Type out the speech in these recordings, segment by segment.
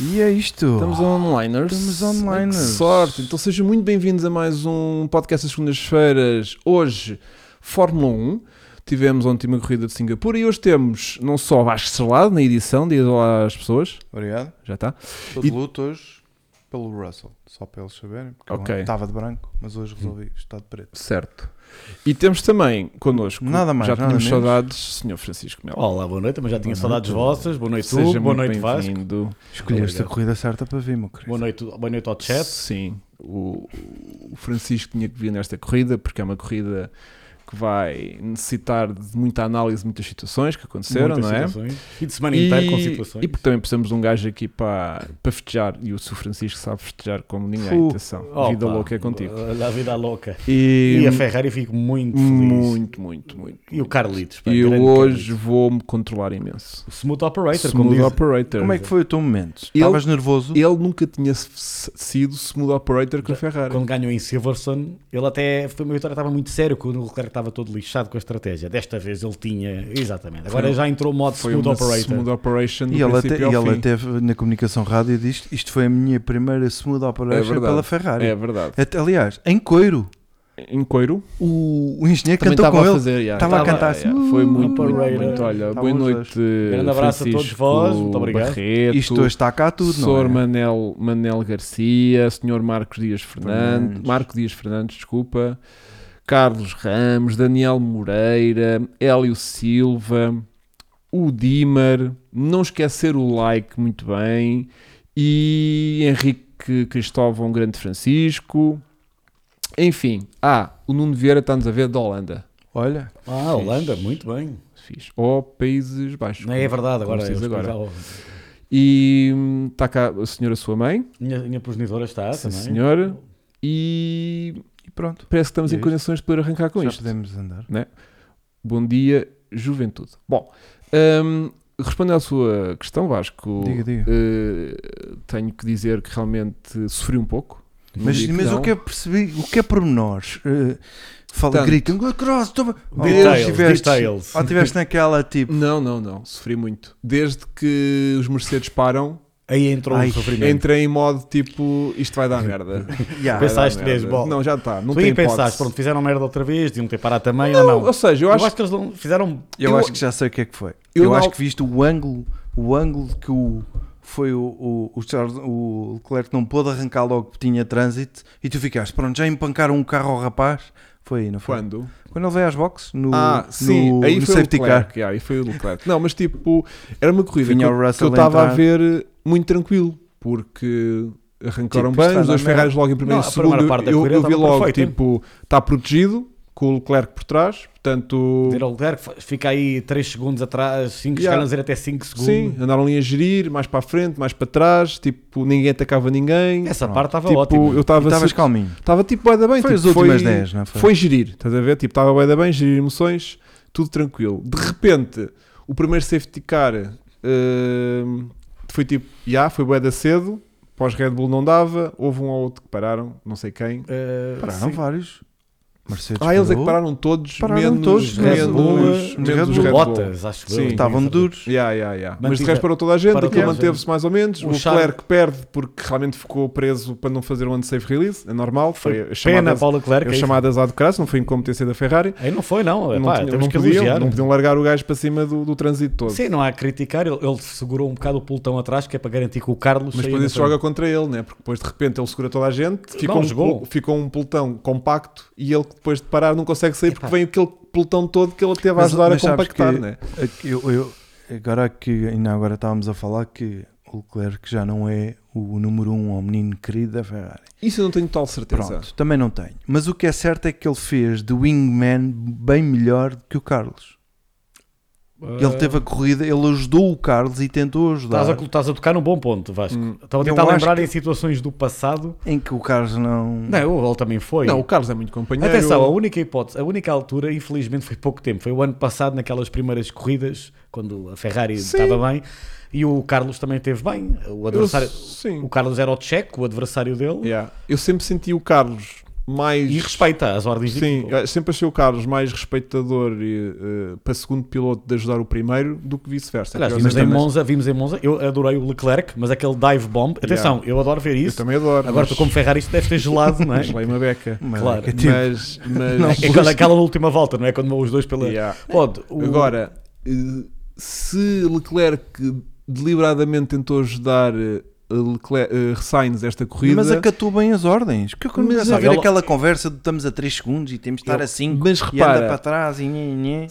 E é isto. Estamos onliners. Estamos onliners. Que sorte. Então sejam muito bem-vindos a mais um podcast das segundas-feiras. Hoje, Fórmula 1. Tivemos ontem uma corrida de Singapura e hoje temos não só Vasco Selado na edição, diz lá às pessoas, Obrigado. já está. Estou E- de luto hoje pelo Russell, só para eles saberem. Porque Ok. eu estava de branco, mas hoje resolvi estar de preto. Certo. E temos também connosco, Nada mais, já nada tínhamos menos. saudades, Sr. Francisco Melo. Olá, boa noite, mas já tinha Boa saudades noite. vossas. Boa noite, Seja tu. Boa muito noite, Vasco. bem-vindo. Escolheste a Obrigado. corrida certa para vir, meu querido. Boa noite, boa noite ao chat. Sim, o, o Francisco tinha que vir nesta corrida porque é uma corrida que vai necessitar de muita análise de muitas situações que aconteceram, Muitas não é? situações. E de semana inteira com situações. e porque também precisamos de um gajo aqui para, para festejar e o Sr. Francisco sabe festejar como ninguém. Fu. Atenção, Opa, vida louca é contigo. A vida louca. E, E, a Ferrari fico muito feliz. muito, muito, muito. E o Carlitos. pá, E eu grande hoje Carlitos. vou-me controlar imenso. O Smooth Operator, como Smooth diz. operator. Como é que foi o teu momento? Ele- Estavas nervoso? Ele nunca tinha s- sido smooth operator com a Ferrari. Quando ganhou em Silverstone, ele até. Foi uma vitória que estava muito sério, quando o Leclerc estava todo lixado com a estratégia. Desta vez ele tinha. Exatamente. Agora Foi- um- já entrou o modo Foi Smooth uma Operator. smooth operation do E ele, até, princípio ao e ele fim. até na comunicação rádio diz isto foi a minha primeira smooth É operation verdade. pela Ferrari. É verdade. Até- aliás, em coiro, Em coiro. o, o engenheiro Também cantou estava com a ele. fazer. yeah. Estava a Estava- cantar Tá yeah, assim, Foi muito, muito, operator. muito. Olha, Estavam boa os dois. noite. Grande abraço a todos Francisco, vós, muito obrigado. Barreto, Isto hoje está cá tudo, não Sr. é? Manel, Manel Garcia, Sr. Marcos Dias Fernandes, Fernandes. Marco Dias Fernandes, desculpa, Carlos Ramos, Daniel Moreira, Hélio Silva, o Dimer, não esquecer o like, muito bem, e Henrique Cristóvão um Grande Francisco, enfim, ah, o Nuno Vieira está-nos a ver da Holanda, Olha, Ah, Holanda, muito bem. fixe, ou Países Baixos. Não é verdade, como agora. se diz eles- agora. E hum, está cá a senhora sua mãe, Minha, minha progenitora está sim Tá, também. senhora, e e pronto. Parece que estamos E em é condições de poder arrancar com já isto. podemos andar. Bom dia, juventude. Bom, hum, respondendo à sua questão, Vasco, Diga, diga. eh, tenho que dizer que realmente sofri um pouco. Não Mas, digo mas não. o que é percebi, o que é pormenores? eh, fala, Tanto. gritam, cross, toma. Oh. Details, tiveste, details. ou tiveste naquela tipo. Não, não, não. Sofri muito. Desde que os Mercedes param, Aí entrou Ai, o sofrimento. entrei em modo tipo, isto vai dar merda. "Ya, Vai dar Pensaste merda." mesmo, bom, Não, já está. Não tu aí tem pensaste, hipótese. pronto, fizeram merda outra vez, deviam ter parado também ou não? Ou seja, eu eu, acho acho que eles não fizeram. eu, eu- acho que já sei o que é que foi. eu Eu, não- acho que viste o ângulo, o ângulo que o, foi o, o, o, Charles, o Leclerc não pôde arrancar logo que tinha trânsito e tu ficaste, pronto, já empancaram um carro ao rapaz. Foi aí, não foi? Quando? Quando ele veio às boxes, no, ah, sim, no, aí no foi o safety Leclerc. car. yeah, aí foi o Leclerc. Não, mas tipo, era uma corrida que Vinha eu, o que eu Russell estava a entrar. ver eh, muito tranquilo, porque arrancaram Tipo, isto bem, vai os dois dar merda. Ferraris logo em primeiro e Não, a primeira segundo. parte da Eu, corrida eu vi estava logo, perfeita. tipo, está protegido, com o Leclerc por trás, portanto, Dizer ao Leclerc, fa- fica aí 3 segundos atrás, 5, Yeah. chegaram a dizer até 5 segundos. sim, andaram ali a gerir, mais para a frente, mais para trás, tipo, ninguém atacava ninguém. Essa Pronto. parte estava tipo, ótima. eu E estavas estava calminho. estava tipo, bué da bem, Foi tipo, as últimas foi- 10, não foi? Foi gerir, estás a ver? Tipo, estava bem da bem, gerir emoções, tudo tranquilo. De repente, o primeiro safety car hum, foi tipo, já, foi bué da cedo, pós Red Bull não dava, houve um ou outro que pararam, não sei quem. Eh, Pararam sim. vários. Mercedes Ah, eles é que parou. pararam todos, Pararam menos, todos, menos, Red Bull, menos, os Red os Bull. Red Bull. Bottas, acho que Sim. Estavam duros. Yeah, yeah, yeah. Mas de Mantive- resto parou toda a gente, parou aquilo toda a manteve-se gente. mais ou menos. O, O Charles- Leclerc perde porque realmente ficou preso para não fazer um unsafe release, é normal. Foi, Foi a pena chamada para o Leclerc. Eu aí- chamadas lá do Crasso, não foi incompetência da Ferrari. Aí não foi, não. não, Epá, tinha- temos não que podiam, elogiar. né? não podiam largar o gajo para cima do, do trânsito todo. Sim, não há a criticar. Ele, ele segurou um bocado o pelotão atrás, que é para garantir que o Carlos. Mas saia depois na isso frente. joga contra ele, né? porque depois de repente ele segura toda a gente, fica, Não, um, jogou. pol- fica um pelotão compacto e ele depois de parar não consegue sair porque Epá. vem aquele pelotão todo que ele teve a Mas- ajudar mas a sabes compactar. que- né? Eu, eu- agora que ainda agora estávamos a falar que o Leclerc já não é o número um ao menino querido da Ferrari. Isso eu não tenho total certeza. Pronto, também não tenho. Mas o que é certo é que ele fez de wingman bem melhor do que o Carlos. Ele teve a corrida, ele ajudou o Carlos e tentou Estás a, ajudar estás a tocar num bom ponto, Vasco. Hum. Estava a Eu tentar acho lembrar em situações do passado. em que o Carlos não. Não, ele também foi. Hum. Não, o Carlos é muito companheiro. Atenção, a única hipótese, a única altura, infelizmente, foi pouco tempo. Foi o ano passado, naquelas primeiras corridas, quando a Ferrari Sim. estava bem, e o Carlos também esteve bem. O eu, adversário, sim. o Carlos era o Checo, o adversário dele. Yeah. Eu sempre senti o Carlos mais. E respeita as ordens de Sim, equipa. eu sempre achei o Carlos mais respeitador e, eh, para segundo piloto de ajudar o primeiro do que vice-versa. Aliás, Eu vimos em também- Monza, vimos em Monza, eu adorei o Leclerc, mas aquele dive bomb, atenção, eu adoro ver Eu isso. também adoro. Agora mas- tu como Ferrari isto deve ter gelado, não é? mas lá em uma beca. Mas, Claro. que tipo, Mas. mas- Não. É aquela, aquela última volta, não é? Quando vão os dois pela. Yeah. Pode, o- Agora, eh, se Leclerc deliberadamente tentou ajudar eh, Leclerc, eh, Sainz esta corrida, mas acatou bem as ordens. Que eu Mas começo a é ver ele- aquela conversa de estamos a 3 segundos e temos de estar Eu- a 5 mas e anda repara, para trás e nhé, nhé.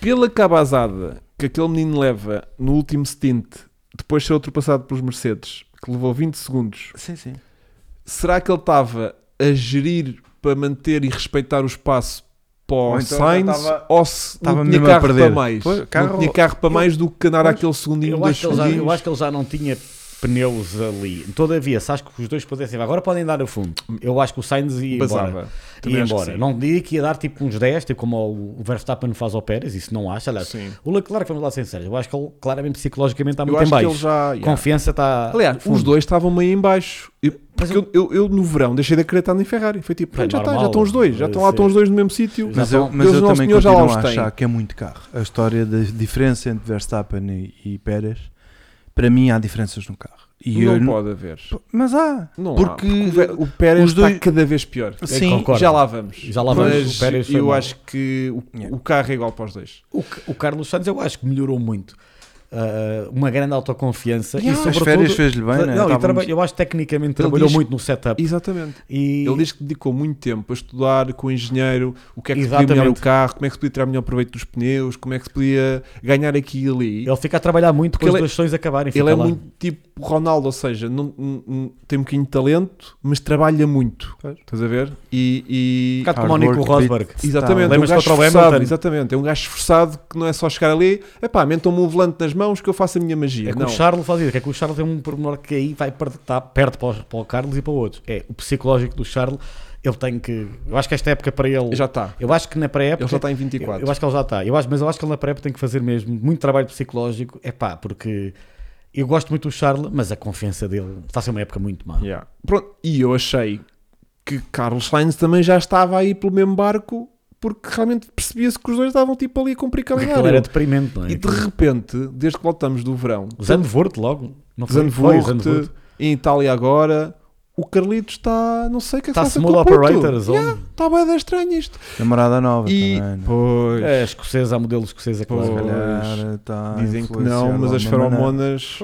pela cabazada que aquele menino leva no último stint, depois de ser ultrapassado pelos Mercedes, que levou 20 segundos, Sim, sim. será que ele estava a gerir para manter e respeitar o espaço para o Ou então já Sainz estava- ou se estava não tinha mesmo a carro para perder? mais? Pois, não carro- tinha carro para eu- mais do que andar eu- aquele segundinho, eu dois acho, que ele já, eu segundinhos. acho que ele já não tinha pneus ali. Todavia, se acho que os dois pudessem. Agora podem dar a fundo. Eu acho que o Sainz ia embora. Basava. Também Ia acho que embora. sim. Não diria que ia dar tipo uns 10, tipo como o Verstappen faz ao Pérez, isso não acho. Aliás, Sim. o Leclerc, vamos lá sinceros, eu acho que ele claramente psicologicamente está Eu Tá muito em acho que baixo. ele já. yeah. Confiança está. Aliás, fundo. os dois estavam meio em baixo. Eu, Mas porque eu, eu, eu, no verão deixei de acreditar em Ferrari. Foi tipo, É pronto, já, está, normal, é já estão os dois, já estão lá sim. estão os dois no mesmo sítio. Já Mas estão- eu, mas eles, eu nosso também senhor, já lá continuo os a tem. achar que é muito carro. A história da diferença entre Verstappen e, e Pérez, para mim há diferenças no carro. E eu não não- pode haver. Mas há. Não há, porque o Ve- o Pérez os dois- está cada vez pior. É, Sim. concordo. já lá vamos. Já lá vamos, Mas o Pérez foi eu mal. acho que o, Yeah. o carro é igual para os dois. O, o Carlos Sainz, eu acho que melhorou muito. Ah, uma grande autoconfiança Yeah, e as sobretudo férias fez-lhe bem, né? não, e Estávamos- traba- eu acho que tecnicamente trabalhou diz- muito no setup Exatamente. e Ele diz que dedicou muito tempo a estudar com o engenheiro o que é que se podia Exatamente. melhorar o carro, como é que se podia tirar melhor proveito dos pneus, como é que se podia ganhar aqui e ali. ele fica a trabalhar muito Porque depois ele é- das sessões acabarem Ele fica é lá. muito tipo Ronaldo, ou seja, não, não- não- tem um bocadinho de talento, mas trabalha muito. Pois. Estás a ver? E. Um e bocado como o Nico Hard work Rosberg exatamente, é um Lembras-te gajo contra o esforçado. Hamilton? Exatamente, é um gajo esforçado que não é só chegar ali, epá, mentam-me um volante nas mãos que eu faço a minha magia. é que não. o Charles faz isso, é que o Charles tem um pormenor que aí vai per- tá perto para, o- para o Carlos e para o outro é o psicológico do Charles ele tem que, eu acho que esta época para ele Já está. eu acho que na pré-época Ele já está em Eu, 24. eu acho que ele já está. Eu acho, mas eu acho que ele na pré tem que fazer mesmo muito trabalho psicológico. É pá, porque eu gosto muito do Charles, mas a confiança dele está a ser uma época muito má. Yeah. Pronto, e eu achei que Carlos Sainz também já estava aí pelo mesmo barco, porque realmente percebia-se que os dois estavam tipo ali a cumprir Aquilo era calendário. deprimente, não é? E de repente, desde que voltamos do verão, Zandvoort logo. Não foi? Foi, Zandvoort, em Itália agora, o Carlitos está, não sei o que é que Está se passa small com o puto. operators, Yeah, onde? Está bem da estranho isto. Namorada nova E, também. né? pois, É, escocesa, há modelo escocesa, Pois. Se claro. calhar está a dizem que influenciar não, mas Ah, de as alguma maneira. feromonas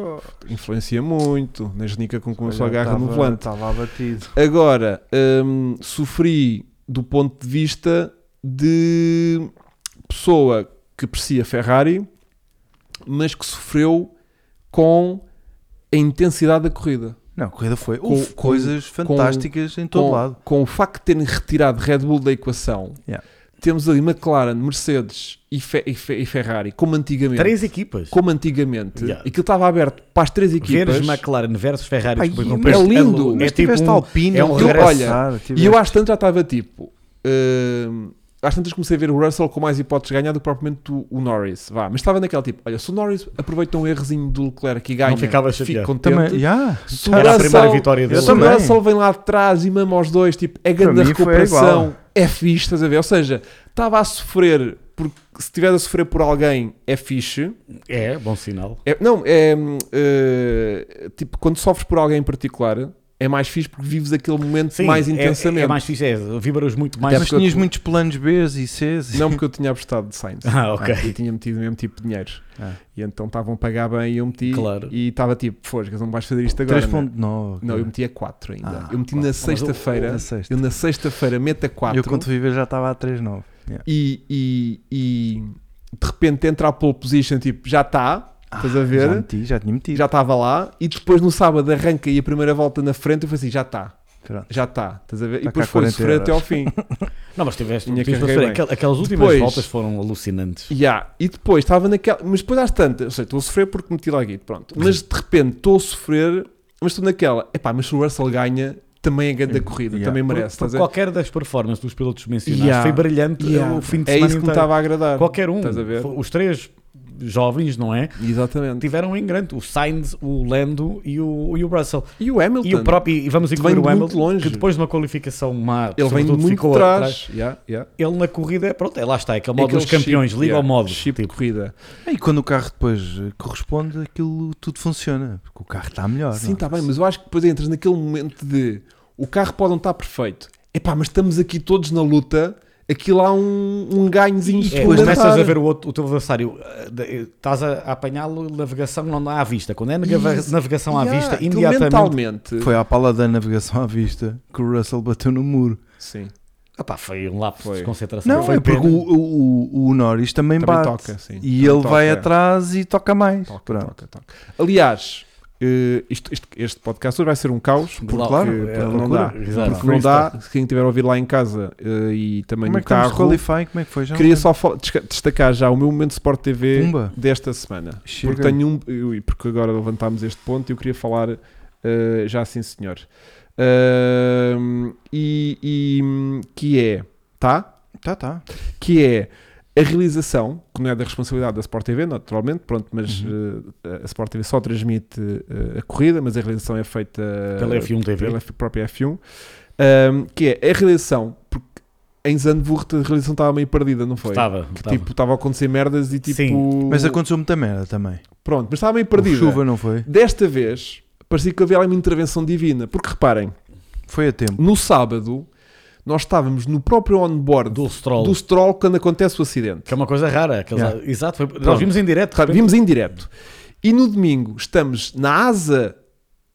influencia muito. Na genica com que uma pessoa Olha, agarra no estava- volante. Estava abatido. Agora, hum, sofri do ponto de vista de pessoa que aprecia Ferrari, mas que sofreu com a intensidade da corrida. Não, a corrida foi. Com- Houve com- coisas fantásticas em todo com, lado. com o facto de terem retirado Red Bull da equação, Yeah. temos ali McLaren, Mercedes e, Fe- e Fe- e Ferrari, como antigamente. Três equipas. Como antigamente. Yeah. E que estava aberto para as três equipas. Veres McLaren versus Ferrari. Pá, depois e- não mas perdes- é lindo. É, Mas tipo tiveste um- Alpine, é um tu- regresso. olha, E eu tiveste- às tantas já estava tipo. hum, às tantas comecei a ver o Russell com mais hipóteses de ganhar do que propriamente o, o Norris. Vá, mas estava naquela tipo: olha, se o Norris aproveita um errozinho do Leclerc e ganha, Não ficava fico chateado. contente. também. já. Se o Era a primeira Russell- vitória dele. Eu se o também. Russell vem lá atrás e mama aos dois, tipo, é grande Para a mim foi recuperação, igual. é fixe, estás a ver? Ou seja, estava a sofrer, porque se estiver a sofrer por alguém, é fixe. É, bom sinal. É- não, é hum, eh, tipo, quando sofres por alguém em particular, é mais fixe porque vives aquele momento Sim, mais é- intensamente. É, mais fixe, é, vibra-os muito mais. Mas porque eu tinhas tô- muitos planos B e Cs. Não porque eu tinha apostado de Sainz. Ah, ok. e tinha metido o mesmo tipo de dinheiro. Ah. E então estavam a pagar bem e eu meti. Claro. E estava tipo, fosgas, não vais fazer isto agora. né? 3.9. Não, eu meti a 4 ainda. Ah, eu meti claro. na Mas sexta-feira. na sexta. Eu na sexta-feira meto a 4. Eu quando fui ver já estava a 3.9. e, e, e de repente entra a pole position, tipo, já está, estás a Ah, Já ver? meti, já tinha metido. Já estava lá. E depois no sábado arranca e a primeira volta na frente, eu falei assim, já está, Pronto. já está, estás a ver? E Tá depois cá foi 40 sofrer até ao euros. fim. Não, mas tiveste, Tinha que tiveste carregar aquel- aquelas últimas Depois- voltas foram alucinantes. Ya, E depois estava naquela. Mas depois às tantas, ou seja, estou a sofrer porque meti lá guito, pronto. Mas de repente estou a sofrer, mas estou naquela. Epá, mas se o Russell ganha, também é grande a corrida, Ya. também Por- merece. por estás a ver? qualquer das performances dos pilotos mencionados Yeah. foi brilhante Ya. o fim de é semana isso que me inteiro. estava a agradar. Qualquer um. Estás a ver? Foi- Os três jovens, não é? Exatamente. Tiveram em grande o Sainz, o Lando e o, e o Russell. E o Hamilton. E o próprio, e vamos incluir Vem o de Hamilton, muito longe. que depois de uma qualificação má, Ele vem sobretudo, muito ficou atrás. Tipo, atrás. Yeah, yeah. Ele na corrida, pronto, é lá está, é aquele modo Aquele dos campeões, chip, liga ao yeah, modo. Chip de tipo. corrida. E quando o carro depois eh, corresponde, aquilo tudo funciona. Porque o carro está melhor. Sim, tá. não é? está bem, mas eu acho que depois entras naquele momento de o carro pode não estar perfeito. Epá, mas estamos aqui todos na luta. Aquilo há um, um ganhozinho. É, Pois, começas suplementar. a ver o, outro, o teu adversário, eh, de- eh, estás a a apanhá-lo, navegação não dá à vista. Quando é navega- Isso. navegação à Yeah, vista, aquilo imediatamente. Mentalmente. Foi à pala da navegação à vista que o Russell bateu no muro. Sim. Opá, foi um lapso Foi. de concentração. Não, foi é porque pena. o, o, o- o Norris também, Também bate. toca, E sim. Também ele vai toca. é. atrás e toca mais. Toca, Pronto. toca, toca. Aliás, eh, isto- isto- este podcast hoje vai ser um caos. Porque Claro, claro, é, pela não loucura. dá. Exato. Porque não dá, se quem tiver a ouvir lá em casa eh, e também Como é no que estamos de carro, qualifying? Como é que foi já? queria só fal- desca- destacar já o meu momento de Sport TV Pumba. desta semana. Chega. Porque tenho um. eu- e Porque agora levantámos este ponto e eu queria falar eh, já assim, senhor. Ahm, e, e, hum, que é, tá? Tá, tá. Que é a realização, que não é da responsabilidade da Sport TV, naturalmente, pronto, mas eh, a Sport TV só transmite eh, a corrida, mas a realização é feita Pela F1 TV. pela F- própria F1, ahm, que é a realização, porque em Zandvoort a realização estava meio perdida, não foi? Estava, Que, estava. Tipo, estava a acontecer merdas e tipo. Sim. Mas aconteceu muita merda também. Pronto, mas estava meio perdida. Houve Chuva não foi? Desta vez, parecia que havia ali uma intervenção divina. Porque reparem, Foi a tempo. no sábado, nós estávamos no próprio onboard do, do Stroll, do Stroll quando acontece o acidente. que é uma coisa rara. aqueles- Yeah. Exato, foi- nós vimos em direto. Claro, vimos em direto. E no domingo, estamos na asa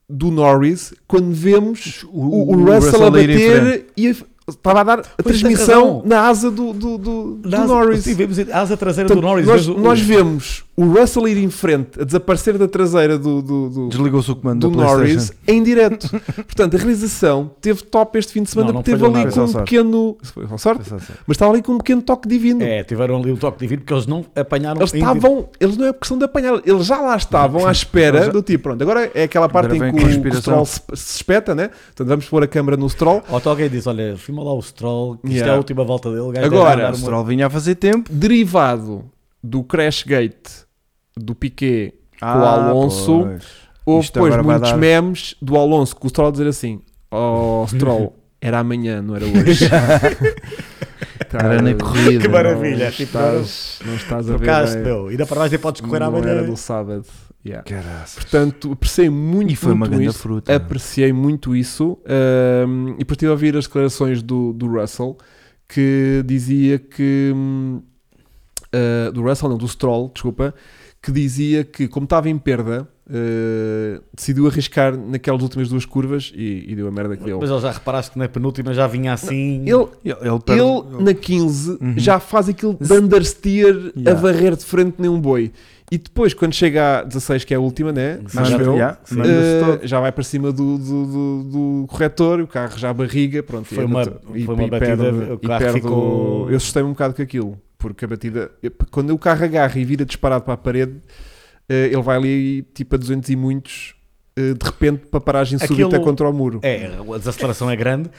do Norris quando vemos o, o o Russell, Russell a a ir em bater e a- estava a dar a Pois, tem transmissão razão. na asa do, do, do- do Nas- Norris. Sim, vimos a asa traseira Portanto, do Norris. nós, vês o- nós vemos o Russell ir em frente, a desaparecer da traseira do- do- do, Desligou-se o comando do da PlayStation. Norris em direto. Portanto, a realização teve top este fim de semana, Não, não porque teve falhou ali nada. com Foi um só sorte. pequeno. Foi só sorte, Pensa assim. mas estava ali com um pequeno toque divino. É, tiveram ali o toque divino porque eles não apanharam Eles em dire- estavam, eles não é questão de apanhar, eles já lá estavam à espera Eles já- do tipo, pronto, agora é aquela parte Agora em vem que com a o, que o respiração. Stroll se, se espeta, né? Portanto, vamos pôr a câmera no Stroll. Ou então alguém diz: Olha, filma lá o Stroll, que isto Yeah. é a última volta dele. o gajo Agora, deve andar É, O muito. Stroll vinha a fazer tempo. Derivado do crash gate do Piquet, o Alonso. pois. houve Isto depois agora vai muitos dar- memes do Alonso com o Stroll a dizer assim: Oh, Stroll, era amanhã, não era hoje. Tá, Era na corrida. Que maravilha, Não tipo, estás, não estás a ver. Trocaste, bem. meu. Ainda para mais, nem podes correr não amanhã. era do sábado. Yeah. Caraças. Portanto, apreciei muito, E foi uma muito grande isso. fruta. Apreciei muito isso. Ahm, e depois estive a ouvir as declarações do, do Russell que dizia que. hum, ah, do Russell, não, do Stroll, desculpa. Que dizia que, como estava em perda, ah, decidiu arriscar naquelas últimas duas curvas e, e deu a merda que deu. Mas ele já reparaste que na penúltima já vinha assim. Ele, Ele, ele perde- ele na 15 Uhum. já faz aquele de understeer Yeah. a varrer de frente nem um boi. E depois, quando chega à 16, que é a última, né? Sim. Acho Manda- eu, yeah, Sim. manda-se eh, todo. já vai para cima do, do, do- do corretor, o carro já barriga, pronto. Foi e, uma- e- foi uma e batida, perde- o e carro perde ficou- o- Eu assustei-me um bocado com aquilo, porque a batida... Quando o carro agarra e vira disparado para a parede, eh, ele vai ali tipo a 200 e muitos, eh, de repente para paragem Aquilo- súbita contra o muro. É, a desaceleração é grande.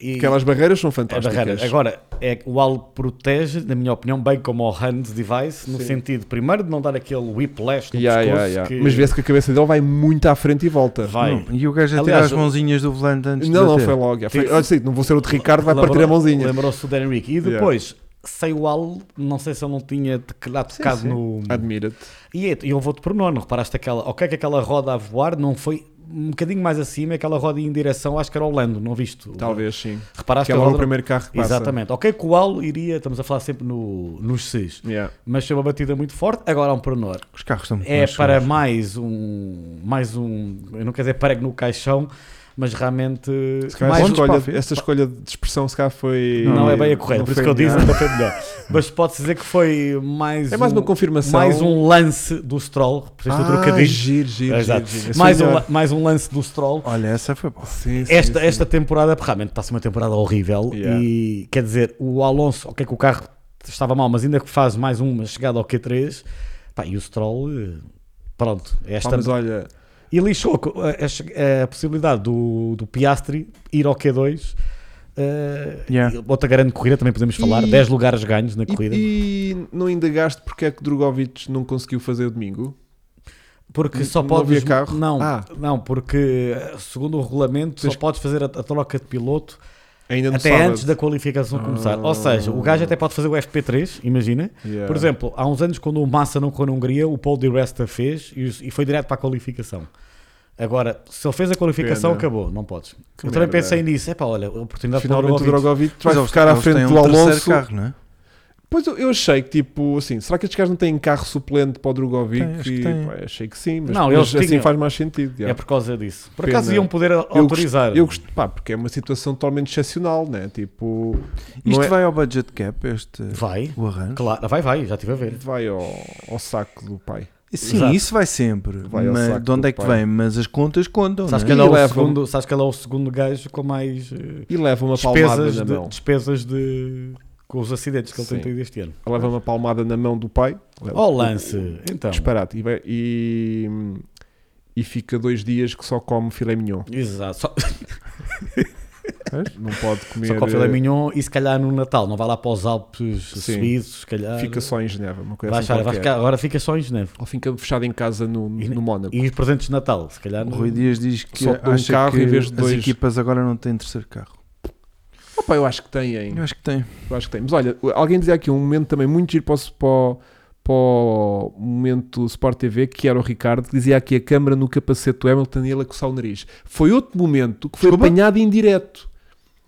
E Aquelas barreiras são é fantásticas. barreira. Agora, é, que o Al protege, na minha opinião, bem como o Hand Device, no Sim. sentido, primeiro, de não dar aquele whiplash no Ya, ya, pescoço. ya. Que Mas vê-se que a cabeça dele vai muito à frente e volta. vai. Não, E o gajo a tirar Aliás, as mãozinhas do volante antes não, de não, bater. foi logo. Foi, Teve- olha, sim, não vou ser outro Ricardo, vai partir a Lembrou- mãozinha. Lembrou-se do Dan Henrique. E Yeah. depois, sem o Al, não sei se ele não tinha teclado, Sim, tocado sim. no. Admira-te. E é- e eu vou-te por nono. Reparaste aquela. Ok, que aquela roda a voar não foi um bocadinho mais acima, aquela roda em direção, acho que era ao Lando, não viste? Talvez sim. Que Reparaste que é a logo o roda. primeiro carro que passa. Exatamente. Ok, que o Al iria, estamos a falar sempre no, nos Cs, Yeah. mas foi uma batida muito forte. Agora há um pormenor. Os carros estão muito É mais para seguros. mais um. Mais um. Eu não quero dizer prego no caixão, mas realmente. Se calhar Mais essa um, pontos, escolha, pá. essa escolha de expressão se calhar foi. não é bem a correta, não por foi isso que eu disse melhor. não foi melhor. Mas pode-se dizer que foi mais. É mais um- uma confirmação. mais um lance do Stroll. Fizeste o Ah, trocadilho. giro, giro, Exato. giro, giro. Esse Mais, foi um, melhor. la- mais um lance do Stroll. Olha, essa foi boa. Sim, sim, Esta, sim. esta temporada realmente está-se uma temporada horrível Yeah. e quer dizer, o Alonso, ok que o carro estava mal, mas ainda que faz mais uma chegada ao Q3, pá, e o Stroll, eh, pronto, é Pá, esta... Mas olha, eh, E lixou a co- a, a che- a possibilidade do, do Piastri ir ao Q2 Eh, Yeah. e Outra grande corrida, também podemos falar. E- 10 lugares ganhos na corrida. E, e não indagaste porque é que Drogovic não conseguiu fazer o domingo? Porque N- só não podes. havia carro? Não, Ah. não, porque eh, segundo o regulamento Tens- só podes fazer a, a troca de piloto Ainda no até sábado. antes da qualificação começar. Ou seja, o gajo até pode fazer o FP3, imagina. Yeah. Por exemplo, há uns anos, quando o Massa não correu na Hungria, o Paul de Resta fez e, os- e foi direto para a qualificação. Agora, se ele fez a qualificação, Pena. acabou, não podes. Que eu também merda. pensei nisso. É pá, olha, a oportunidade para o Finalmente o Drogovic. Drogovic Mas vai eles- ficar à eles frente têm do um terceiro Alonso. Carro, não é? Pois eu, eu achei que, tipo, assim, será que estes caras não têm carro suplente para o Drogovic? Tem, acho que E, tem. pá, achei que sim, mas, Não, mas eles assim tinham. faz mais sentido. já. É por causa disso. Por Pena. acaso iam poder Eu autorizar. gost- Eu gosto, pá, porque é uma situação totalmente excepcional, né? Tipo, não Isto é- vai ao budget cap, este Vai, o arranjo? claro, vai, vai, já estive a ver. vai ao, ao saco do pai. Sim, Exato. isso vai sempre. Vai ao mas saco de onde é do que pai. vem? Mas as contas contam. Sabes não que, é? ele é o levam. segundo, sabes que ele é o segundo gajo com mais eh, E leva uma palmada despesas, na de, mão. despesas de- com os acidentes que ele tem Sim. É tido este ano. Leva uma palmada na mão do pai. Ó lance, então. Disparate. E, vai- e, e fica dois dias que só come filé mignon. Exato. Só, Não pode comer. eh, só com o filé mignon e se calhar no Natal, não vai lá para os Alpes Sim. suíços, se calhar. Fica só em Geneva. Uma coisa é? vai assim achar- vai qualquer. ficar- agora fica só em Geneve. Ou fica fechado em casa no, E- no Mónaco. E os presentes de Natal, se calhar. O não- Rui Dias diz que Só de um acha carro que em vez de dois. as equipas agora não têm terceiro carro. Opa, eu acho que tem, hein? Eu acho que tem. Eu acho que tem. Mas olha, alguém dizia aqui um momento também muito giro para o, para o- para o momento Sport TV, que era o Ricardo, que dizia aqui a câmara no capacete do Hamilton e ele a coçar o nariz. Foi outro momento que foi Desculpa? apanhado em direto.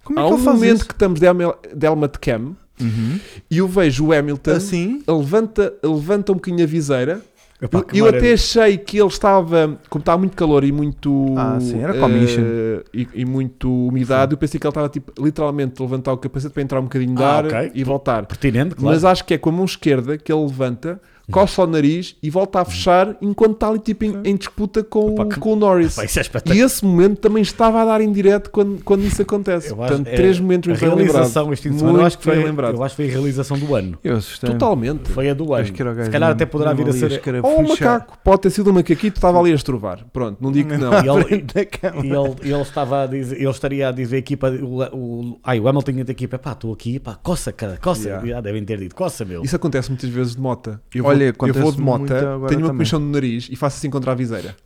Como Há é que um ele faz momento isso? que estamos de Helma- de Helma de Cam Uhum. e eu vejo o Hamilton Assim? levanta, levanta um bocadinho a viseira. Epá, eu que eu até maravilha. achei que ele estava, como estava muito calor e muito. Ah, sim, era eh, comichão. e, e muito umidade, eu pensei que ele estava tipo, literalmente a levantar o capacete para entrar um bocadinho de Ah, ar ok. e voltar. Pertinente, claro. Mas acho que é com a mão esquerda que ele levanta, coça o nariz e volta a fechar enquanto está ali tipo, em, em disputa com, o- Opa, que- com o Norris. Uhum. Epá, isso E é espetacular. esse momento também estava a dar em direto quando, quando isso acontece. Eu acho- Portanto, é- três momentos A muito bem realização lembrados. este fim de semana, eu Muito acho, que foi, bem lembrado. eu acho que foi a realização do ano. Eu assustei. Totalmente. Foi a do ano. Acho que era o gajo se calhar do- até poderá do vir a Elias ser. que era Ou um fechado. macaco. Pode ter sido um macaquito, estava ali a estrovar. Pronto, não digo que não. E ele- Frente da E câmara. ele, ele estava a dizer, ele estaria a dizer a equipa, o, o, ai, o Hamilton da equipa, pá, estou aqui, pá, coça, cara, coça. Yeah. Já devem ter dito, coça, meu. Isso acontece muitas vezes de mota. Eu vou, Olha, eu vou de acontece-me muito mota, agora tenho uma também. comichão no nariz e faço assim contra a viseira.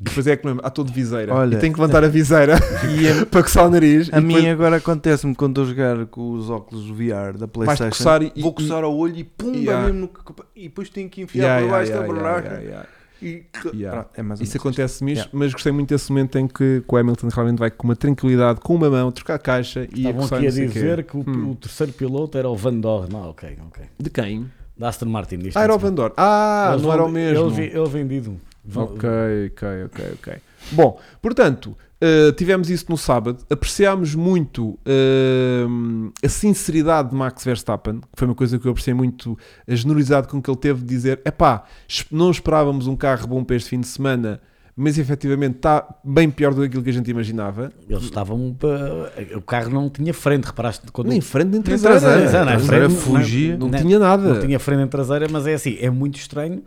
Depois é que me lembro, ah, estou de viseira. Olha. e tenho que levantar a viseira para coçar o nariz. A e depois mim agora acontece-me quando eu jogar com os óculos VR da vais-te Playstation. coçar e, Vou e- coçar ao olho e pumba Yeah. mesmo no que- E depois tenho que enfiar Yeah, por yeah, baixo yeah, da yeah, barraca yeah, yeah. e... Yeah. Pronto, é mais ou Isso menos acontece-me, Yeah. mas gostei muito desse momento em que, que o Hamilton realmente vai com uma tranquilidade, com uma mão, trocar a caixa e a Estavam coçar aqui a Tá não sei o quê. dizer que o, Hum. o terceiro piloto era o Van Dorn. Ah, ok, ok. De quem? Da Aston Martin. diz Ah, era o Van Dorn. Ah, é Eles não era o vend- mesmo. Ele, vi- ele vendido. Ok, ok, ok, ok. Bom, portanto, eh, tivemos isso no sábado. Apreciámos muito ehm, a sinceridade de Max Verstappen, que foi uma coisa que eu apreciei muito, a generosidade com que ele teve de dizer: epá, es- não esperávamos um carro bom para este fim de semana, mas efetivamente está bem pior do que aquilo que a gente imaginava. Eles estavam. pa- O carro não tinha frente, reparaste? Quando Nem frente, nem traseira. traseira. Traseira, não é? A Frente, traseira não é? fugia. Não Não- tinha nada. Não tinha frente nem traseira, mas é assim, é muito estranho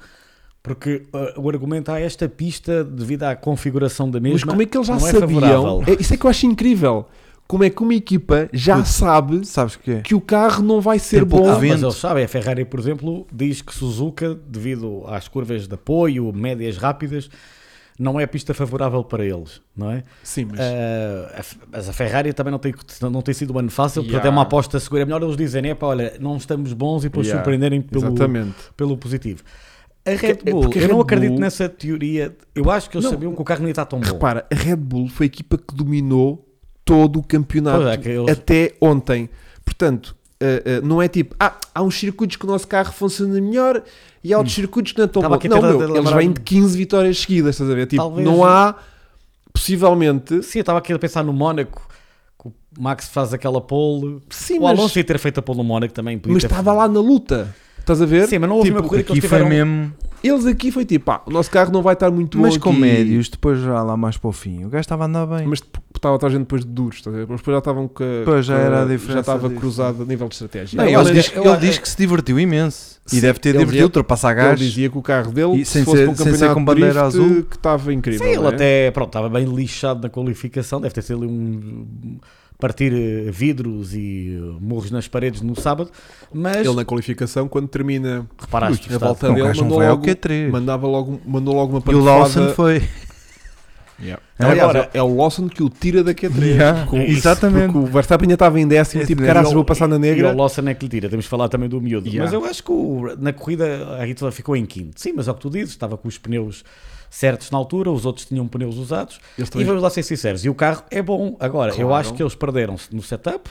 porque uh, o argumento ah, esta pista, devido à configuração da mesma. Mas como é que eles já não é sabiam? favorável. É, isso é que eu acho incrível. Como é que uma equipa já sabe Sabes o que é? que o carro não vai ser Tem pouco bom Ah, mas vento. eles sabem, a Ferrari, por exemplo, diz que Suzuka, devido às curvas de apoio, médias rápidas, não é a pista favorável para eles, não é? Sim, mas Ah, a F- mas a Ferrari também não tem, não tem sido um ano fácil, Yeah. portanto é uma aposta segura. É melhor eles dizerem, epá, olha, não estamos bons e depois Yeah, surpreenderem pelo, exatamente. pelo positivo. A Red Porque- Bull, porque a eu não Red acredito Bull- nessa teoria. Eu acho que eles Não. sabiam que o carro não ia estar tão bom. Repara, a Red Bull foi a equipa que dominou todo o campeonato Pois é, que eles- até ontem. Portanto, ah, ah, não é tipo, ah, há uns circuitos que o nosso carro funciona melhor e há outros circuitos que não estão bom. Estava Hum. aqui a Não, tentar meu, eles lembrar-me. vêm de 15 vitórias seguidas, estás a ver? Tipo, Talvez- não há, possivelmente... Sim, eu estava aqui a pensar no Mónaco, que o Max faz aquela pole. Sim, o mas, Alonso ia ter feito a pole no Mónaco também. podia mas ter- estava lá na luta. Estás a ver? Sim, mas não houve Tipo, uma corrida que Aqui eles foi tiveram. mesmo... Eles aqui foi tipo, pá, o nosso carro não vai estar muito bom Mas com aqui. médios, depois já lá mais para o fim. O gajo estava a andar bem. Mas tipo, estava toda a gente depois de duros, estás a ver? Mas depois já estavam com a- Pois, já com a- era a Já diferença estava disso. cruzado a nível de estratégia. Não, Eu- ele, eu- diz, eu- ele diz que se divertiu imenso. é Sim, e deve ter ele divertido dizia- ultrapassar Ele gajos. dizia que o carro dele, E sem se fosse ser- para sem um ser campeonato com bandeira drift, azul. que estava incrível. Sim, ele não é? até pronto, estava bem lixado na qualificação, deve ter sido ali um partir eh, vidros e eh, murros nas paredes no sábado, mas Ele é na qualificação, quando termina reparaste, "Ah, a está- volta Não, o dele, gajo não mandou vai ao logo, Q3. mandava logo, um- mandou logo uma E o panfada. Lawson foi. Yeah. Aliás, Aliás, é- é o Lawson que o tira da Q3. Yeah, Com- exatamente. Porque o Verstappen ainda estava em décimo, Esse é tipo, mesmo. caras, vou passar na E o negra. Lawson é que lhe tira, temos de falar também do miúdo. Yeah. Mas eu acho que o- na corrida a Hitler ficou em quinto. Sim, mas é o que tu dizes, estava com os pneus certos na altura, os outros tinham pneus usados. Eles E também- vamos lá ser sinceros, e o carro é bom. Agora, eu Claro. acho que eles perderam-se no setup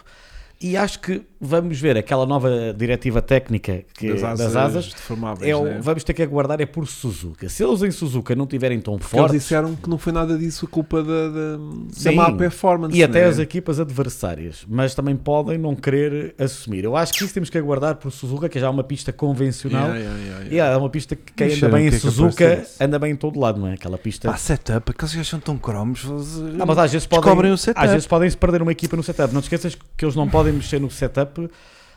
e acho que vamos ver aquela nova diretiva técnica que- das asas. deformáveis, é o- né? Vamos ter que aguardar é por Suzuka. Se eles em Suzuka não tiverem tão Porque eles fortes disseram que não foi nada disso a culpa da, da, da Sim. má performance. e até né? as equipas adversárias, mas também podem não querer assumir. Eu acho que isso temos que aguardar por Suzuka, que já é uma pista convencional Yeah, yeah, yeah, yeah. Yeah, é uma pista que quem Deixa anda bem o em que é que Suzuka aparece. anda bem em todo lado, não é? Aquela pista. Pá, setup, aqueles gajos são tão cromos. eles, eh, Ah, mas às vezes descobrem podem, o setup. às vezes podem se perder uma equipa no setup. Não te esqueças que eles não podem mexer no setup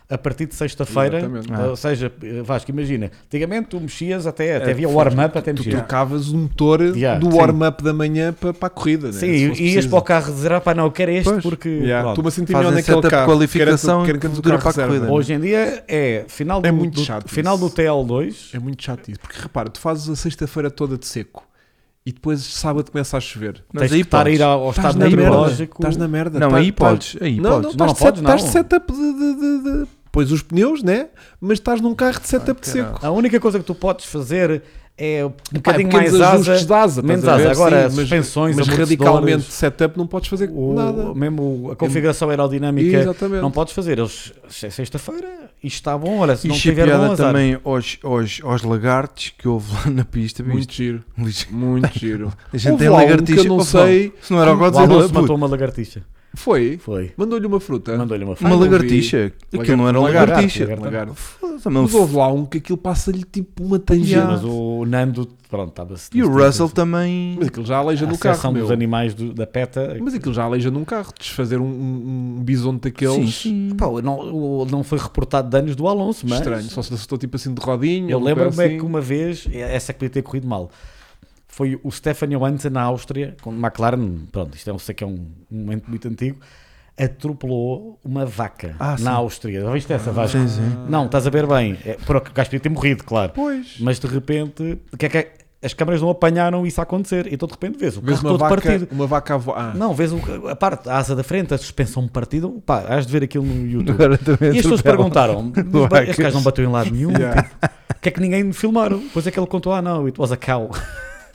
a partir de sexta-feira. Exatamente. Ah. Ou seja, Vasco, imagina, antigamente tu mexias até, até É, havia tu warm-up até Tu mexer. trocavas o motor Yeah, do sim. warm-up da manhã para, para a corrida. Sim, né? Se fosse e ias preciso. para o carro reservar, pá, não, eu quero este Pois, porque. Yeah, pronto. Estou-me a sentir Fazem melhor naquele setup carro. qualificação Quero que- quero que dura o carro para a reserva. corrida. Hoje em dia é final do, É muito do- chato final isso. do TL2. É muito chato isso. Porque repara, tu fazes a sexta-feira toda de seco e depois sábado começa a chover. Mas Tens aí que estar a podes. ir ao, ao Estás estado na merda. meteorológico. Estás na merda. Não, Tá- aí tá- podes. Aí não, podes. não, Não, estás de set- podes, não. estás de setup de, de, de, de- Pois os pneus, né? Mas estás num carro de setup de caralho. seco. A única coisa que tu podes fazer é um Pá, bocadinho pequenos mais asa. ajustes de asa, estás menos a ver? asa. Agora, Sim, suspensões, mas, mas amortecedores, radicalmente setup não podes fazer o- nada. Mesmo a configuração aerodinâmica Exatamente. não podes fazer. Eles, se é sexta-feira, isto está bom. Olha, se E não tiver bom chipeada azar. também aos, aos, aos lagartos que houve lá na pista. Muito Viste? giro, Muito. muito giro. A gente Houve tem lá um que lagartixa. eu não Ouve lá, sei. Se não era o O Godzilla, Alonso puto, matou uma lagartixa. Foi, Foi. mandou-lhe uma fruta. Mandou-lhe uma uma Ai, não vi. lagartixa. Aquilo não era um Lagarto, lagartixa. lagarto. Lagarto. Foda-se, mas Mas houve lá um que aquilo passa-lhe tipo uma tangente. Yeah. Mas o Nando, pronto, estava-se. E o Russell também. Mas aquilo já aleija a no carro, seção meu. dos animais do- da PETA. Mas aquilo já aleija num carro. Desfazer um, um, um bisonte Sim, daqueles sim. Pá, não, o- não foi reportado danos do Alonso, mas. estranho. Só se assustou tipo assim de rodinha. Eu alguma lembro-me coisa é assim. que uma vez, essa que podia ter corrido mal, foi o Stefano Johansson na Áustria, com McLaren, pronto, isto é um, sei que é um, um momento muito antigo, atropelou uma vaca Ah, na sim. Áustria. Já viste Ah, essa vaca? sim, sim. Não, estás a ver bem. É, por o gajo podia ter morrido, claro. Pois. Mas de repente, o que é que é? as câmaras não apanharam isso a acontecer. Então de repente vês o Vês carro uma todo vaca, partido. uma vaca a Ah, voar. Não, vês o- a parte, a asa da frente, a suspensão partida. Pá, has de ver aquilo no YouTube. Agora também é E as pessoas atropela. perguntaram: Não há este gajo não bateu em lado nenhum? Yeah. O que é que ninguém me filmaram? Pois é que ele contou: ah, não, it was a cow.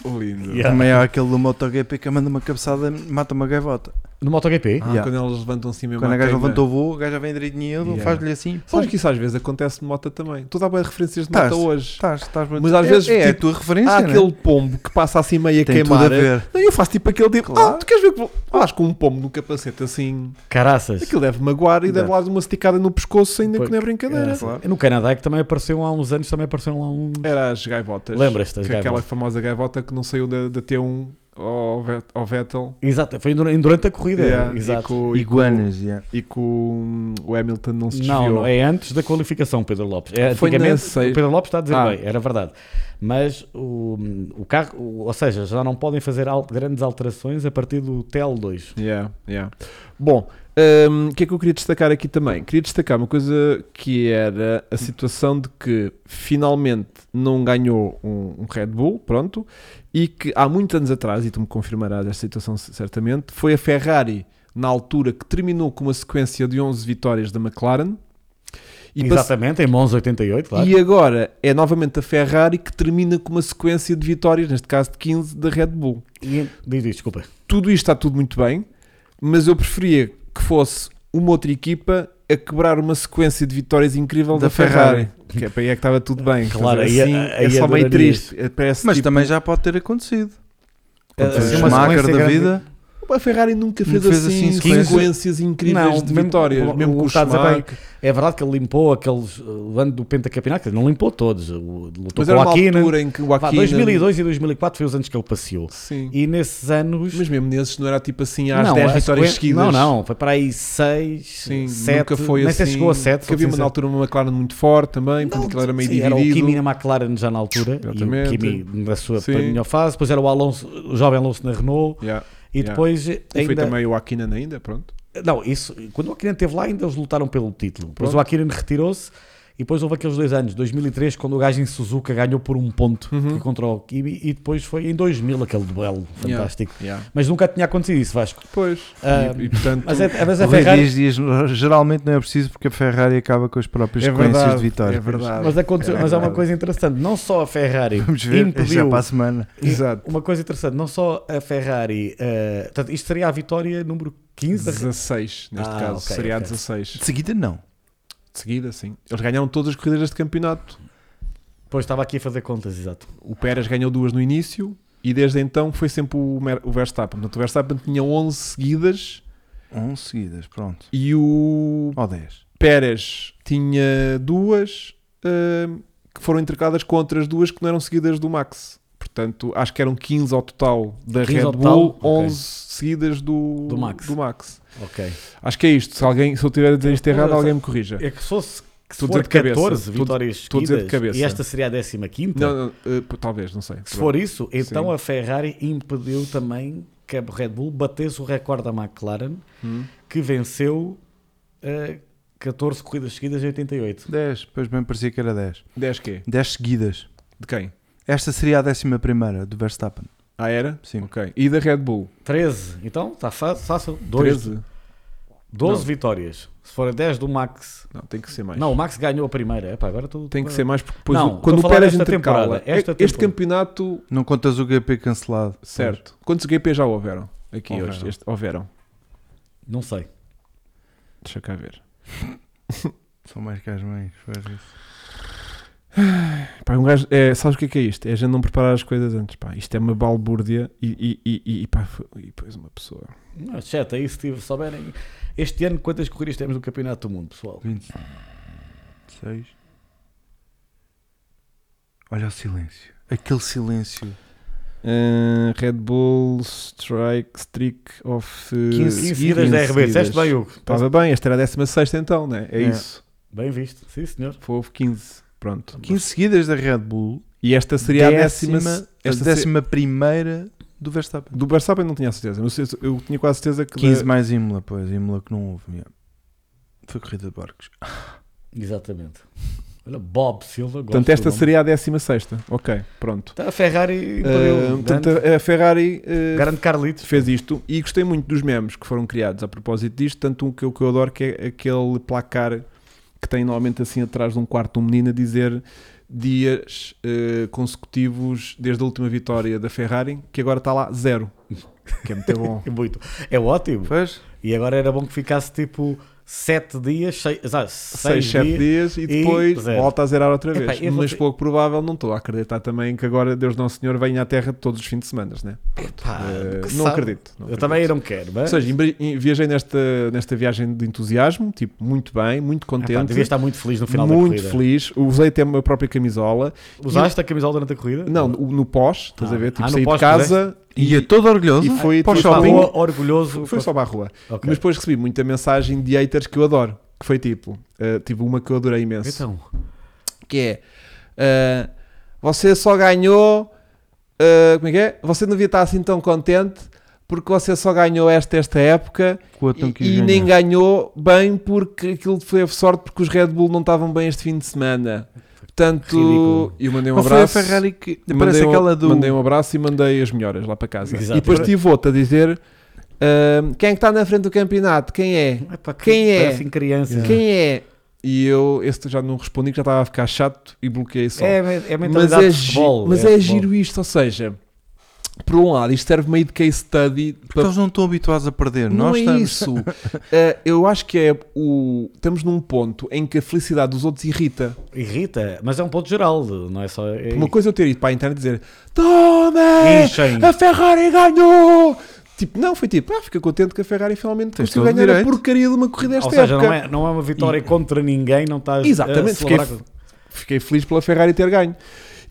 Oh, Lindo. Yeah. Também há aquele do MotoGP que manda uma cabeçada, mata uma gaivota. No MotoGP? Ah, Yeah. Quando eles levantam assim mesmo. Quando à a gaja queima. levantou o voo, a gaja vem direitinho, Yeah. ele faz-lhe assim. Sabes que isso às vezes acontece de moto também. Tu dá bem referências de Tás- moto hoje. Estás, estás Mas às é, vezes, é tipo, a tua referência, Há né? aquele pombo que passa assim meio a Tem tudo a queimar. ver. Não, eu faço tipo aquele tipo, Claro. ah, tu queres ver que vou- Ah, acho que um pombo no capacete assim, Caraças. aquilo deve magoar e deve Deve. lá de uma esticada no pescoço, ainda que não é brincadeira. É, No Canadá, que também apareceu há uns anos, também apareceu lá um. Era as gaivotas. Lembras-te das Que é Aquela gaivotas? famosa gaivota que não saiu da, da T1 ao, Vet- ao Vettel. Exato, foi dur- durante a corrida. Yeah, E Exato. com, e com- Iguanas, yeah. E com o Hamilton não se desviou. Não, não, é antes da qualificação, Pedro Lopes. É, Foi na antigamente, o seis- Pedro Lopes está a dizer Ah. bem, era verdade. Mas o, o carro, o- ou seja, já não podem fazer al- grandes alterações a partir do TL2. Yeah, yeah. Bom, hum, o que é que eu queria destacar aqui também? Queria destacar uma coisa que era a situação de que finalmente não ganhou um, um Red Bull, pronto, e que há muitos anos atrás, e tu me confirmarás esta situação c- certamente, foi a Ferrari, na altura, que terminou com uma sequência de 11 vitórias da McLaren. E pass- Exatamente, em Mons 88, claro. E agora é novamente a Ferrari que termina com uma sequência de vitórias, neste caso de 15, da Red Bull E- diz, diz, desculpa. tudo isto está tudo muito bem, mas eu preferia que fosse uma outra equipa a quebrar uma sequência de vitórias incrível da, Da Ferrari. Ferrari. Que é para aí é que estava tudo bem. Claro, Quer dizer, aí- assim, aí é só meio adorarias. triste. É- Parece, Mas tipo, É. também já pode ter acontecido. Contra Assim, o uma Schumacher sequência da grande- vida, a Ferrari nunca fez, Nunca fez assim, assim sequências, sequências- incríveis Não, de mesmo- vitórias, o- mesmo o com o está a dizer Schumacher. É verdade que ele limpou aqueles uh, o ano do pentacampeonato, quer dizer, não limpou todos, o- lutou Mas com era o uma Aquino. altura em que o Vá, Aquino... 2002 e 2004 foi os anos que ele passeou. Sim. E nesses anos Mas mesmo nesses não era tipo assim às não, 10 a vitórias sequen- seguidas. Não, não, foi para aí 6, Sim, 7, nunca foi nem assim. sei se chegou a 7. Que havia uma, na altura uma McLaren muito forte também, porque aquilo era meio era o dividido. Kimi na McLaren já na altura, Exatamente. e o Kimi na sua Sim. melhor fase, depois era o Alonso, o jovem Alonso na Renault, Yeah. e Yeah. depois E foi ainda também o Akinan ainda, pronto. Não, isso, quando o Akinen esteve lá, ainda eles lutaram pelo título. Depois o Akinen retirou-se e depois houve aqueles dois anos, 2003, quando o gajo em Suzuka ganhou por um ponto Uhum. contra o Kibi e depois foi em 2000 aquele duelo fantástico. Yeah. Mas nunca tinha acontecido isso, Vasco. Pois. Ah, e, e, portanto, Mas, é, mas a Rui Ferrari- Dias diz, geralmente não é preciso porque a Ferrari acaba com as próprias É sequências verdade, de vitória. é verdade. mas, aconteceu- É mas há uma verdade. coisa interessante, não só a Ferrari Vamos ver, é já impediu para a semana. Exato. Uma coisa interessante, não só a Ferrari. eh, portanto, isto seria a vitória número 15 da 16, neste Ah, caso. ok, seria a ok. 16. De seguida, não. De seguida, sim. Eles ganharam todas as corridas deste campeonato. Pois estava aqui a fazer contas, exato. O Pérez ganhou duas no início e desde então foi sempre o, Mer- o Verstappen. Portanto, o Verstappen tinha 11 seguidas 11 seguidas, pronto. e o Ou 10. Pérez tinha duas ahm, que foram intercaladas contra as duas que não eram seguidas do Max. Portanto, acho que eram 15 ao total da 15 Red ao Bull, total? 11 seguidas do, Do Max. Ok. Acho que é isto. Se, alguém, se eu tiver a dizer isto errado, alguém me corrija. É que se fosse que se Estou a for dizer de cabeça. 14 Estou- vitórias estou a dizer de seguidas, cabeça. e esta seria a 15, Não, não, eh, p- talvez, não sei. se for isso, então Sim. a Ferrari impediu também que a Red Bull batesse o recorde da McLaren, Hum. que venceu eh, 14 corridas seguidas em 88. 10, pois bem parecia que era 10. 10 quê? 10 seguidas. De quem? Esta seria a 11 do Verstappen. Ah, era? Sim. Ok. E da Red Bull? 13, então está fa- fácil. Dois- 13? 12 Não. vitórias. Se forem 10 do Max, Não, tem que ser mais. Não, o Max ganhou a primeira. Epá, agora tu, Tem que ser mais porque depois Não, o- quando estou o a falar Pérez esta intercala. temporada, esta este temporada. campeonato, Não contas o GP cancelado. certo. Quantos GP já houveram aqui Houveram. hoje? Este, houveram. Não sei. Deixa cá ver. Pois, São mais que as mães. faz isso. Pá, um gajo, é, sabes o que é, que é isto? É a gente não preparar as coisas antes. Pá, isto é uma balbúrdia e, e, e, e, pá, f- e depois uma pessoa. Não, Chat, aí se tive- souberem. Este ano, quantas corridas temos no Campeonato do Mundo, pessoal? Eh, 26. Olha o silêncio. Aquele silêncio. Ah, Red Bull Strike Streak of eh, 15 15 seguidas da 15 RB. seguidas. Disseste Tá bem, Hugo. Estava bem, esta era a 16 então, né? É, É. isso. Bem visto. Sim, senhor. Houve 15. Pronto. 15 seguidas da Red Bull. E esta seria décima, a décima. a Esta se- décima primeira do Verstappen. Do Verstappen não tinha a certeza, mas eu- eu tinha quase certeza que. 15 da- mais Imola, pois. Imola que não houve. yeah. Foi corrida de barcos. Exatamente. Olha, Bob Silva. gosto Portanto, do esta nome. seria a 16. Ok, pronto. Tá, A Ferrari Ah, impediu. portanto, grande, a a Ferrari ah, grande Carlitos. fez isto e gostei muito dos memes que foram criados a propósito disto. Tanto um que eu, que eu adoro, que é aquele placar que tem normalmente assim atrás de um quarto um menino a dizer dias ah, consecutivos desde a última vitória da Ferrari, que agora está lá zero. Que é muito bom. Muito. É ótimo. Pois? E agora era bom que ficasse tipo 7 dias, 6, 6, 6 7 dias. dias e depois zero. volta a zerar outra vez. Epá, eu vou Mas te- pouco provável, não estou a acreditar também que agora Deus Nosso Senhor venha à Terra todos os fins de semana, né? Epá, Eh, Ah, que não sabe. acredito. não Eu acredito. também não quero, Ou mas. seja, embri- em- viajei nesta, nesta viagem de entusiasmo, tipo, muito bem, muito Epá, contente, devia estar muito feliz no final da muito corrida. feliz. Usei até a minha própria camisola. Usaste a camisola durante a corrida? Não, no no pós, estás Ah. a ver? Tipo, Ah, no saí de pós casa E, e, é todo orgulhoso. e foi para o tipo, Estava shopping. orgulhoso. foi só para a rua. Ok. Mas depois recebi muita mensagem de haters que eu adoro. Que foi tipo, eh, tive uma que eu adorei imenso. Então, que é ah, você só ganhou ah, como é que é? Você não devia estar assim tão contente porque você só ganhou esta esta época Quanto não quis e, e ganhar. nem ganhou bem porque aquilo foi sorte porque os Red Bull não estavam bem este fim de semana. Portanto, Ridículo. eu mandei um Não foi a abraço. Ferrari que. mandei Parece um- aquela do. Mandei um abraço e mandei as melhoras lá para casa. Exato. E depois tive outra a dizer: ah, quem é que está na frente do campeonato? Quem é? epá, que Quem é? parecem crianças. Quem é? E eu, esse já não respondi, que já estava a ficar chato e bloqueei só. É, é a mas mentalidade é, de gi- futebol. mas é futebol. giro isto, ou seja, por um lado, isto serve meio de case study. Porque eles não estão habituados a perder. Não Nós é estamos. isso. Eh, eu acho que é o. Estamos num ponto em que a felicidade dos outros irrita. Irrita, mas é um ponto geral, não é só. É... Uma coisa é eu ter ido para a internet dizer: Toma! Enchem. A Ferrari ganhou! Tipo, não, foi tipo, ah, fica contente que a Ferrari finalmente Tens conseguiu todo o ganhar a direito. porcaria de uma corrida esta Ou seja, época. não é, não é uma vitória E- contra ninguém, não estás Exatamente, a celebrar fiquei- com- Fiquei feliz pela Ferrari ter ganho.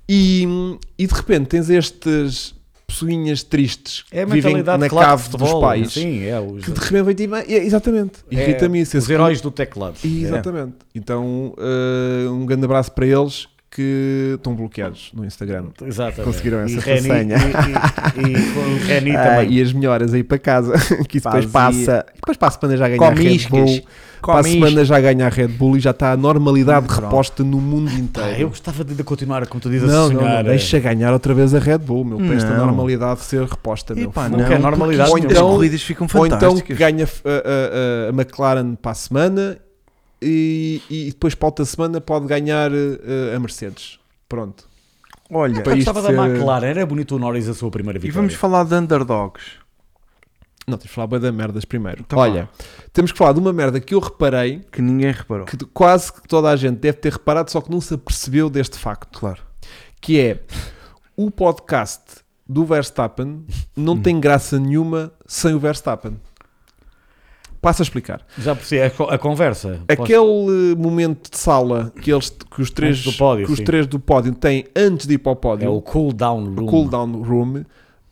E, e de repente tens estas pessoinhas tristes É a que vivem mentalidade na claro, de cave futebol, dos pais. Sim, é os, Que de repente vem tipo, ah, é, exatamente, é, irrita-me isso. os esse- É. heróis do teclado. É. Exatamente. Então, eh, um grande abraço para eles que estão bloqueados no Instagram. Exato. Conseguiram essa Reni- façanha. E, e, e com o Reni Ah, também. e as melhoras aí para casa, que isso depois Fazia. passa, depois para a semana já ganha Come Red iscas. Bull, para a Come semana já ganha a Red Bull e já está a normalidade Pronto. reposta no mundo inteiro. Ah, eu gostava de, de continuar, como tu dizes, a então. não, não, sonhar. não, deixa ganhar outra vez a Red Bull, meu, para esta é. Não. normalidade ser reposta, meu. Epá, Não, não, que é normalidade. Ou As então- corridas ficam Ou então que fantásticas. ganha eh, a, a- a McLaren para a semana e, e depois para a outra semana pode ganhar eh, a Mercedes. Pronto. Olha, Eu Para isto gostava da ser- McLaren, era bonito o Norris a sua primeira e vitória. vamos falar de underdogs. Não, tens de falar bem da merdas primeiro. Então Olha, temos que falar de uma merda que eu reparei, Que ninguém reparou. que quase que toda a gente deve ter reparado, só que não se apercebeu deste facto. Claro. que é o podcast do Verstappen não tem graça nenhuma sem o Verstappen. Passo a explicar. Já percebi, a, co- a conversa. Aquele eh, momento de sala que, eles, que, os, três, Antes do pódio, que os sim. três do pódio têm antes de ir para o pódio, É o cool down o room. cool down room,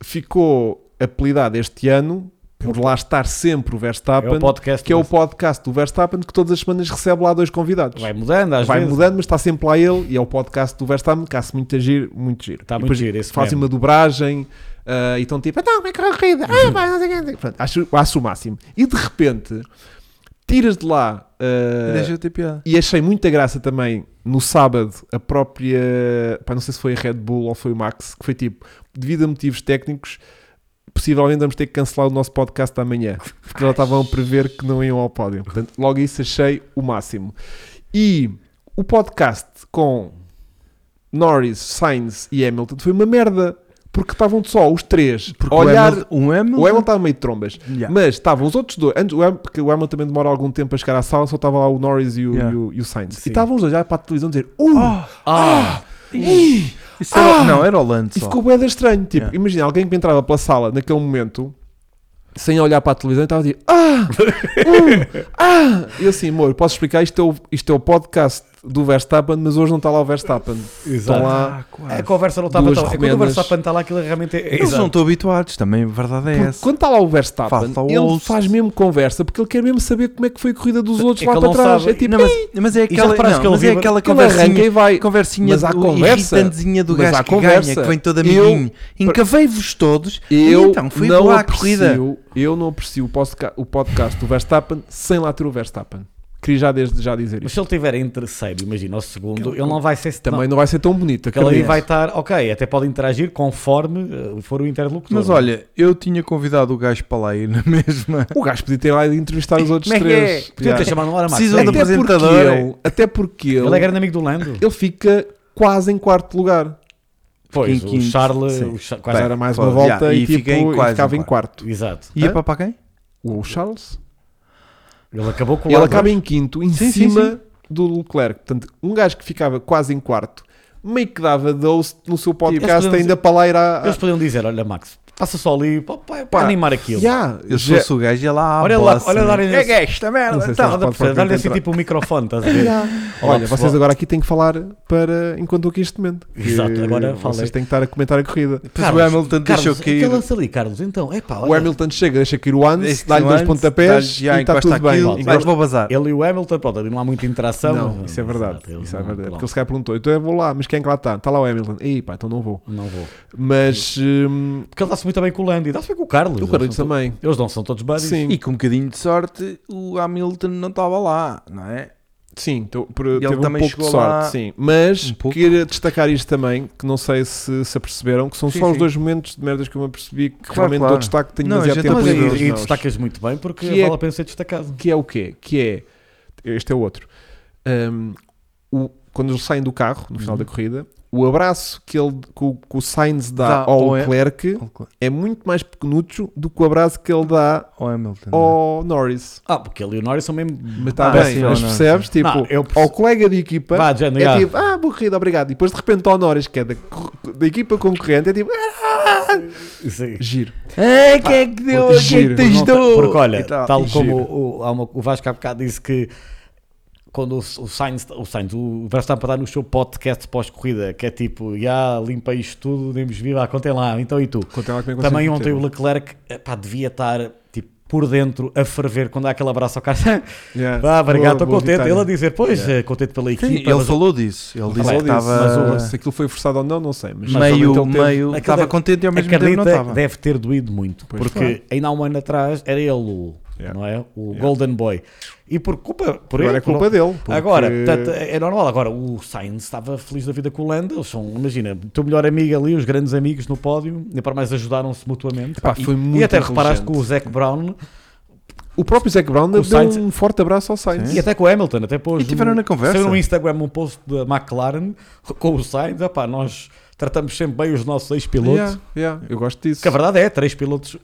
ficou apelidado este ano por lá estar sempre o É Verstappen, o podcast. que é o podcast do Verstappen que todas as semanas recebe lá dois convidados. Vai mudando às Vai vezes. mudando, mas está sempre lá ele e é o podcast do Verstappen que há-se muito giro, muito giro. Está E muito depois giro esse fazem meme. uma dobragem ah, e estão tipo, então, como é que é a corrida? Uhum. Ah, pá, não sei o quê, não sei o quê." Pronto, acho, acho o máximo. E de repente, tiras de lá ah, é Deixa eu ter piada. e achei muita graça também no sábado a própria, pá, não sei se foi a Red Bull ou foi o Max, que foi tipo, devido a motivos técnicos, possivelmente vamos ter que cancelar o nosso podcast da manhã, porque já estavam a prever que não iam ao pódio. Portanto, logo isso achei o máximo. E o podcast com Norris, Sainz e Hamilton foi uma merda, porque estavam só os três Porque a olhar. o Hamilton... O Hamilton, O Hamilton estava meio de trombas. Yeah. Mas estavam os outros dois, antes, o Ham- porque o Hamilton também demora algum tempo a chegar à sala, só estava lá o Norris e o, Yeah. e o- e o Sainz. Sim. E estavam os dois já para a televisão dizer: Uh! Oh, Ah, ih! isso era- Ah! não, era o Lando E só. ficou bué de estranho. Tipo, Yeah. imagina alguém que entrava pela sala naquele momento, sem olhar para a televisão, e estava a dizer: Ah! Uh! Ah! E eu assim, amor, posso explicar? Isto é, o, isto é o podcast do Verstappen, mas hoje não está lá o Verstappen. exato. lá- Ah, quase. A conversa não estava Duas tão. é Quando a romenas. conversa está lá, aquilo realmente é. Eles não Exato. estão habituados também, a verdade é Porque essa. quando está lá o Verstappen, Falta o ele host. faz mesmo conversa, porque ele quer mesmo saber como é que foi a corrida dos outros É lá que ele para não trás. É sabe. tipo, Não, mas, mas é aquela, reparaste não, que ele mas é vibra- aquela ele arranca conversinha, e vai. conversinha Mas há do, conversa. irritantezinha do Mas gajo há que conversa. ganha, que vem todo Eu- amiguinho. Encavei-vos todos Eu e então foi não boa a aprecio, corrida. Eu não aprecio o podca- o podcast do Verstappen sem lá ter o Verstappen. Queria já desde já dizer Mas isto. se ele estiver em terceiro, imagina, ou segundo, ele não vai ser. Também não, não, vai ser tão bonito. porque ele aí acredito. vai estar. Ok, até pode interagir conforme eh, for o interlocutor. Mas olha, eu tinha convidado o gajo para lá ir na mesma. O gajo podia ter lá de entrevistar os outros Como é que é? três. Podia Yeah. ter chamado na hora Max. Precisam Ei, de Até porque, apresentador, ele, até porque ele, Ele é grande amigo do Lando. um- ele é fica quase em quarto lugar. Pois, Fica em o quinto. Charles. Sim. o Cha- Mas quase- era mais Pode, uma volta yeah, e, e tipo, fica em e quase ficava em em quarto. Exato. Ia Hã? para, para quem? O Charles? Ele acabou com o Ele Lando. acaba em quinto, em Sim, sim, cima do Leclerc. Portanto, um gajo que ficava quase em quarto, meio que dava doce no seu Eles podcast podemos- ainda para lá ir à... à- Eles podiam dizer: olha, Max, passa só ali pá, pá, para Pá, animar aquilo. Yeah, Eu já- É, sou o gajo e lá à Olha lá, bossa, olha lá. né? olha- esta merda? Não sei Então, se eles Dá-lhe podem propriamente dá-lhe assim entrar. tipo o microfone, estás a ver? Olha, pessoal. vocês agora aqui têm que falar para enquanto aqui este momento. que Exato, agora falei. Vocês têm que estar a comentar a corrida. Depois o Hamilton deixou Carlos, cair. aquele lance ali, Carlos, então, é pá, O olha, Hamilton chega, deixa cair o Hans, Este dá-lhe dois lance, pontapés dá-lhe já e está encosta tudo bem. aquilo, vai, Encosta- vou bazar. ele e o Hamilton, pronto, ali não há muita interação. Não, mas- isso é verdade. Exato, ele Isso é não- verdade. não- Porque ele se calhar perguntou, então eu vou lá, mas quem é que lá está? Está lá o Hamilton. Ih, pá, então não vou. Não vou. Mas hum, Porque ele dá-se muito bem com o Lando e dá-se bem com o Carlos. o Carlos Eles são to- também. Eles não são todos buddies. Sim, E com um bocadinho de sorte, o Hamilton não estava lá, não é? sim, então, por- ele teve um também pouco de chegou sorte, lá sim. Mas um pouco. queria destacar isto também, que não sei se se aperceberam, que são Sim, só sim. os dois momentos de merdas que eu me apercebi que Claro, realmente claro. dou destaque, tenho Não, a demasiado gente tempo está Mas Mas e, livre. livre. e Não, destacas muito bem porque Que é- vale a pena ser destacado. que é o quê? Que é, este é o outro, Hum, o, quando eles saem do carro, no final Uhum. da corrida, o abraço que, ele, que, o, que o Sainz dá, Dá ao ao- Leclerc é muito mais pequenucho do que o abraço que ele dá O Hamilton. não ao Norris. Ah, porque ele e o Norris são mesmo. Mas está Ah, bem, sim, mas não, percebes? Tipo, Não, eu perce- ao colega de equipa Vá, já, é já. tipo, ah, boa corrida, obrigado. E depois de repente ao Norris, que é da, co- da equipa concorrente, é tipo, ah, Sim. giro. é? Ah, quem é que deu? Quem é porque que giro, te Não, tá- ajudou? Porque olha, E tal. tal como Giro. o, o- há uma- o Vasco há bocado disse que quando o, o Sainz, o Sainz, o Verstappen está no seu podcast pós-corrida, que é tipo, já limpa isto tudo, nem vos viva, contem lá, então e tu? Contem lá como é que vocês Também ontem meteram. o Leclerc, eh, pá, devia estar, tipo, por dentro a ferver quando há aquele abraço ao carro. Yeah. Vá, Ah, obrigado, Boa- estou boa contente. vitória. Ele a dizer, pois, Yeah. eh, contente pela equipa. Sim, ele mas- falou disso. Ele disse Falou que disso, mas o- estava se aquilo foi forçado ou não, não sei. Mas meio, provavelmente ele teve- meio, Aquilo estava deve- contente e ao a mesmo tempo não carnita estava. deve ter doído muito, Pois, porque claro. ainda há um ano atrás era ele o, Yeah. não é? o Yeah. Golden Boy. E por culpa, por Agora ele, é culpa dele. porque- Agora, portanto, é normal. Agora, o Sainz estava feliz da vida com o Lando. Eles são, imagina, o teu melhor amigo ali, os grandes amigos no pódio, nem para mais ajudaram-se mutuamente. Epá, E- foi muito e até inteligente. reparaste com o Zac Brown o próprio Zac Brown deu Sainz- um forte abraço ao Sainz. e até com o Hamilton. Até pôs E tiveram um- na conversa. saiu no Instagram um post da McLaren com o Sainz. Epá, nós tratamos sempre bem os nossos ex-pilotos. Yeah, yeah, eu gosto disso. É Que a verdade é, três pilotos.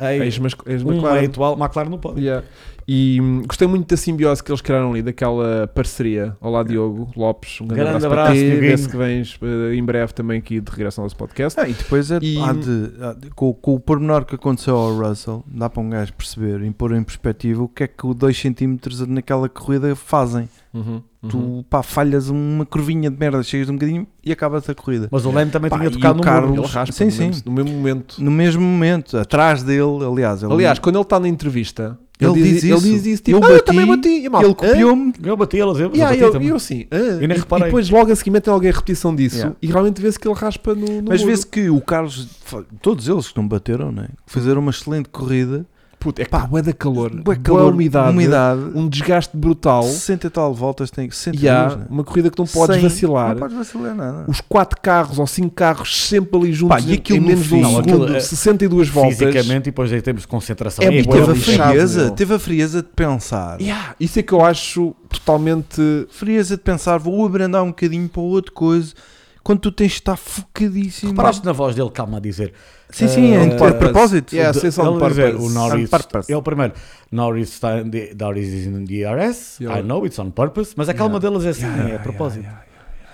Aí, Eis, mas, eis um McLaren. é atual, McLaren no pódio. Yeah. E hum, gostei muito da simbiose que eles criaram ali, daquela parceria. Olá, Diogo Lopes. Um grande, abraço Grande abraço, para ti. Dioguinho. Vê-se que vens eh, em breve também aqui de regresso ao nosso podcast. Ah, e depois é- E- há de- há de- com, com o pormenor que aconteceu ao Russell, dá para um gajo perceber e pôr em perspectiva o que é que o 2 cm naquela corrida fazem. Uhum, uhum. Tu pá, falhas uma curvinha de merda, chegas um bocadinho e acabas a corrida. Mas o Lando também Pá, tinha e tocado o no Carlos- Ele muro. raspa Sim, no, sim. Mesmo, no mesmo momento. No mesmo momento, atrás dele, aliás, ele, Aliás, quando ele está na entrevista, Ele diz isso. Ele diz isso tipo, Eu "Ah, eu bati, também bati. E a malta, ele copiou-me. Eu bati ele a dizer, "Ah?" mas Yeah, eu bati eu, também. eu assim, "Ah?" nem E- e, reparei. depois logo a seguir metem alguém a repetição disso Yeah. e realmente vê-se que ele raspa no, no Mas muro. vê-se que o Carlos, fa- todos eles que não bateram, né? fizeram uma excelente corrida, Puta, é que Pá, bué da calor, boa calor, umidade, umidade, um desgaste brutal 60 e tal voltas, tem 60 e há luz, né? uma corrida que não podes Sem- vacilar. Não podes vacilar nada. os quatro carros ou cinco carros sempre ali juntos Pá, e aquilo eh, em menos de um no fim? Não, segundo, aquilo é- 62 voltas. Fisicamente e depois em termos de concentração. É e E muito boa teve a lixado, frieza, meu. é teve a frieza de pensar. Yeah, isso é que eu acho totalmente. Frieza de pensar, vou abrandar um bocadinho para outra coisa. Quando tu tens de estar focadíssimo. Reparaste na voz dele, calma a dizer. Sim, sim, é, Eh, é de propósito. Yeah, De- sei só ele de dizer, purpose. o Norris, On purpose. é o primeiro. Norris está in the, Norris is in DRS. Yeah. I know it's on purpose. Mas a calma dele é assim, é a propósito. Ah,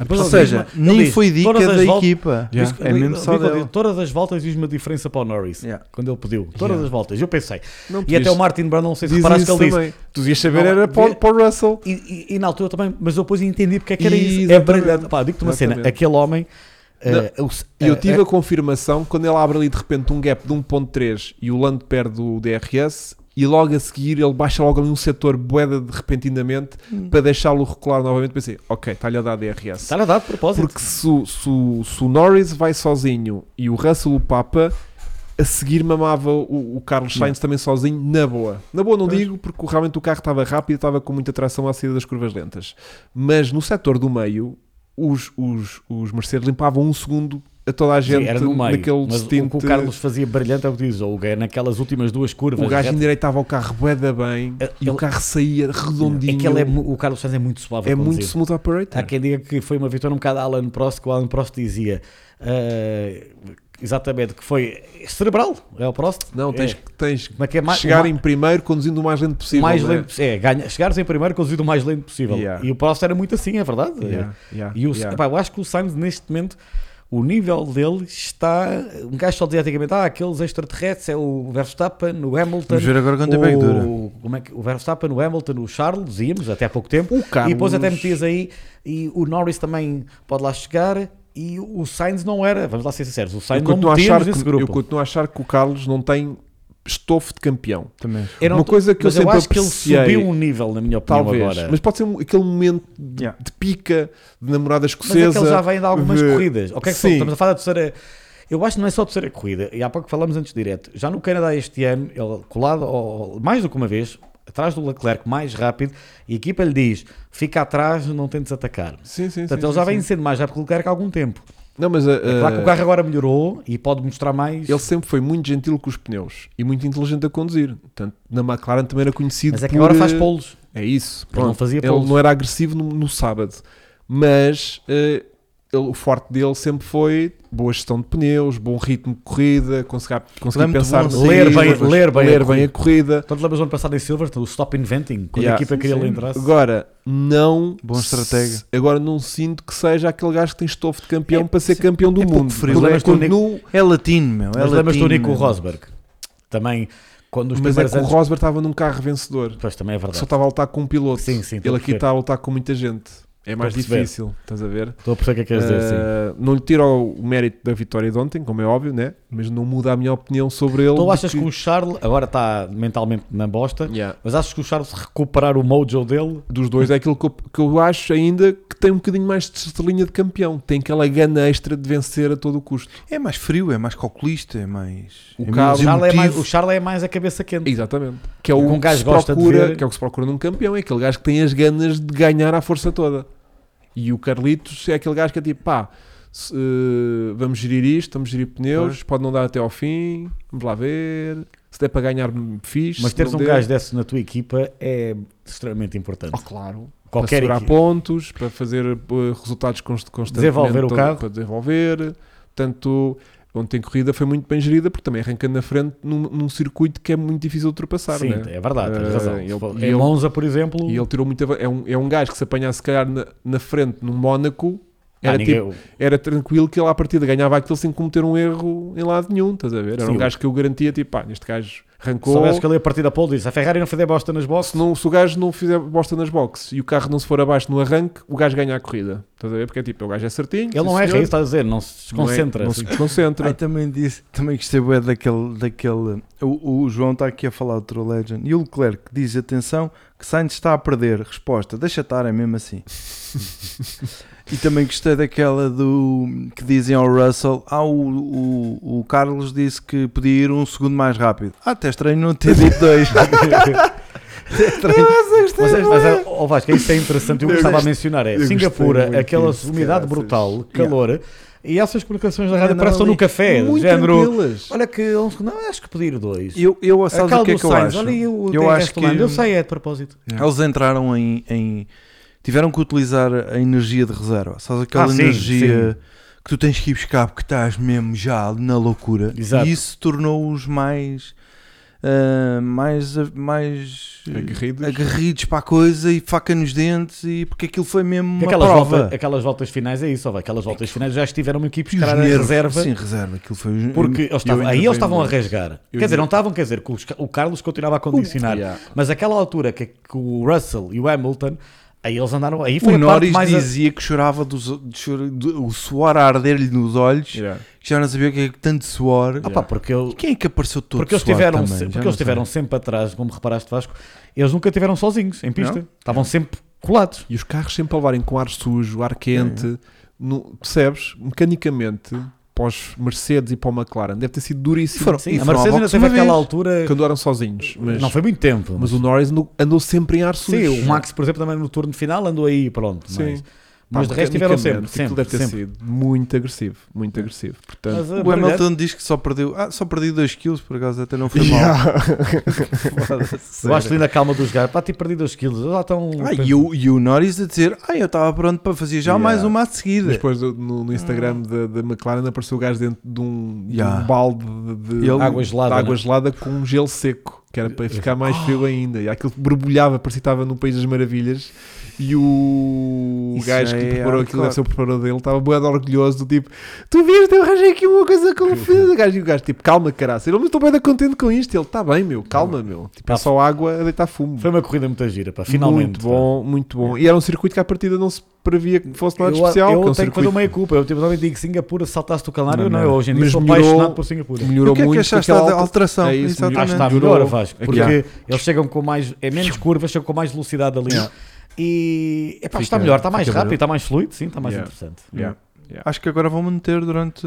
Depois Ou ele seja, diz-me- ele nem diz, foi dica todas as da voltas- equipa. Yeah. É ele- mesmo ele- só ele diz, dele. Todas as voltas diz uma diferença para o Norris. Yeah. Quando ele pediu. Todas Yeah. as voltas. Eu pensei. Não E até podias- o Martin Brown, não sei se diz reparaste que isso ele disse. também. Tu devias saber, Não, era para, o- devia- para o Russell. E, e- e na altura também, mas eu depois entendi porque é que era isso. É Exatamente. brilhante. Pá, digo-te uma cena, Exatamente. aquele homem. eh, o- E eu eh, tive eh, a confirmação quando ele abre ali de repente um gap de 1.3 e o Lando perde o DRS e logo a seguir ele baixa logo ali um setor boeda de repentinamente para deixá-lo recolar novamente. Pensei, ok, está-lhe a dar DRS. Está-lhe a dar de propósito. Porque se, o- se o- se o Norris vai sozinho e o Russell o Papa, a seguir mamava o, o Carlos Sainz também sozinho, na boa. Na boa não digo, porque realmente o carro estava rápido e estava com muita tração à saída das curvas lentas. Mas no setor do meio, os, os, os Mercedes limpavam um segundo a toda a gente Sim, era no meio. naquele mas o que o stint. Carlos fazia brilhante é o que diz. Ou é naquelas últimas duas curvas. é O gajo reto. endireitava o carro boeda bem É, Ele- e o carro saía redondinho. é que ele é, mu- o Carlos Sainz é muito suave. a É muito conduzir. smooth operator. Há quem diga que foi uma vitória um bocado a Alan Prost, que o Alan Prost dizia. eh, exatamente, que foi cerebral. É o Prost? Não, tens, é. que tens que Como é que é mais. chegar em primeiro conduzindo o mais lento possível. mais né? lento, é, ganha, chegares em primeiro conduzido o mais lento possível. Yeah. E o Prost era muito assim, é verdade. Yeah, yeah, E o, yeah. epá, eu acho que o Sainz, neste momento, o nível dele está. Um gajo só dizia antigamente: ah, aqueles extraterrestres é o Verstappen, o Hamilton. Vamos ver agora quanto tempo é que dura. o, como é que, o Verstappen, o Hamilton, o Charles, íamos até há pouco tempo. O Carlos- E depois até metias aí, e o Norris também pode lá chegar. E o Sainz não era, vamos lá ser sinceros, o Eu Sainz não continuo, a metíamos achar nesse que, grupo. eu continuo a achar que o Carlos não tem estofo de campeão. Também. Eu não uma tô- coisa que eu mas sempre acho que ele apreciei- subiu um nível, na minha opinião, Talvez. agora. Mas pode ser um- aquele momento de, Yeah. de pica, de namorada Mas é escocesa. que ele já vem de algumas de- corridas. O que é que são? Sim. Estamos a falar da terceira. Eu acho que não é só a terceira corrida. E há pouco falamos antes direto. Já no Canadá este ano, ele colado ao- mais do que uma vez, atrás do Leclerc, mais rápido, e a equipa lhe diz: fica atrás, não tentes atacar. Sim, sim, Portanto, sim, ele sim, já sim. vem sendo mais rápido que o Leclerc há algum tempo. Não, mas a- É claro que a- o carro agora melhorou e pode mostrar mais. ele sempre foi muito gentil com os pneus e muito inteligente a conduzir. Portanto, na McLaren também era conhecido Mas é que por, agora faz eh, polos. É isso. Ele não Pronto. fazia Ele polos. não era agressivo no, no sábado. Mas eh, ele- o forte dele sempre foi boa gestão de pneus, bom ritmo de corrida, conseguir, conseguir Lembro-te pensar bom nas ler bem- curvas, ler bem a ler bem a corrida. Todos lembras do ano passado em Silverstone, o Stop Inventing, quando Yeah. a equipa Sim, queria sim. ele entrasse. Agora, não. Bom estratega. se- Agora, não sinto que seja aquele gajo que tem estofo de campeão É, para ser campeão do é pouco mundo. frio. Mas, é, Lembras-te do continuo- É latino, meu. É Mas lembras-te do latino, Nico meu. Rosberg? Também, quando os mas é primeiros que o anos- Rosberg estava num carro vencedor. Pois também é verdade. Só estava a lutar com um piloto. Sim, sim, Ele estou a aqui perceber. está a lutar com muita gente. É mais a perceber. difícil, estás a ver? Eh, Estou a perceber o que é que queres dizer, sim. Ah, Não lhe tiro o mérito da vitória de ontem, como é óbvio, né? mas não muda a minha opinião sobre ele. Então de achas que o Charles agora está mentalmente na bosta, Yeah. mas achas que o Charles recuperar o mojo dele dos dois é aquilo que eu, que eu acho ainda que tem um bocadinho mais de estrelinha de campeão. Tem aquela gana extra de vencer a todo o custo. É mais frio, é mais calculista, é mais. O é menos Carlos- O Charles, é mais, emotivo. o Charles é mais a cabeça quente. Exatamente. Que é o Um que gajo se gosta de procura, ver- que é o que se procura num campeão, é aquele gajo que tem as ganas de ganhar à força toda. E o Carlitos é aquele gajo que é tipo, pá, se, eh, vamos gerir isto, vamos gerir pneus, Pois. pode não dar até ao fim, vamos lá ver. Se der para ganhar, fixe. Mas se teres não um der- gajo desses na tua equipa é extremamente importante. Oh, claro. para Qualquer segurar equipa. pontos, para fazer eh, resultados const- constantemente. Desenvolver o todo- carro. Para desenvolver. Portanto, ontem a corrida foi muito bem gerida, porque também arranca na frente num, num circuito que é muito difícil de ultrapassar. Sim, né? é verdade, tens Eh, razão. ele- Se for- e em ele- Monza, por exemplo, E ele tirou muita. va- É um, é um gajo que se apanhasse, se calhar, na, na frente, no Mónaco, ah, era, ninguém- tipo, era tranquilo que ele, à partida, ganhava aquilo sem cometer um erro em lado nenhum, estás a ver? Era Sim. um gajo que eu garantia, tipo, pá, este gajo se arrancou. soubesse que ele ia partir da pole, disse a Ferrari não fazer bosta nas boxes. Se, não, se o gajo não fizer bosta nas boxes e o carro não se for abaixo no arranque, o gajo ganha a corrida, estás a ver? Porque é tipo, o gajo é certinho, Ele não sim, erra, isso senhor. está a dizer, não se Não é- desconcentra. não se É desconcentra. Ai, também disse, também gostei bué daquele, daquele o, o João está aqui a falar do True Legend e o Leclerc diz, atenção que Sainz está a perder, resposta, deixa estar é mesmo assim e também gostei daquela do que dizem ao Russell ah, o, o, o Carlos disse que podia ir um segundo mais rápido, ah, até estranho não ter dito dois Mas, é- mas é- oh Vasco, isso é interessante. O que eu estava a mencionar é eu gostei muito Singapura, aquela disso, umidade caraças. brutal, calor, e essas comunicações da rádio Andam parecem ali no café, do muito género. tranquilas. Olha que um segundo, não, acho que pedir dois. eu, eu Acalma sabes o que é que eu Sainz, acho? Olha, aí o Eu DRS acho que- tomando. Eu sei, é de propósito. eles entraram em, em- tiveram que utilizar a energia de reserva, sabes aquela Ah, sim, energia que tu tens que ir buscar porque estás mesmo já na loucura Exato. e isso tornou-os mais ah, mais mais eh, Aguerridos. aguerridos para a coisa e faca nos dentes e porque aquilo foi mesmo Porque uma aquelas, prova volta- aquelas voltas finais é isso, ó, vai, aquelas voltas finais já estiveram aqui E os buscar a nervos- reserva. sim reserva aquilo foi um- os- Porque eles estavam- aí intervenho eles estavam a muito. rasgar. Eu quer dizer, inter- não estavam, quer dizer, que os- o Carlos continuava a condicionar. Yeah. Mas aquela altura que, que o Russell e o Hamilton, aí eles andaram. Aí foi o a parte Norris mais. a- dizia que chorava dos, de chor- do- o suor a arder-lhe nos olhos Yeah. que já não sabia o que é que tanto suor Ah, pá, porque eu- E quem é que apareceu todo Porque eles, suado tiveram, também? se- Já porque não eles sei. tiveram sempre atrás, como reparaste, Vasco, eles nunca tiveram sozinhos em pista. Estavam sempre colados. E os carros sempre a levarem com ar sujo, ar É, quente, no- percebes? Mecanicamente, para os Mercedes e para o McLaren, deve ter sido duríssimo. Foram- Sim, a foram à Mercedes ainda boxe teve uma aquela vez. altura. que andaram sozinhos. Mas, Não foi muito tempo. mas o Norris andou, andou sempre em ar sujo. Sim, o Max, por exemplo, também no turno final andou aí, pronto. Sim. Mas, Pá, mas de resto tiveram sempre. mecanicamente, Aquilo sempre, deve ter sempre. sido muito agressivo, muito agressivo. Portanto, Mas, O uh, Hamilton diz que só perdeu. Ah, só perdi 2kg, por acaso até não foi mal. Foda-se. Eu acho lindo a calma dos gajos. Pá, tipo, perdi 2 quilos. Eles lá estão. Ah, e, o, e o Norris a dizer: Ah, eu estava pronto para fazer já Yeah. mais uma à seguida. Mas depois do- no, no Instagram da, da McLaren apareceu o gajo dentro de um, de Yeah. um balde de, de Ele- Água gelada, de água né? gelada Oh. com um gelo seco, que era para ficar mais frio ainda. E aquilo borbulhava, parecia que estava no País das Maravilhas. E o Isso gajo que é preparou aquilo, deve ser o hardcore. preparador dele, estava boiado orgulhoso, do tipo, tu viste, eu arranjei aqui uma coisa com o filho do gajo. E o gajo, tipo, calma, caraça. Ele, mas estou bem contente com isto. Ele, está bem, meu, calma, meu. Tipo, é Tá. só água a deitar fumo. Foi uma corrida muito gira, pá. Finalmente. Muito bom, muito bom. E era um circuito que à partida não se previa que fosse pá. nada Eu, especial. eu que é um tenho que fazer circuito uma culpa. Eu tipo, também digo Singapura, saltaste o calendário. Não, Não, não. eu hoje em dia Mas sou melhorou- apaixonado por Singapura. E melhorou o que é que muito. achaste aquela da alta- alteração? É isso, Exatamente. Acho que está Melhorou. melhor, Vasco, porque Yeah. eles chegam com mais, é menos curvas, chegam com mais velocidade ali. Yeah. E epá, Fica- está melhor, está mais fica rápido, está mais fluido, sim, está mais Yeah. interessante. Yeah. Acho que agora vão manter durante.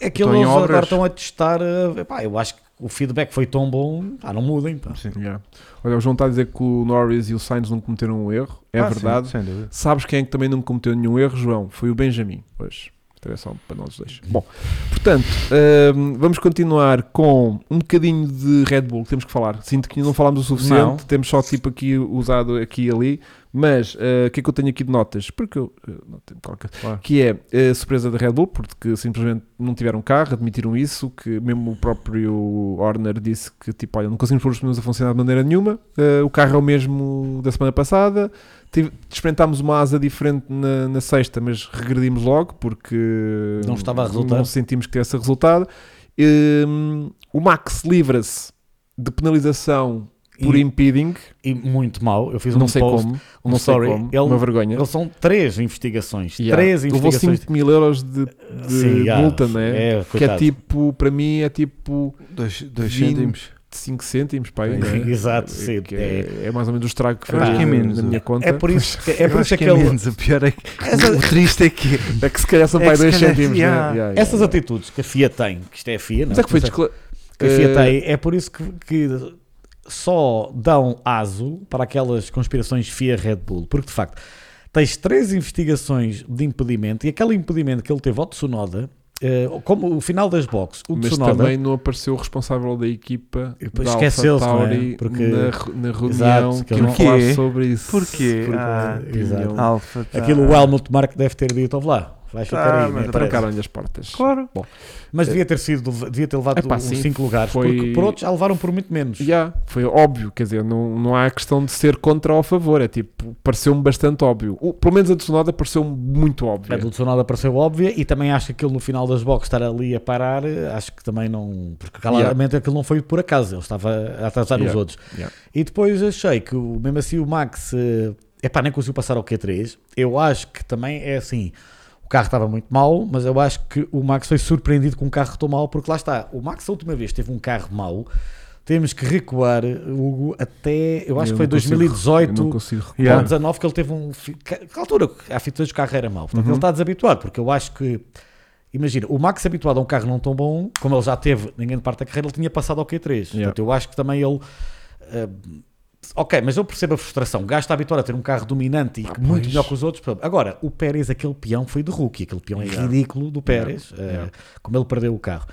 É que Estão eles Então, em agora obras. estão a testar. eh, Epá, eu acho que o feedback foi tão bom, pá, não mudem. Pá. Yeah. Olha, o João está a dizer que o Norris e o Sainz não cometeram um erro. É Ah, sim, verdade. sem dúvida. Sabes quem é que também não cometeu nenhum erro, João? Foi o Benjamin. Hoje. Isto era só para nós dois. Bom, portanto, hum, vamos continuar com um bocadinho de Red Bull que temos que falar. Sinto que não falámos o suficiente, Não. temos só tipo aqui usado aqui e ali. Mas uh, o que é que eu tenho aqui de notas? Porque eu uh, não tenho qualquer. Claro. Que é a surpresa da Red Bull, porque simplesmente não tiveram carro, admitiram isso, que mesmo o próprio Horner disse que tipo, olha, não conseguimos pôr os pneus a funcionar de maneira nenhuma. eh, o carro é o mesmo da semana passada, Tive- experimentámos uma asa diferente na, na sexta, mas regredimos logo porque Não estava a resultar. não sentimos que tivesse Ehm, resultado. Hum, o Max livra-se de penalização por e, impeding, e muito mal. Eu fiz um não sei post, como, um não sei story. como, Ele- uma vergonha. Eles são três investigações. Yeah. Três Levou investigações. 5 mil euros de, de yeah. multa, né? É, que é coitado. tipo, para mim, é tipo Dois, dois Vinte. cêntimos. 5 cêntimos, pá. aí, É, né? Exato, É sim. que É, é, é mais ou menos o estrago que Eu fez acho que é na- menos, na minha conta. é por isso que, é Eu acho por isso que que é ele- menos. O pior é que Essa- o triste é que É que se calhar são É para que se 2 calhar, cêntimos, yeah. né? Yeah, Essas yeah. atitudes que a FIA tem, que isto é a FIA, não Mas é que foi Mas descla- que a FIA eh, tem, é por isso que, que só dão aso para aquelas conspirações FIA-Red Bull, porque de facto tens três investigações de impedimento e aquele impedimento que ele teve ao Tsunoda, eh, como o final das boxes, o Mas Tsunoda. também Eh, não apareceu o responsável da equipa E depois da esqueceu-se, não é? AlphaTauri Porque- na, ru- na reunião Exato, que que iam não- falar Porquê? sobre isso. Porquê? Porque- Ah, exato. Não. Alfa. tá. Aquilo Ah. o Helmut Mark deve ter dito, ouve lá, vais Tá, ficar aí, mas né, parece. Trancaram-lhe as portas. Claro. Mas devia ter sido, devia ter levado Epá, uns sim, 5 lugares, foi- porque por outros já levaram por muito menos. Tipo, Yeah, foi óbvio, quer dizer, não, não há questão de ser contra ou a favor, é tipo, pareceu-me bastante óbvio. O- pelo menos a de Sonoda pareceu-me muito óbvio. A É do Tsunoda pareceu óbvia e também acho que aquilo no final das boxes estar ali a parar, eh, acho que também não. Porque claramente aquilo não foi por acaso, ele estava a atrasar os Yeah. outros. Yeah. E depois achei que o, mesmo assim o Max, eh, epá, nem conseguiu passar ao Q3. Eu acho que também é assim. O carro estava muito mau, mas eu acho que o Max foi surpreendido com um carro tão mau, porque lá está. O Max, a última vez, teve um carro mau. Temos que recuar, Hugo, até. Eu acho Eu que foi não consigo- Eu 2018. não consigo recordar. Yeah. Ou 19 que ele teve um. fi- que que altura a fita do carro era mau. Portanto, ele está desabituado, porque eu acho que. Imagina, o Max habituado a um carro não tão bom, como ele já teve ninguém de parte da carreira, ele tinha passado ao Q3. Yeah. Portanto, eu acho que também ele. ah, ok, mas eu percebo a frustração. O gajo está habituado a ter um carro dominante e que muito melhor que os outros. portanto, Agora, o Pérez, aquele peão, foi de rookie. Aquele peão ridículo do Pérez, ah, como ele perdeu o carro.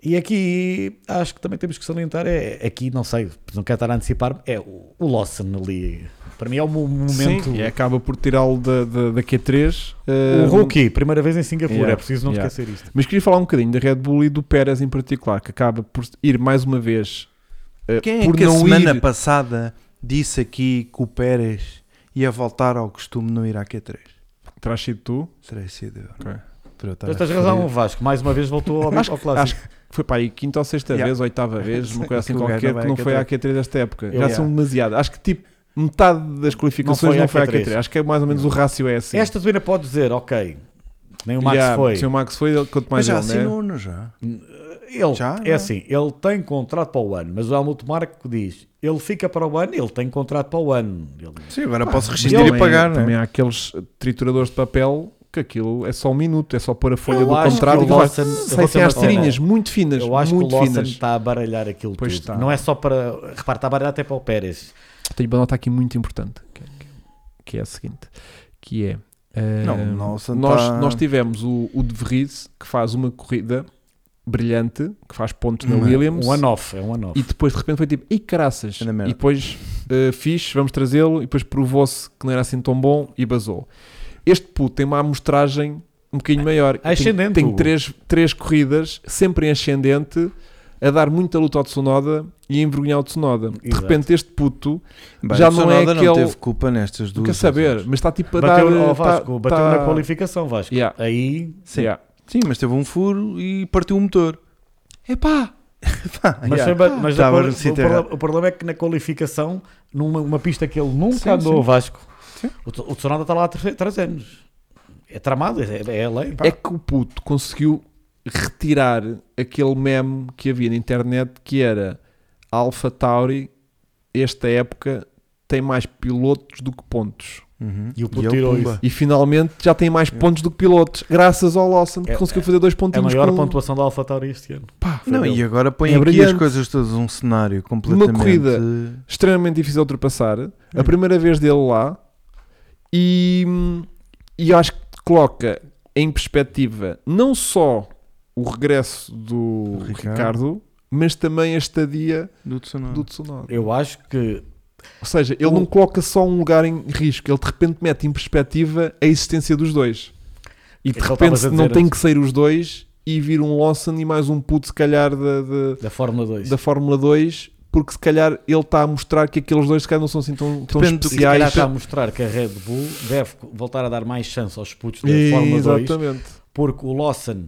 E aqui acho que também temos que salientar: é aqui, não sei, não quero estar a antecipar, é o, o Lawson ali. Para mim é um- o mo- momento. Sim, e acaba por tirá-lo da, da, da Q3. O eh, rookie, primeira vez em Singapura, Yeah, é preciso não yeah. esquecer isto. Mas queria falar um bocadinho da Red Bull e do Pérez em particular, que acaba por ir mais uma vez eh, Quem é por que a não semana ir. passada disse aqui que o Pérez ia voltar ao costume não ir à Q3? Terás sido tu? Terei sido eu. Ok. Então Para eu estar Então tá Mas a tens referir. um razão, Vasco, mais uma vez voltou ao, ao clássico. acho Foi para aí quinta ou sexta Yeah. vez, oitava vez, uma coisa assim Que o qualquer, gajo não que não vai à foi à Q3 desta época. Já Yeah. são demasiado. Acho que tipo metade das qualificações Não não foi foi, à à Q3. Q3. Acho que é mais ou menos o rácio é assim. Esta tu ainda pode dizer, ok, nem o Max Yeah, foi. assim Se o Max foi, ele- quanto Mas mais já ele, né? assinou, não já? Ele, Já, é não? assim, ele tem contrato para o ano, mas o Helmut Marco diz, ele fica para o ano, ele tem contrato para o ano. Ele- Sim, agora posso Também- rescindir e né? pagar, não Também é? há aqueles trituradores de papel que aquilo é só um minuto, é só pôr a folha Eu do acho contrato que e o tu vais- Lawson- eu vou sai ser sem as uma cena. tirinhas muito finas, Eu acho que muito o Lawson finas. está a baralhar aquilo Pois tá. tudo. está. Não é só para. Repara, está a baralhar até para o Pérez. Tenho uma nota aqui muito importante, que, que- que é a seguinte, que é... eh, Não, o Lawson nós, tá- nós tivemos o, o De Vries, que faz uma corrida brilhante, que faz pontos na Não é. Williams, Um one-off, é um one-off. e depois de repente foi tipo, e caraças, Anda merda. e depois eh, fixe, vamos trazê-lo, e depois provou-se que não era assim tão bom, e basou. Este puto tem uma amostragem um bocadinho maior. Tem- É ascendente, Tem, Hugo. três, três corridas, sempre em ascendente, a dar muita luta ao Tsunoda e a envergonhar o Tsunoda. De Exato. repente este puto Bem, já o não é Tsunoda não aquele- teve culpa nestas Não duas. quer saber, mas está tipo a Bateu, dar. ao eh, tá- Vasco, bateu tá- na qualificação, Vasco. Yeah, Aí. Sim. yeah. Sim, mas teve um furo e partiu o motor. Epá, Pá, Mas, yeah. foi Ah, ba- tá, mas Estava o, no pro- o sítio prola- errado. o problema é que na qualificação, numa uma pista que ele nunca Sim, andou, sim. Vasco, Sim. o T- o Tsunoda está lá há tre- três anos. É tramado, é, é a lei. é que o puto conseguiu retirar aquele meme que havia na internet que era Alpha Tauri, esta época, tem mais pilotos do que pontos. Uhum. E o puto ele, tirou pumba. isso. E finalmente já tem mais pontos do que pilotos, graças ao Lawson que É- conseguiu fazer dois É a pontinhos maior com- um pontuação da AlphaTauri este ano. Pá, Não, foi e agora põe É aqui brilhante. as coisas todas um cenário completamente. corrida. extremamente difícil de ultrapassar. Hum. A primeira vez dele lá e, e acho que coloca em perspectiva não só o regresso do Do Ricardo, Ricardo. mas também a estadia Do Tsunoda. do Tsunoda. Eu acho que Ou seja, ele Hum. O- não coloca só um lugar em risco, ele de repente mete em perspectiva a existência dos dois. E de É o que eu repente estavas a não dizer tem antes. que sair os dois e vir um Lawson e mais um puto se calhar da- da, da Fórmula 2. da Fórmula 2 porque se calhar ele está a mostrar que aqueles dois se calhar não são assim tão, tão Depende do que Se calhar especiais. está a mostrar que a Red Bull deve voltar a dar mais chance aos putos da Fórmula 2. Exatamente. porque o Lawson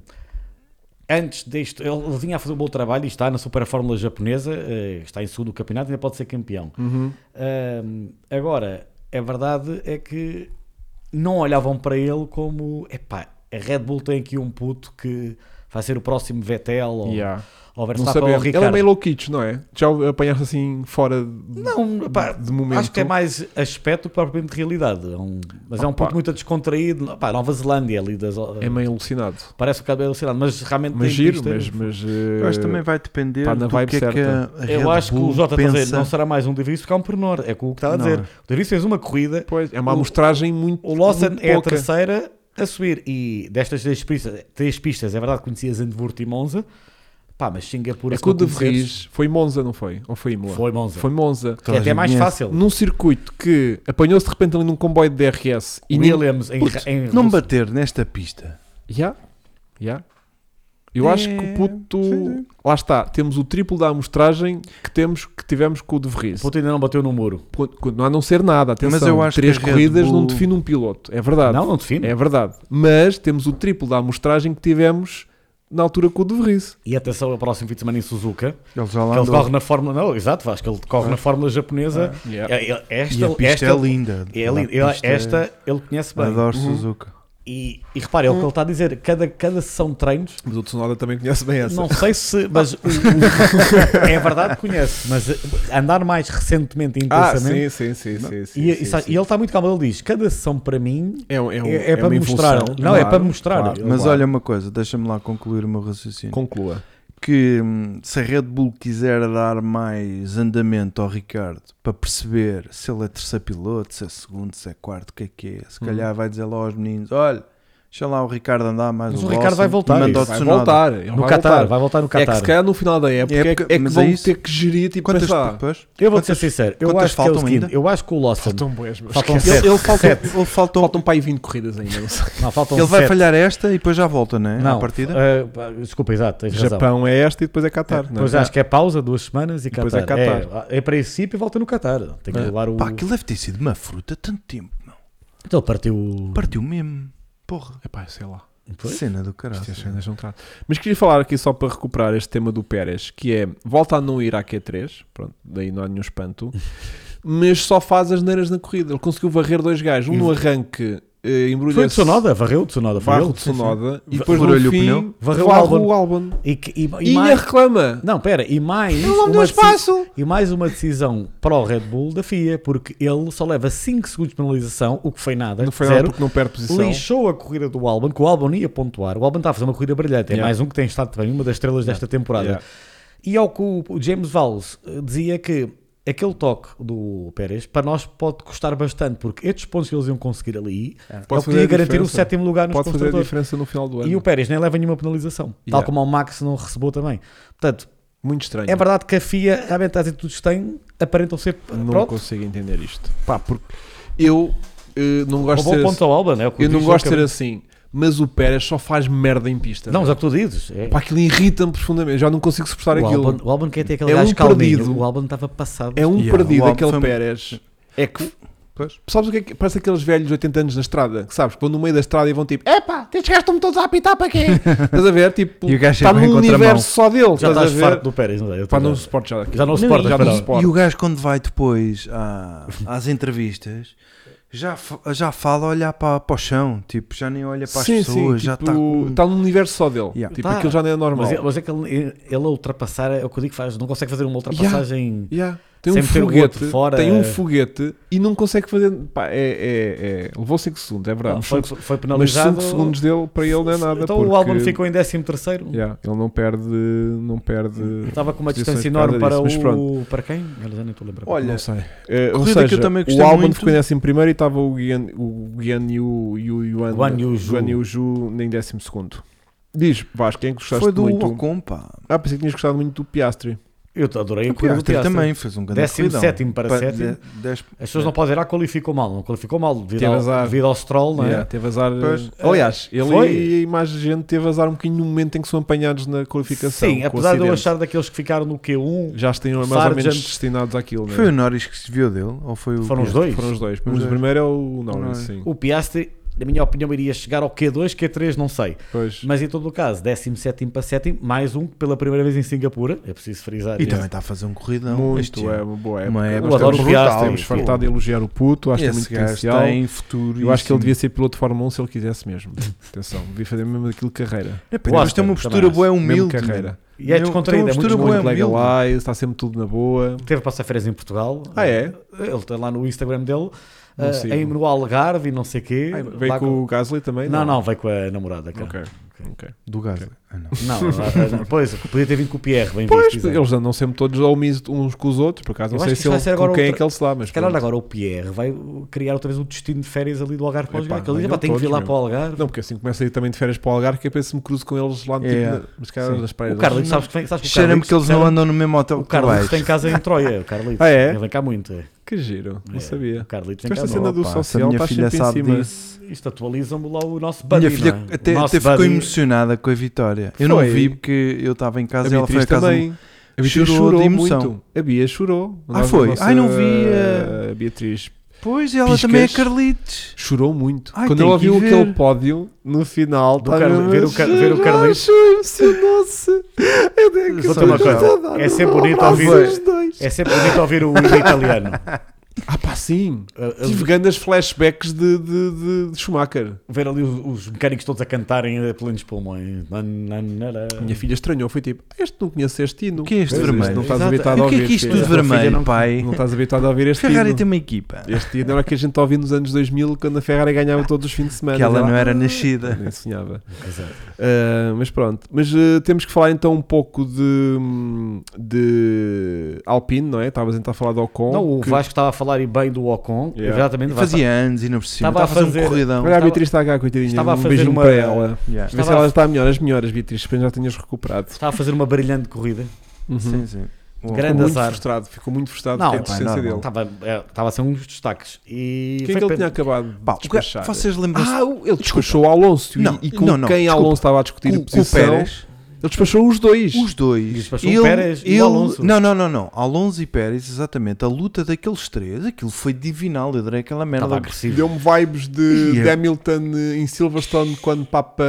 antes disto, ele, ele vinha a fazer um bom trabalho e está na Super Fórmula Japonesa, eh, está em segundo do campeonato, ainda pode ser campeão. Uhum. Ahm, agora, a verdade é que não olhavam para ele como epá, a Red Bull tem aqui um puto que vai ser o próximo Vettel ou, Yeah. ou Não Verstappen ou sabemos. Ele Ricardo. é meio louquitos, não é? Já o apanhaste assim fora de, Não, epá, de momento. Acho que é mais aspecto do que propriamente realidade. É um- mas é um Opa. ponto muito descontraído. Pá, Nova Zelândia ali das. É meio alucinado. Parece um bocado velocidade, mas realmente Mas tem giro, pistas. mas. mas Eu acho eh, que também vai depender pá, na do que é vibe que certa. a, a Red Eu acho que Bull o Jota tá está a dizer, pensa. não será mais um De Vries porque há um pormenor. É o que o que está a Não dizer. é. O De Vries fez uma corrida, Pois, é uma o- amostragem muito. o Lawson muito é a pouca. terceira a subir. E destas três pistas, três pistas é verdade, conhecias Zandvoort e Monza. Pá, mas Singapura É se que o não de conheceres, Vries foi Monza, não foi? Ou foi Imola? foi Monza. Foi Monza. que é até mais Toda a fácil. Num circuito que apanhou-se de repente ali num comboio de DRS e nem- Williams em, Putz, em Não bater nesta pista. Ya, ya. Eu acho que o É, puto. sim, sim. Lá está, temos o triplo da amostragem que, temos, que tivemos com o De Vries. O puto ainda não bateu no muro. Quando- quando- não há não ser nada, atenção. Mas eu acho Três que a Red corridas não Bull- define um piloto, é verdade. Não, não define. É verdade. Mas temos o triplo da amostragem que tivemos na altura com o De Vries. E atenção ao próximo fim de semana em Suzuka. Ele já lá Que ele andou. corre na Fórmula. Não, exato, acho que ele corre Ah. na Fórmula japonesa. Yeah. É, é- E Esta, a pista esta, é linda. é lindo. A Ele- pista é- Esta ele conhece bem. Adoro Uhum. Suzuka. E, e repare, é o que ele está a dizer. Cada, cada sessão de treinos, Mas o Tsunoda também conhece bem essa. não sei se. Mas o- o- é verdade que conhece, mas eh, andar mais recentemente e ah, intensamente. sim, sim, sim, sim, sim, e, e sim, sabe- sim. e ele está muito calmo. Ele diz: cada sessão para mim É, um- é, um- é, é é para uma mostrar. evolução, não, é claro, para mostrar. claro. Mas Ele- olha uma coisa, deixa-me lá concluir o meu raciocínio. Conclua. que hum, se a Red Bull quiser dar mais andamento ao Ricardo para perceber se ele é terceiro piloto, se é segundo, se é quarto, o que é que é, se Uhum. calhar vai dizer lá aos meninos: olha, deixa lá o Ricardo andar mais Mas um o Ricardo Lawson vai voltar, e manda isso, ao Vai Tsunoda." voltar. ele no vai Qatar, voltar. vai voltar no É Qatar. que se calhar no final da época é, Época, que- é que mas vão é isso. ter que gerir tipo Quantas pensar, depois? eu vou quantas- ser sincero, eu quantas acho que é o faltam seguinte, ainda? eu acho que o Lawson Faltam boas, mas Faltam esquece. sete. Ele, ele faltou, Sete. ele faltou, faltam para aí 20 corridas ainda. Não sei. não, faltam Ele vai sete. falhar esta e depois já volta, não é? Não, à partida? eh, pá, desculpa, exato, tens razão. Japão é esta e depois é Qatar. não é? Pois acho que é pausa, duas semanas e Depois Qatar. é É, em princípio, volta no Qatar. Tem que É. eh, levar o. Pá, aquilo deve ter sido uma fruta tanto tempo, meu. Então ele partiu. o- Partiu mesmo. Porra, Epá, sei lá. Pois. cena do caralho. Isto é cenas não tratam. Mas queria falar aqui só para recuperar este tema do Pérez, que é volta a não ir à Q3, pronto, daí não há nenhum espanto, mas só faz as neiras na corrida. Ele conseguiu varrer dois gajos, um no arranque, eh, embrulha-se. Foi o Tsunoda, varreu o Tsunoda, foi Varro ele. de Sonoda e depois Varreu-lhe no o fim pneu. varreu Varreu o Albon. o Albon. E, que- e, e E, ainda mais. reclama. Não, pera, e mais. Ele não é me deu uma deci- espaço. E mais uma decisão para o Red Bull da FIA, porque ele só leva 5 segundos de penalização, o que foi nada. Não foi nada zero. porque não perde posição. Lixou a corrida do Albon, que o Albon ia pontuar. O Albon está a fazer uma corrida brilhante. É Yeah. mais um que tem estado também, uma das estrelas desta temporada. Yeah. E ao que o o James Valls eh, dizia que aquele toque do Pérez para nós pode custar bastante, porque estes pontos que eles iam conseguir ali, ele É. Pode fazer podia a garantir o diferença. sétimo lugar nos Pode fazer a construtores. diferença no final do ano. E o Pérez nem leva nenhuma penalização, tal Yeah. como o Max não recebeu também. Portanto, Muito estranho. é verdade que a FIA, realmente as atitudes que tem aparentam ser Não pronto. consigo entender isto. Pá, porque eu eh, não gosto de Roubou ser, ponto ao Albon, é o que eu não diz, gosto de acabei- ser assim, mas o Pérez só faz merda em pista. Não, mas é o que tu dizes. É. Pá, aquilo irrita-me profundamente. Já não consigo suportar o, aquilo. Albon, o Albon quer ter aquele É um gajo calminho. perdido. O Albon estava passado. É um Yeah, o perdido Albon aquele foi- Pérez. É que. Pois. Sabes o que é que parece aqueles velhos de 80 anos na estrada, que sabes, que vão no meio da estrada e vão tipo, epá, estes gajos estão-me todos a apitar para quê? Estás a ver? Tipo, E o gajo está sempre em num contramão. universo só dele, Já estás a estás farto ver? do Pérez, não é? Eu Pá, tô- não suporto já aqui. Já não suporto, já espera não lá. E o suporto. gajo, quando vai depois à- às entrevistas, já, fa- já fala a olhar para, para o chão, tipo, já nem olha para as Sim, sim, pessoas, já está. tipo, com- está num universo só dele. Yeah. Tipo, Tá. aquilo já não é normal. Mas, é- mas é que ele, ele a ultrapassar é o que eu digo que faz, não consegue fazer uma ultrapassagem. Yeah. Tem um Sem meter o foguete, outro fora. é. tem um foguete e não consegue fazer. Pá, é, é, é- levou 5 segundos, é verdade. Não, Mas foi, cinco- foi mas penalizado. 5 segundos dele para ele não é nada. então porque, o álbum ficou em 13 terceiro. Yeah, ele não perde. Não perde Tá. Estava com uma Posições distância por causa enorme para disso, mas o. Para quem? Eu já nem estou a lembrar. Olha, não sei. Eh, ou corrida que eu seja, também o gostei álbum muito- ficou em 11 primeiro e estava o Guian, o Guian e o, e o Yuan, Guan Yu Zhu. Guan Yu Zhu em 12 segundo. Diz, Vasco, quem gostaste Foi do muito? Ocon, pá. Ah, pensei que tinhas gostado muito do Piastri. eu te adorei O o corrida do Piastri Piastri. também fez um grande Décimo corridão. sétimo para Pa- é, sétimo. de- dez- As pessoas não podem dizer, ah, qualificou mal. Não qualificou mal devido, Teve ao, azar. devido ao stroll, não é? Yeah, teve azar. eh, Pois. Aliás, ele Foi. e mais gente teve azar um bocadinho no momento em que são apanhados na qualificação. Sim, com o apesar de eu acidente. achar daqueles que ficaram no Q1, Já estão mais ou Sargent. menos destinados àquilo, né? Foi um o Norris que se viu dele? Ou foi o foram os Piastri? dois. Foram os dois. Os Mas o dois. primeiro é o Norris, Norris. sim. O Piastri na minha opinião, iria chegar ao Q2, Q3, não sei. Pois. Mas em todo o caso, 17 para 7, mais um que pela primeira vez em Singapura, é preciso frisar. E isso. também está a fazer um corridão. este Muito, é ano. uma boa Uma época. época Nós adoro temos- o Riasco, Temos sim. fartado de elogiar o puto, acho que tem muito Esse gajo potencial. tem futuro. Eu acho que ele devia ser piloto de Fórmula 1 se ele quisesse mesmo. Atenção, devia fazer mesmo aquilo de carreira. Mas tem uma Também postura acho. boa, Mesmo humilde. né? carreira. E é Meu, descontraído, tem é uma muito postura bom. boa. Muito lega humilde. lá, está sempre tudo na boa. Teve passar-férias em Portugal. Ah, é? Ele tem lá no Instagram dele, Não ah, sigo. em, no Algarve e não sei quê. Ah, Ai, Lá veio com o Gasly também? Não, não, veio com a namorada, cara. Ok. Do gajo. Ah, não. Não, ah, não, pois, podia ter vindo com o Pierre, bem Pois, visto. exato. eles andam sempre todos ao miso uns com os outros, por acaso. Eu Não sei acho se que isto vai ele, ser com agora quem é outra- que ele se dá, mas Se calhar pronto. agora o Pierre vai criar outra vez um destino de férias ali do Algarve para o Epá, Algarve. que Ele diz, venham "Pá, tenho que vir todos, lá meu." para o Algarve. Não, porque assim começa a ir também de férias para o Algarve, que eu penso que me cruzo com eles lá no tipo, É. na- mas calhar Sim. nas O praias. Carlos, sabes que vem, sabes que o Cheira-me Carlos, que eles não andam no mesmo hotel O que tu Carlos vais. tem casa em Troia, o Carlitos. Ah, é? Ele vem cá muito. é. Que giro, não É, sabia. O Carlitos Tu vem cá esta cena muito. do Opa, se a social minha está filha sempre em sabe cima. disso. Isto atualiza-me lá o nosso buddy, Minha filha não é? até, O nosso até ficou buddy. emocionada com a vitória. Eu não Foi. vi porque eu estava em A casa e ela foi Beatriz a casa. também. A Beatriz Chorou chorou, de emoção. muito. A Bia chorou. Ah, foi? nossa- Ai, não vi, eh. A Beatriz Pois, ela Piscas. também é Carlitos. chorou muito. Ai, Quando tem ela que viu ir aquele ver. pódio, no final, Do estava Carli- ver o Car- ver o a Carlitos. chorar, Emocionou-se. É daquilo. Só tem uma coisa, é sempre bonito Ah, ouvir- ouvir. É sempre bonito ouvir o hino italiano. Ah, pá, sim. Uh, uh, Tive grandes flashbacks de, de, de- de Schumacher. Ver ali os, os mecânicos todos a cantarem a plenos pulmões. Na, na, na, na. Minha filha estranhou, foi tipo, "Ah, este não conhece este hino. O que é este Pois, vermelho? Não estás Exato. habitado a o que ouvir. é que isto filha. de vermelho, pai? Não estás habitado a ouvir este Ferrari hino. tem uma equipa. Este hino era o que a gente ouvia nos anos 2000, quando a Ferrari ganhava todos os fins de semana. Que ela Ela- não era nascida. Nem sonhava. Exato. Ah, mas pronto. Mas ah, temos que falar então um pouco de, de Alpine, não é? Estavas a tentar falar do Ocon. Não, o que- Vasco estava a falar e bem do Ocon. Yeah. Exatamente. vai- Fazia anos e não por cima. Estava Estava a a fazer fazer- um corridão. Olha, tá- a estava- Beatriz está cá, coitadinha. estava a um fazer beijinho uma- para ela. Yeah. Vê se Estava ela a- está melhor. As melhoras, Beatriz. Espero que já tenhas recuperado. Uhum. Estava a fazer uma brilhante corrida. Sim, sim. Bom, Ficou Grande muito azar. frustrado, ficou muito frustrado Não, com a pá, existência normal. dele. Estava, é, estava a ser um dos destaques. E Quem é foi que ele pen- tinha acabado de Pá, o que- é- despachar? vocês lembram-se Ah, ele despachou o Alonso e- Não, e com não, não, quem desculpa. Alonso estava a discutir a com, com o posição. Pérez? Ele despachou os dois. Os E dois. despachou o Pérez e o Alonso. Não, não, não, não. Alonso e Pérez, exatamente. A luta daqueles três, aquilo foi divinal. Eu adorei aquela merda. Estava agressivo. Deu-me vibes de, Ia. de Hamilton eh, em Silverstone quando Papa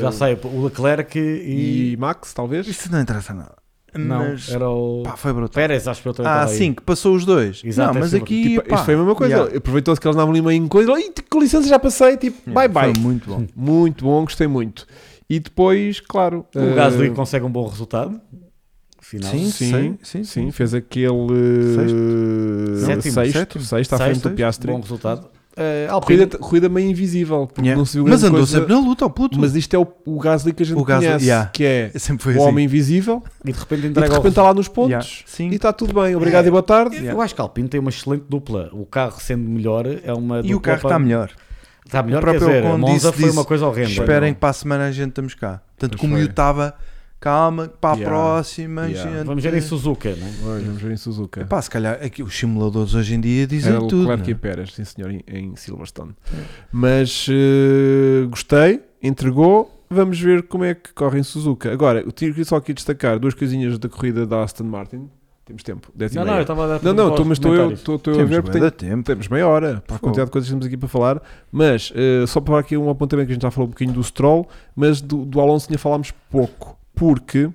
Já sei, o Leclerc e. e Max, talvez. Tipo, Isso não interessa nada. Não, Mas, era o. pá, foi brutal. Pérez, acho que Então, eu Ah, sim, que passou os dois. Exato, não, é mas assim, aqui. Tipo, pá, isto foi a mesma coisa. yeah. Aproveitou-se que eles andavam ali meio em coisa. Ai, com licença, já passei. Tipo, Yeah, bye Foi um- bye. muito bom. Muito bom, gostei muito. E depois, claro. O eh, Gasly consegue um bom resultado. Final. Sim, Sim, sim, sim. Sim, fez aquele Sexto? eh, Sétimo, sexto, sétimo. sexto à frente Sexto, do Piastri. Bom resultado. Uh, Corrida, corrida meio invisível, porque Yeah. não se viu Mas grande andou coisa. sempre na luta, ao puto. Mas isto é o, o Gasly que a gente O Gasly, conhece, yeah. que é sempre foi o assim. homem invisível e de repente e de entrega repente está lá nos pontos Yeah. Sim. e está tudo bem. Obrigado e boa tarde. Eu acho que a Alpine tem uma excelente dupla. O carro sendo melhor é uma E dupla o carro está para- melhor. Está Tá melhor, O quer próprio dizer, a Ocon Monza disse- foi uma disse, coisa é? horrenda. Esperem que para a semana a gente estamos cá. Tanto Pois como foi. eu estava, calma, para a Yeah. próxima, Yeah. gente. Vamos ver em Suzuka, não é? Vamos ver em Suzuka. Pá, se calhar aqui, os simuladores hoje em dia dizem Era tudo. Leclerc não e É é? Pérez, sim senhor, em, em Silverstone. Mas eh, gostei, entregou. Vamos ver como é que corre em Suzuka. Agora, eu tinha só aqui destacar duas coisinhas da corrida da Aston Martin. Temos tempo, dez e Não, meia. não, eu estava a dar Assim Não, não, para tô- os mas estou eu, comentários. tô, tô é? eu a Temos ver porque bué tenho- de tempo. temos meia hora para a Fogo. quantidade de coisas que temos aqui para falar. Mas eh, só para falar aqui um apontamento que a gente já falou um pouquinho do Stroll, mas do, do Alonso tinha falámos pouco, porque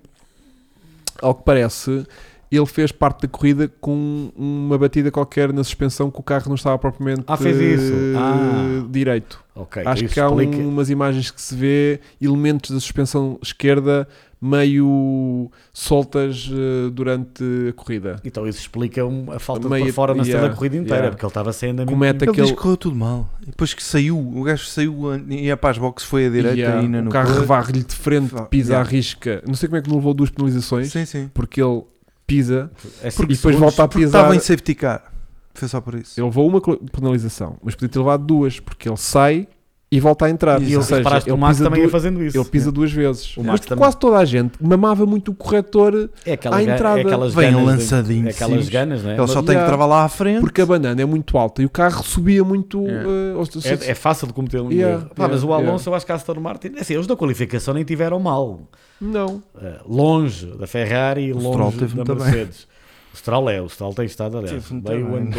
ao que parece ele fez parte da corrida com uma batida qualquer na suspensão que o carro não estava propriamente Ah, fez isso. eh, Ah. direito. Ok, Acho isso que há um- explica. umas imagens que se vê elementos da suspensão esquerda meio soltas eh, durante a corrida. Então isso explica um- a falta de Meio- performance yeah, da corrida inteira, yeah. porque ele estava sem andamento. Comete Ele aquele diz que correu tudo mal. E depois que saiu, o gajo saiu an- e ia para as boxes, foi à direita Yeah, ainda o no carro varre-lhe de frente, Fa- pisa yeah. à risca. Não sei como é que não levou duas penalizações, Sim, sim. porque ele pisa É cinco e depois segundos. volta a Porque pisar. estava em safety car. Foi só por isso. Ele levou uma col- penalização, mas podia ter levado duas, porque ele sai e volta a entrar. E E Ou ele seja, reparaste o ele Max pisa, também ia du- fazendo isso. né? ele pisa duas vezes. O mas Max também. quase toda a gente mamava muito o corretor, É aquela, à ga- entrada. é aquelas Vem um ganas de- lançadinho, é aquelas sim. ganas, não é? Ele só mas- tem que yeah. travar lá à frente. porque a banana é muito alta e o carro subia muito. Yeah. eh, aos- aos- É, é fácil de cometer um Yeah, erro. Pá, mas o yeah, Alonso, eu acho que a Aston Martin, assim, eles da qualificação nem tiveram mal. Não. Uh, longe da Ferrari e O Stroll longe teve da muito bem. Mercedes. O Stroll é, o Stroll tem estado, aliás, Teve muito bem o bem. ano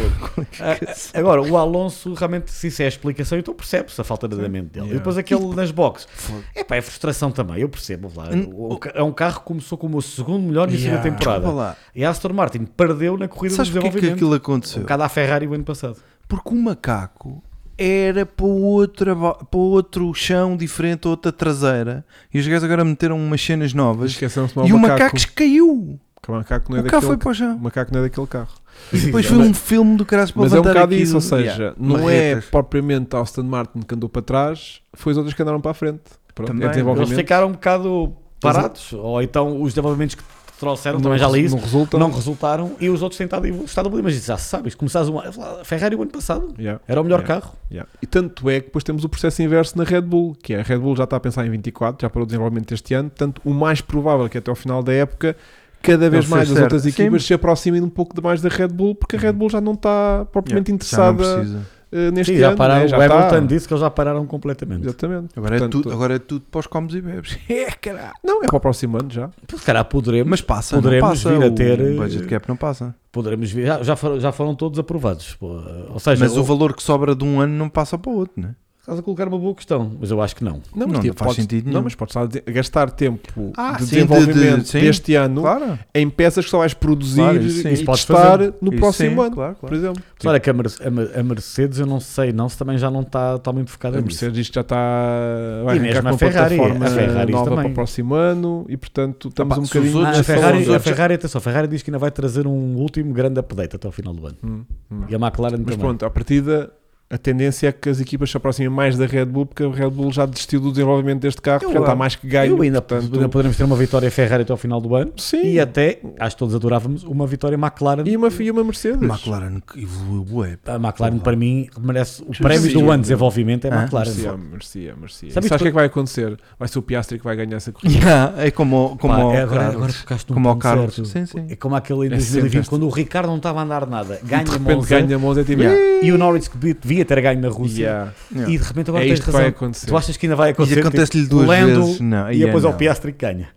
todo. Ah, agora, o Alonso, realmente, se isso é a explicação, então percebe-se a falta de andamento dele. E Yeah. depois aquele nas boxes. É pá, é frustração também, eu percebo. vá lá. Hum, O- o ca- É um carro que começou como o segundo melhor início da Yeah. Desculpa temporada. lá. E a Aston Martin perdeu na corrida Sabes do porque é que desenvolvimento. aquilo um aconteceu? bocado à Ferrari o ano passado. Porque o macaco era para, outra, va- para outro chão diferente, outra traseira. E os gajos agora meteram umas cenas novas. Esqueceram-se de e tomar o macaco caiu. Que O macaco não é o carro daquele foi para o O chão. macaco não é daquele carro. E depois foi um filme do Crasso para Mas é um levantar bocado aquilo. isso, ou seja, Yeah. não Marretas. é propriamente a Aston Martin que andou para trás, foi os outros que andaram para a frente. Pronto, Também. é desenvolvimento. Eles ficaram um bocado parados, ou então os desenvolvimentos que trouxeram, também já li isso, Não resultam. não resultaram e os outros têm estado, estado ali. Mas isso já sabes, começaste uma. a Ferrari o ano passado Yeah, era o melhor Yeah. carro. yeah. E tanto é que depois temos o processo inverso na Red Bull, que é a Red Bull já está a pensar em 24, já para o desenvolvimento deste ano, portanto o mais provável é que até ao final da época cada vez Ele mais fez as outras certo. Uhum. equipas se aproximem um pouco de mais da Red Bull, porque a Red Bull já não está propriamente Já não interessada precisa. eh, neste Sim, já ano. pararam, né? já o Hamilton está. disse que eles já pararam completamente. Exatamente. Agora, é Portanto, tudo, agora é tudo para os comes e bebes. É, caralho. Não, é para o próximo ano já. Pois, Se calhar poderemos, Mas passa, não Poderemos passa. vir a o ter, eh, budget cap não passa. poderemos ver, já, já foram, já foram todos aprovados. pô. Ou seja, Mas o ou- valor que sobra de um ano não passa para o outro, né? estás a colocar uma boa questão, mas eu acho que não. Não, Não faz podes- sentido Não, nenhum. mas podes estar a de- a gastar tempo Ah, de sim, desenvolvimento de- de- sim. deste ano Claro. em peças que só vais produzir Claro, isso sim. e Isso podes testar fazer. no Isso próximo sim, ano, Claro, por claro. exemplo. Claro que a, Merce- a Mer- a Mercedes, eu não sei, não se também já não está totalmente focada A nisso. Mercedes diz que já está vai E mesmo arrancar a com Ferrari, plataforma a Ferrari nova também. para o próximo ano e portanto estamos Opa, um se os bocadinho outros- Ah, a Todos Ferrari, são a os- Ferrari, atenção, a Ferrari diz que ainda vai trazer um último grande update até ao final do ano. Hum, hum. E a McLaren Mas também. pronto, à partida a tendência é que as equipas se aproximem mais da Red Bull porque a Red Bull já desistiu do desenvolvimento deste carro, Eu já está acho- mais que ganho. eu ainda, ainda portanto, poderemos ter uma vitória Ferrari até ao final do ano. sim. E até, acho que todos adorávamos, uma vitória McLaren. E uma, e uma Mercedes. McLaren que evoluiu bué. A McLaren, para mim, merece o Sim, prémio sim. do ano de desenvolvimento. É a Ah, McLaren. Merecia, merecia, merecia. E Sabes Sabes que- o que é que vai acontecer? Vai ser o Piastri que vai ganhar essa corrida. Yeah, é como, o- como Pá, o é agora, Carlos. agora tocaste num como ao ponto Carlos. certo. Sim, sim. É como aquele em É sempre 2020, esta. quando o Ricardo não estava a andar nada, ganha de repente Monza, ganha Monza e é tipo, Yeah. e o Norwich que devia ter ganho na Rússia, yeah, Yeah. e de repente agora é tens isto que vai razão. acontecer. Tu achas que ainda vai acontecer? E acontece-lhe Tipo, duas Lando, vezes. Não, E depois é, ao não. Piastri que ganha.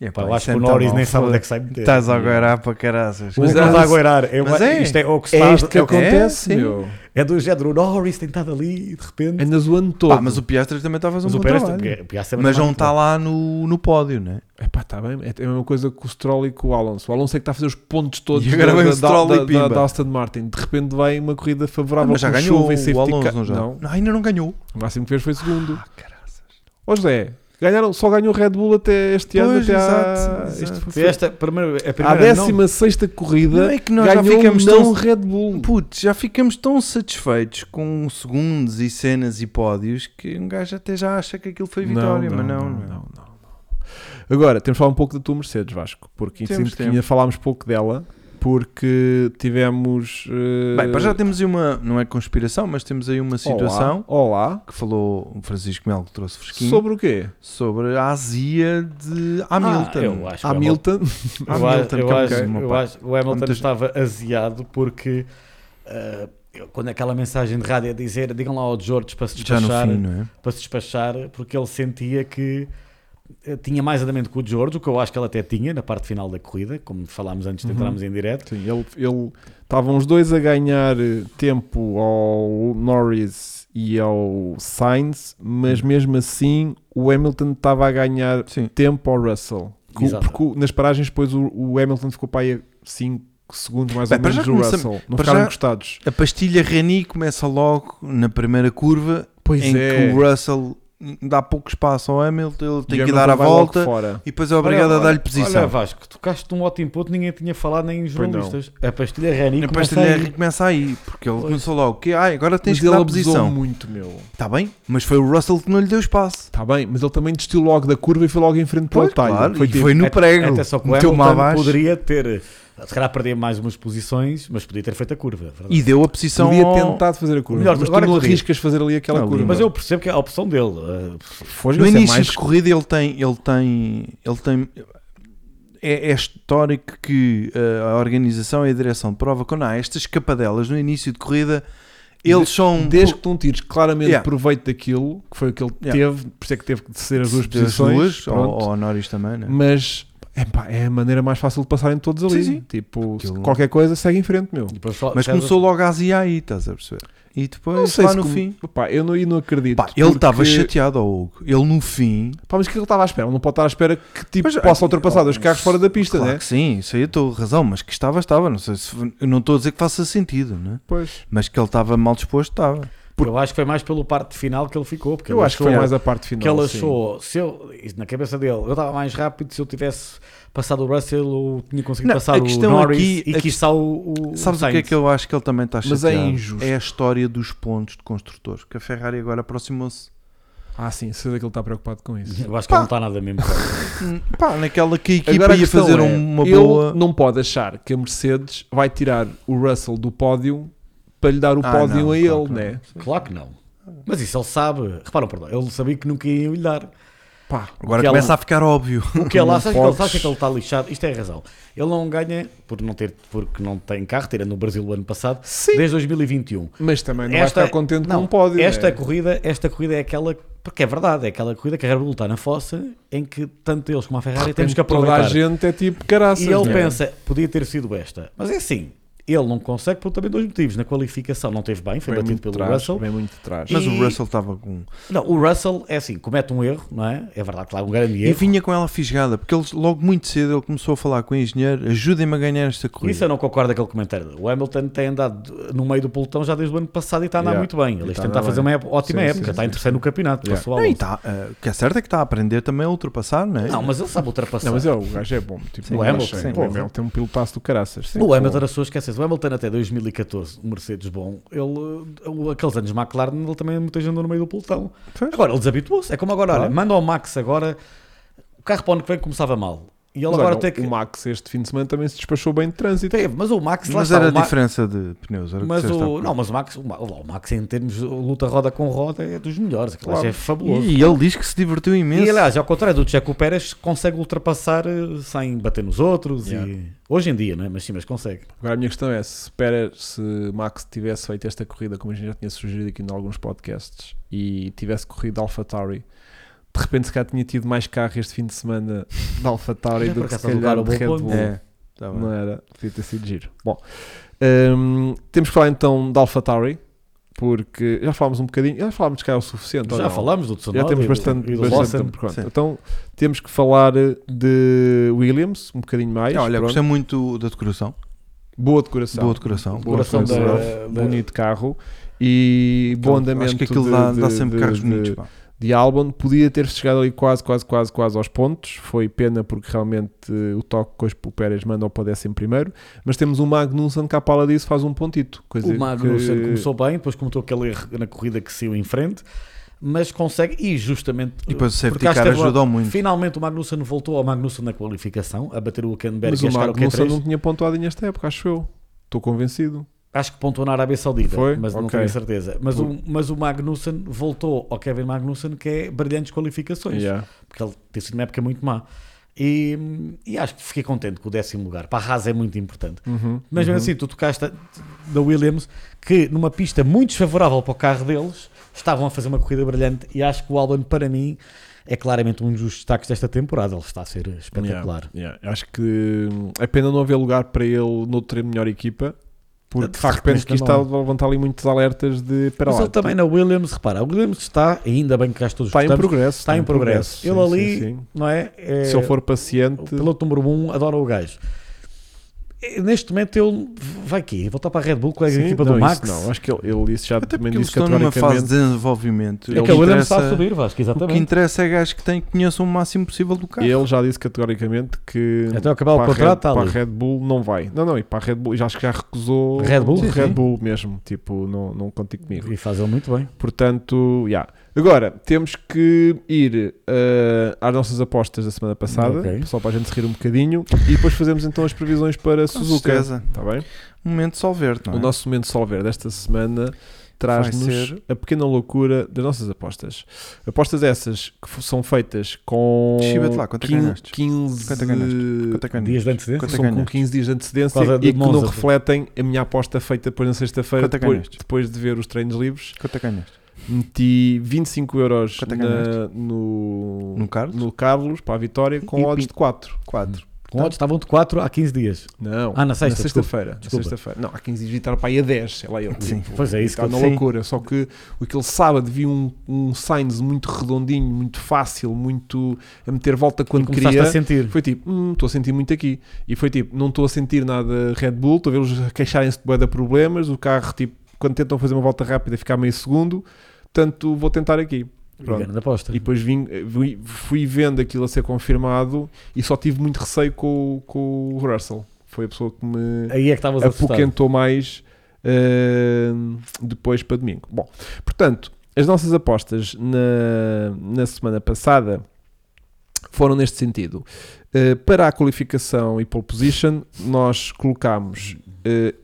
É, Pá, pá, eu acho isso é que o tão Norris mau. nem sabe onde é que sai meter. Estás a aguardar para caraças. O Mas que não é- vai aguardar. É, mas é, é- isto é, o que se É faz- isto que é o que- acontece, sim. meu. é do género. O Norris tentado ali e de repente. Andas o ano todo. Pá, mas o Piastri também está a fazer um Mas o bom Pérez trabalho. o Piastri também é Mas vai não muito está bem. lá no, no pódio, né? Epá, tá bem. É a mesma coisa que o Stroll e com o Alonso. O Alonso é que está a fazer os pontos todos E agora da, vem o da- Stroll da- e da- pimba. Ah, da Aston Martin. De repente vai uma corrida favorável Mas já com ganhou chuva em safety o Alonso, car. não já? Não, Não, ainda não ganhou. o máximo que fez foi segundo. Ah, caraças. Ó José, ganharam, só ganhou o Red Bull até este ano. Pois, Até à, exato, exato. Isto foi- Se esta primeira, a à primeira não- 16 corrida Não é que nós já ganhou ficamos um não tão- Red Bull. Putz, já ficamos tão satisfeitos com segundos e cenas e pódios que um gajo até já acha que aquilo foi vitória, mas não, é. não, não, não. Agora, temos de falar um pouco da tua Mercedes, Vasco, porque Temos, sinto que temos. ainda falámos pouco dela, porque tivemos... eh, Bem, para já temos aí uma, não é conspiração, mas temos aí uma situação Olá, olá. que falou o Francisco Melo que trouxe fresquinho sobre, Sobre o quê? a azia de Ah, Hamilton. eu é acho que o Hamilton. Hamilton- Eu acho- Hamilton, eu que é um acho- bocadinho, eu pá. acho que o Hamilton Hamilton- estava aziado porque ah, eu- quando aquela mensagem de rádio a dizer digam lá ao George para se já no despachar, fim, não é? para se despachar porque ele sentia que eh, tinha mais andamento que o George, o que eu acho que ele até tinha na parte final da corrida, como falámos antes de Uhum. entrarmos em direto. Sim, ele, ele estavam os dois a ganhar eh, tempo ao Norris e ao Sainz, mas mesmo assim o Hamilton estava a ganhar Sim. tempo ao Russell. Co- Exato. Porque o- nas paragens depois o, o Hamilton ficou para aí 5 segundos mais Bem, ou para menos já do começamos- Russell. Não para ficaram já- encostados. A pastilha Reni começa logo na primeira curva Pois em é. que o Russell dá pouco espaço ao Hamilton, ele E tem o que Hamilton dar a vai logo volta Fora. e depois é obrigado Olha, a dar-lhe olha, posição. Olha, Vasco, tocaste num ótimo ponto, ninguém tinha falado, nem os Pois não. jornalistas. A pastilha Reni A começa pastilha aí. R começa aí, porque ele começou logo. Que, ai, agora tens Mas que ele dar abusou posição. muito, meu. Está bem, mas foi o Russell que não lhe deu espaço. Está Tá bem, mas ele também desistiu logo da curva e foi logo em frente para Pois, o talho. claro, foi e tipo, foi no prego. Até só que o meteu uma Hamilton abaixo poderia ter, se calhar perder mais umas posições, mas podia ter feito a curva. verdade. e deu a posição podia ao... tentado fazer a curva. Melhor, mas tu agora não podia. arriscas fazer ali aquela Não, curva. lindo. Mas eu percebo que é a opção dele. eh, Foge, No isso é início mais- de corrida ele tem, ele tem, ele tem é, é histórico que eh, a organização e a direção de prova quando há estas escapadelas no início de corrida eles são Desde que tu não tires claramente um Yeah. proveito daquilo, que foi o que ele Yeah. teve, por isso é que teve que descer as duas das posições, duas, oh, ou, pronto. ou a Norris também, né? mas É, pá, é a maneira mais fácil de passarem todos ali. Sim, sim. Tipo, se Aquilo- qualquer coisa segue em frente, meu. E depois só- Mas César- começou logo a aziar aí, estás a perceber? E depois, Não sei lá se no como- fim. Pá, eu não, eu não acredito. Pá, ele estava porque- chateado ao Hugo. Ele no fim. Pá, mas o que é que ele estava à espera? Ele não pode estar à espera que tipo, Mas, possa ah, ultrapassar oh, os carros fora da pista, claro né? que sim, isso aí eu estou razão, mas que estava, estava. Não sei se eu não estou a dizer que faça sentido, né? Pois. mas que ele estava mal disposto, estava. Eu acho que foi mais pelo parte final que ele ficou. Porque Eu ele acho que foi achou- mais a parte final. que ele sim. achou, se eu, isso na cabeça dele, eu estava mais rápido se eu tivesse passado o Russell ou tinha conseguido Não, passar a o questão Norris aqui- e a quis só o, o Sabes o Sainz. que é que eu acho que ele também está chateado? Mas é injusto. É a história dos pontos de construtores, que a Ferrari agora aproximou-se. Ah, sim, certeza que ele está preocupado com isso. Eu acho que ele não está nada mesmo. Hum, Pá, naquela que a equipa Agora a ia questão fazer um- é, uma ele boa. não pode achar que a Mercedes vai tirar o Russell do pódio para lhe dar o Ah, pódio não, claro a ele, que não. né? claro que não. Mas isso ele sabe. Reparam, perdão, ele sabia que nunca ia lhe dar. Pá, Agora que começa ela- a ficar óbvio. O que ele Não acha que ele podes. sabe que é que ele está lixado. Isto é a razão. Ele não ganha por não ter, porque não tem carro, tirando no Brasil o ano passado, Sim. desde 2021. mas também não vai ficar contente não, com um pódio. Esta né? corrida, esta corrida é aquela, porque é verdade, é aquela corrida que a Red Bull está na fossa em que tanto eles como a Ferrari temos que Toda a aproveitar. gente é tipo caraças. E ele né? pensa, podia ter sido esta. Mas é assim, ele não consegue por também dois motivos. Na qualificação não teve bem, foi Vem batido muito pelo de é tipo trás, Russell. Vem muito de trás. Mas E- o Russell estava com. Não, o Russell é assim, comete um erro, não é? É verdade, claro, um grande E erro. vinha com ela fisgada, porque ele, logo muito cedo ele começou a falar com o engenheiro: ajudem-me a ganhar esta Por isso é corrida. eu não concordo com aquele comentário. O Hamilton tem andado no meio do pelotão já desde o ano passado e está a andar Yeah. muito bem. E Ele está tentar a andar fazer uma bem. época- ótima Sim, época, sim, está sim, em terceiro no campeonato. Yeah. Passou ao Não, e Alonso. tá, eh, o que é certo é que está a aprender também a ultrapassar, não é? Não, mas ele sabe ultrapassar. Não, mas é, o gajo é bom. Tipo, Sim, eu o Hamilton, achei, sim, o porra. Hamilton tem um pilotaço do caraças. sim, O Hamilton, porra. as pessoas esquecem-se. O Hamilton até 2014, o Mercedes bom, ele, o- aqueles anos McLaren, ele também é muita gente andou no meio do pelotão. Pois. Agora, ele desabituou-se. É como agora, olha, Claro. manda ao Max agora, o carro para o ano que vem começava mal. E ele Mas agora olha, tem que... O Max este fim de semana também se despachou bem de trânsito. Teve, mas o Max, lá Mas está, era o a Ma- diferença de pneus. Era o que Mas disseste há o, bocado. não, mas o Max, o, Ma- lá, o Max em termos de luta roda com roda é dos melhores, aquilo Claro. é fabuloso. E ele diz que se divertiu E, imenso. aliás, ao contrário do Checo Pérez, consegue ultrapassar eh, sem bater nos outros e hoje em dia, não é? Mas sim, mas consegue. Agora a minha questão é: se, Pérez, se Max tivesse feito esta corrida, como a gente já tinha sugerido aqui em alguns podcasts, e tivesse corrido AlphaTauri, de repente se calhar tinha tido mais carro este fim de semana de AlphaTauri Já do por que se acaso calhar levaram um de bom Red ponto. Bull. É, tá bem. Não era, podia ter sido giro. Bom, hum, temos que falar então de AlphaTauri, porque já falámos um bocadinho, já falámos que é o suficiente. ou Já não? falámos do Tsunoda Já temos e do- bastante, e do bastante Lawson. tempo. Pronto, Sim. Então temos que falar de Williams, um bocadinho mais. Ah, Olha, pronto. gostei muito da decoração. boa decoração. Boa decoração. Boa Decoração decoração, da- da- bonito carro e bom andamento. Acho que aquilo de- dá, dá de- sempre de- carros de- bonitos. pá. de Albon, podia ter chegado ali quase, quase, quase, quase aos pontos. Foi pena porque realmente eh, o toque que hoje o Pérez mandou para o décimo primeiro. Mas temos o Magnussen que à pala disso faz um pontito. Coisa O Magnussen que- começou bem, depois cometeu aquele erro na corrida que saiu em frente, mas consegue, e justamente. E depois o safety porque acho car que teve- ajudou muito. Finalmente o Magnussen voltou ao Magnussen na qualificação, a bater o é Hülkenberg Mas e a o chegar ao Magnussen Q3. não tinha pontuado nesta época, acho eu. Estou convencido. Acho que pontuou na Arábia Saudita, Foi? mas não Ok. tenho certeza. Mas o, mas o Magnussen voltou ao Kevin Magnussen, que é brilhantes qualificações, Yeah. porque ele tem sido uma época muito má. E, e acho que fiquei contente com o décimo lugar. Para a Haas é muito importante. Uhum, Mas mesmo uhum. assim, tu tocaste a- da Williams, que numa pista muito desfavorável para o carro deles, estavam a fazer uma corrida brilhante e acho que o Albon, para mim, é claramente um dos destaques desta temporada. Ele está a ser espetacular. Yeah, yeah. Acho que hum, é pena não haver lugar para ele noutra melhor equipa. Porque de facto penso nesta que isto está a não. levantar ali muitos alertas de para Mas lá. ele tá- também na Williams, repara, a Williams está, ainda bem que cá todos Está em gostamos, progresso. está em progresso. Sim, Ele sim, ali- sim. não é? É, Se ele for o paciente, piloto número 1 um, adora o gajo. E Neste momento ele vai aqui, voltar para a Red Bull, com a Sim, equipa não, do Max. isso não. Acho que ele, ele disse já Até também porque eles disse estão numa fase de categoricamente. desenvolvimento. É O é que que a Williams interessa- está a subir, Vasco, O que exatamente. interessa é gajos que, têm, que conheçam o máximo possível do carro. Ele já disse categoricamente que Até acabar o para, a contrato, Red, está para a ali. Red Bull não vai. Não, não, e para a Red Bull, já acho que já recusou Red Bull? Sim, Red sim. Bull mesmo. Tipo, não, não contem comigo. E faz ele muito bem. Portanto, já. Agora, temos que ir eh, às nossas apostas da semana passada, Ok. só para a gente se rir um bocadinho, e depois fazemos então as previsões para Com Suzuka. certeza. Está bem? Momento só verde, não é? O nosso momento solver desta semana Vai traz-nos ser- a pequena loucura das nossas apostas. Apostas essas que f- são feitas com Chiba-te lá, quanto é que quin- ganhaste? 15 Quanto é que ganhaste? Quanto é que ganhas? Dias de antecedência. Quanto é que são com ganhaste? 15 dias de antecedência Por causa de e que não Monza. refletem a minha aposta feita depois na sexta-feira Quanto é que depois, ganhaste? depois de ver os treinos livres. Quanto é que ganhaste? Meti 25 euros Quanto é que na- ganhaste? no, No Carlos? no Carlos para a vitória com E- odds de 4. 4. Com odds estavam de 4 há 15 dias. Não. Ah, na sexta, Na sexta-feira. Na desculpa. sexta-feira. Não, há 15 dias estar para aí a 10, sei lá eu. Sim. Pois é, isso que Está eu na Sim. loucura. Só que aquele sábado vi um, um Sainz muito redondinho, muito fácil, muito a meter volta quando começaste queria. a sentir. Foi tipo, hum, estou a sentir muito aqui. E foi tipo, não estou a sentir nada Red Bull, estou a vê-los queixarem-se de bué de problemas. O carro, tipo, quando tentam fazer uma volta rápida, fica a meio segundo. Portanto, vou tentar aqui. Pronto. Grande aposta. E depois vim, vi- fui vendo aquilo a ser confirmado e só tive muito receio com, o- com o Russell. Foi a pessoa que me Aí é que estavas a apostar. apoquentou mais uh, depois para domingo. Bom, portanto, as nossas apostas na, na semana passada foram neste sentido. Uh, para a qualificação e pole position, nós colocámos. uh,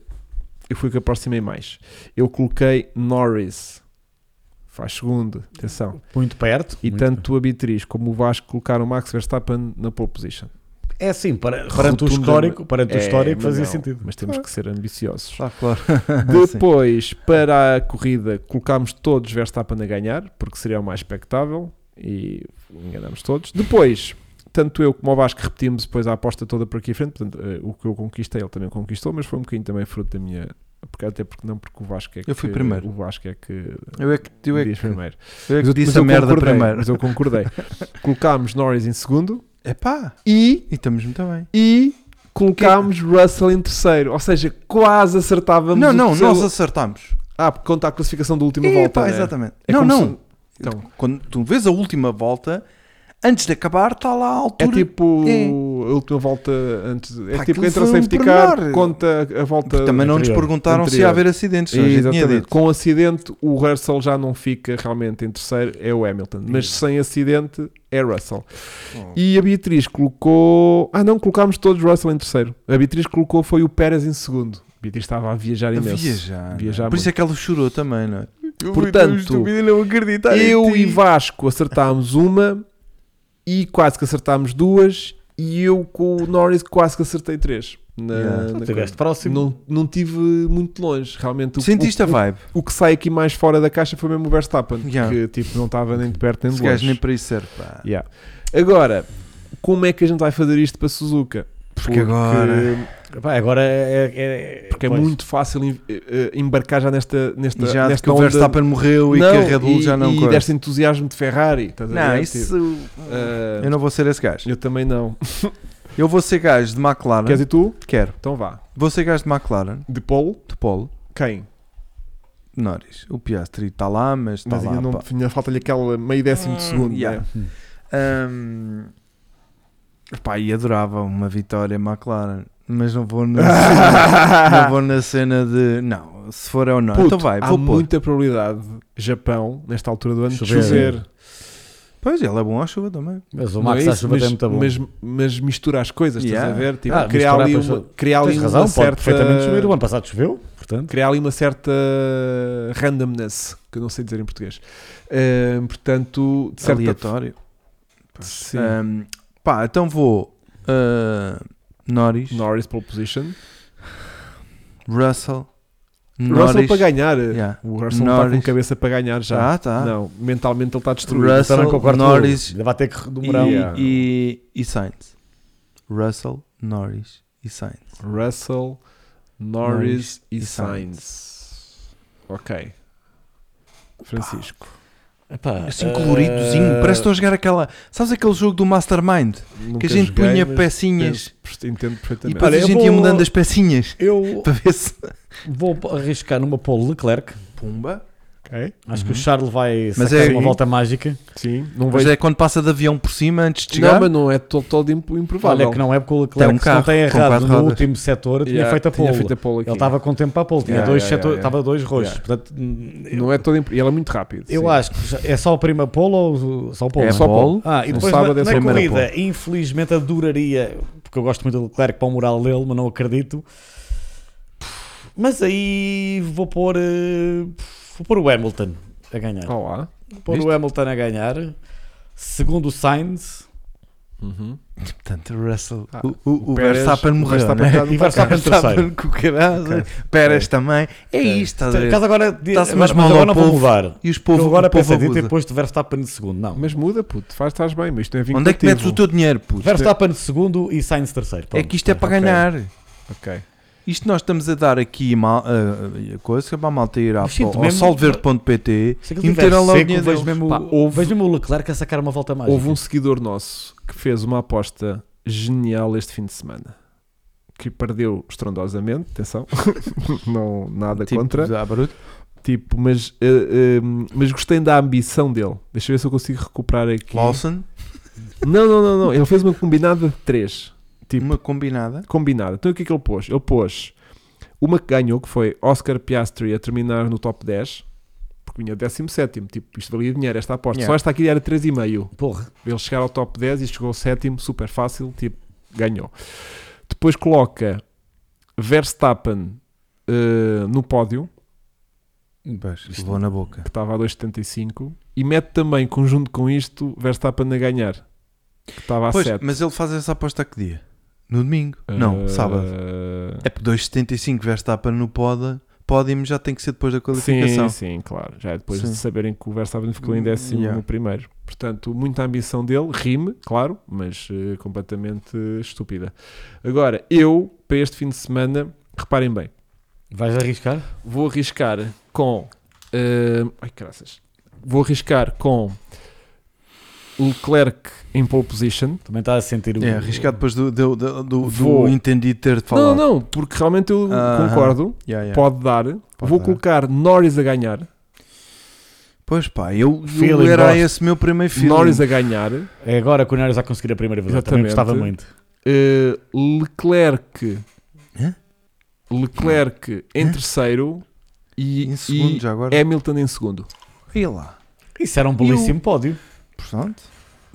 eu fui o que aproximei mais. Eu coloquei Norris. Faz segundo, atenção. Muito perto. E muito tanto a Beatriz como o Vasco colocaram Max Verstappen na pole position. perto. É sim, para, perante o Rotundamente. histórico, perante o É, histórico mas fazia não, sentido. Mas temos que ser ambiciosos. Está claro. Ah, Sim. Depois, para a corrida, colocámos todos Verstappen a ganhar, porque seria o mais expectável e enganámos todos. Depois, tanto eu como o Vasco repetimos depois a aposta toda por aqui à frente. Portanto, eh, o que eu conquistei, ele também conquistou, mas foi um bocadinho também fruto da minha. Porque, até porque não, porque o Vasco é que. Eu fui primeiro. O Vasco é que. Eu é que, eu é que, diz primeiro. eu é que eu- disse a eu merda concordei, primeiro. Mas eu concordei. colocámos Norris em segundo Epá, e e estamos muito bem. e colocámos Russell em terceiro, ou seja, quase acertávamos. Não, o não, terceiro. nós acertámos. Ah, porque conta a classificação da última Epá, volta. né? exatamente. É não, como não. se- Então, Quando tu vês a última volta, antes de acabar, está lá a é altura. tipo É. a última volta antes. É Pá, tipo aquilo entra o foi um safety car, pormenor. conta a volta. Porque também não nos anterior, perguntaram se anterior. ia haver acidentes. só a gente tinha Exatamente. dito. Com acidente, o Russell já não fica realmente em terceiro, é o Hamilton. Mas sem acidente, é Russell. Oh. E a Beatriz colocou. Ah, não, colocámos todos Russell em terceiro. A Beatriz colocou foi o Pérez em segundo. A Beatriz estava a viajar A imenso. viajar. Viajar Por isso é que ela chorou também, não é? Portanto, estúpido, Tá Eu e Vasco acertámos uma e quase que acertámos duas e eu com o Norris quase que acertei três. Na, Yeah. na Não coisa. estiveste Então próximo. não, não tive muito longe, realmente. O, Sentiste a o, vibe. o, que sai aqui mais fora da caixa foi mesmo o Verstappen, Yeah. que tipo, não estava nem de perto nem de Esse gajo longe. nem para isso serve. pá. Yeah. Agora, como é que a gente vai fazer isto para Suzuka? Porque agora- Pá, agora é, é- Porque é pois. muito fácil em- eh, eh, embarcar já nesta, E nesta, já de nesta que o onda- Verstappen morreu e que a Red Bull e, já não e corre. deste entusiasmo de Ferrari. estás a Não, ver? isso. Tipo, eh, Eu não vou ser esse gajo. eu também não. Eu vou ser gajo de McLaren. Queres ir tu? Quero. Então vá. Vou ser gajo de McLaren, De Polo, de Polo, quem? Norris. O Piastri está lá, mas está Mas lá. ainda, não, pá. ainda falta-lhe aquela meio décimo de Hum, segundo. yeah. né? Ahm, pá, e adorava uma vitória McLaren, mas não vou na cena, não Puto, vou na cena de. Não, se for ou não. então vai, há vou pôr. muita probabilidade Japão, nesta altura do ano, Chover. de chover. Pois, ele é bom à chuva também. Mas o Não Max é à isso? chuva mas, é muito bom. Mas, mas mistura as coisas, estás Yeah. a ver? Tipo, Ah, criar ali misturar, uma, pois, criar ali Tens uma razão, pode certa... perfeitamente chover. O ano passado choveu, portanto. criar ali uma certa randomness, que eu não sei dizer em português. Eh, portanto, de certa Aleatório. Sim. Ahm, pá, então vou. ah, Norris, Norris pole position. Russell, Russell Norris. para ganhar. eh, Yeah. O Russell não está com Norris. cabeça para ganhar já. Tá, tá. Não, mentalmente ele tá está destruído. Russell, Também concordo com o- Norris Ainda vai ter que e, redomerar um- Yeah. e, e Sainz. Russell, Norris e Sainz. Russell, Norris, Norris e, e Sainz. Sainz. Ok. Francisco. Epá, Assim eh, coloridozinho, parece que estou a jogar aquela. Sabes aquele jogo do Mastermind? Que Nunca a gente joguei, punha mas pecinhas penso- Entendo e perfeitamente. depois Olha, a eu gente ia vou- mudando as pecinhas Eu para ver se. vou arriscar numa pole Leclerc. Pumba. Ok. Acho que o Charles vai Mas sacar é- uma volta mágica. Sim, não Mas vejo. é quando passa de avião por cima antes de chegar. não, mas não é todo, todo imp- improvável. Olha que não é porque o Tem Leclerc um se não carro tem com errado quatro no rodas. último setor, tinha Yeah, feito a tinha pole. feito a pole Ele aqui. estava com tempo para a pole, tinha Yeah, dois, yeah, setor- yeah, tava dois roxos. Yeah. Portanto, hum, Não é todo imp- e Ele é muito rápido. eu sim. acho que já- é só a prima pole ou só o pole? É não só pole. Ah, e No depois sábado é na, só na a primeira corrida, infelizmente adoraria, porque eu gosto muito do Leclerc para o moral dele, mas não acredito. Mas aí vou pôr, eh, vou pôr o Hamilton a ganhar. Olá. Vou pôr Viste? o Hamilton a ganhar. Segundo o Sainz, Uhum. Portanto, o Russell. Ah, o, o, o o Pérez- Verstappen morreu. Verstappen né? está no E Verstappen terceiro. com o caralho. Pérez também. É isto, estás a ver? Caso agora, Está-se agora, mais mas mal agora ao não vou povo. mudar. E os povo, Eu agora o povo pensei de abusa. ter posto Verstappen de segundo, não. Mas muda, puto. Faz, estás bem, mas isto não é Onde é que metes o teu dinheiro, puto? Verstappen de segundo e Sainz terceiro. É Pronto. que isto é para Ok. ganhar. Ok. Isto nós estamos a dar aqui mal, a, a coisa que é para a malta ir à- ao, Mas sinto ao mesmo- solverde.pt Se aquilo e tiver meter lá o seco, dinheiro deles. vejo mesmo, Pá, houve... vejo mesmo o Leclerc a sacar uma volta mais. Houve um seguidor nosso que fez uma aposta genial este fim de semana. Que perdeu estrondosamente, atenção, não, nada Tipo, contra. dá barulho. Tipo, mas, eh, eh, mas gostei da ambição dele. Deixa eu ver se eu consigo recuperar aqui. Lawson, Não, não, não, não. Ele fez uma combinada de três. Tipo, uma combinada. combinada. Então o que é que ele pôs? Ele pôs uma que ganhou, que foi Oscar Piastri a terminar no top 10, porque vinha 17. Tipo, isto valia dinheiro, esta aposta. Yeah. Só esta aqui era 3,5. Porra. Ele chegar ao top 10 e chegou ao sétimo, super fácil, tipo, ganhou. Depois coloca Verstappen eh, no pódio, Levou na boca. que estava a 2,75, e mete também, conjunto com isto, Verstappen a ganhar, que estava a Pois, 7. mas ele faz essa aposta a que dia? No domingo? Não, Eh, sábado. É porque 2,75 Verstappen no poda, pódio já tem que ser depois da qualificação. Sim, sim, claro. Já é depois Sim. de saberem que o Verstappen ficou em Hum, décimo yeah. no primeiro. Portanto, muita ambição dele, rime, claro, mas eh, completamente eh, estúpida. Agora, eu, para este fim de semana, reparem bem, Vais arriscar? vou arriscar com. eh, ai, graças. Vou arriscar com Leclerc em pole position. Também está a sentir o. É, arriscado depois do, do, do, do- do Vou- entendido ter de falar. Não, não, porque realmente eu Aham. concordo. Yeah, yeah. Pode dar. vou dar. colocar Norris a ganhar. Pois pá, eu, eu Feeling era gosto. esse meu primeiro filho. Norris a ganhar. É agora que o Neres a conseguir a primeira vez. Eu Também Exatamente. gostava muito. Uh, Leclerc Hã? Leclerc em Hã? terceiro e, em segundo é- e já agora. Hamilton em segundo. E lá. Isso era um belíssimo pódio. Portanto,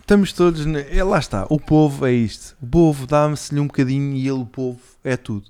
estamos todos. ne- é, lá está. O povo é isto. O povo dá-se-lhe um bocadinho e ele, o povo, é tudo.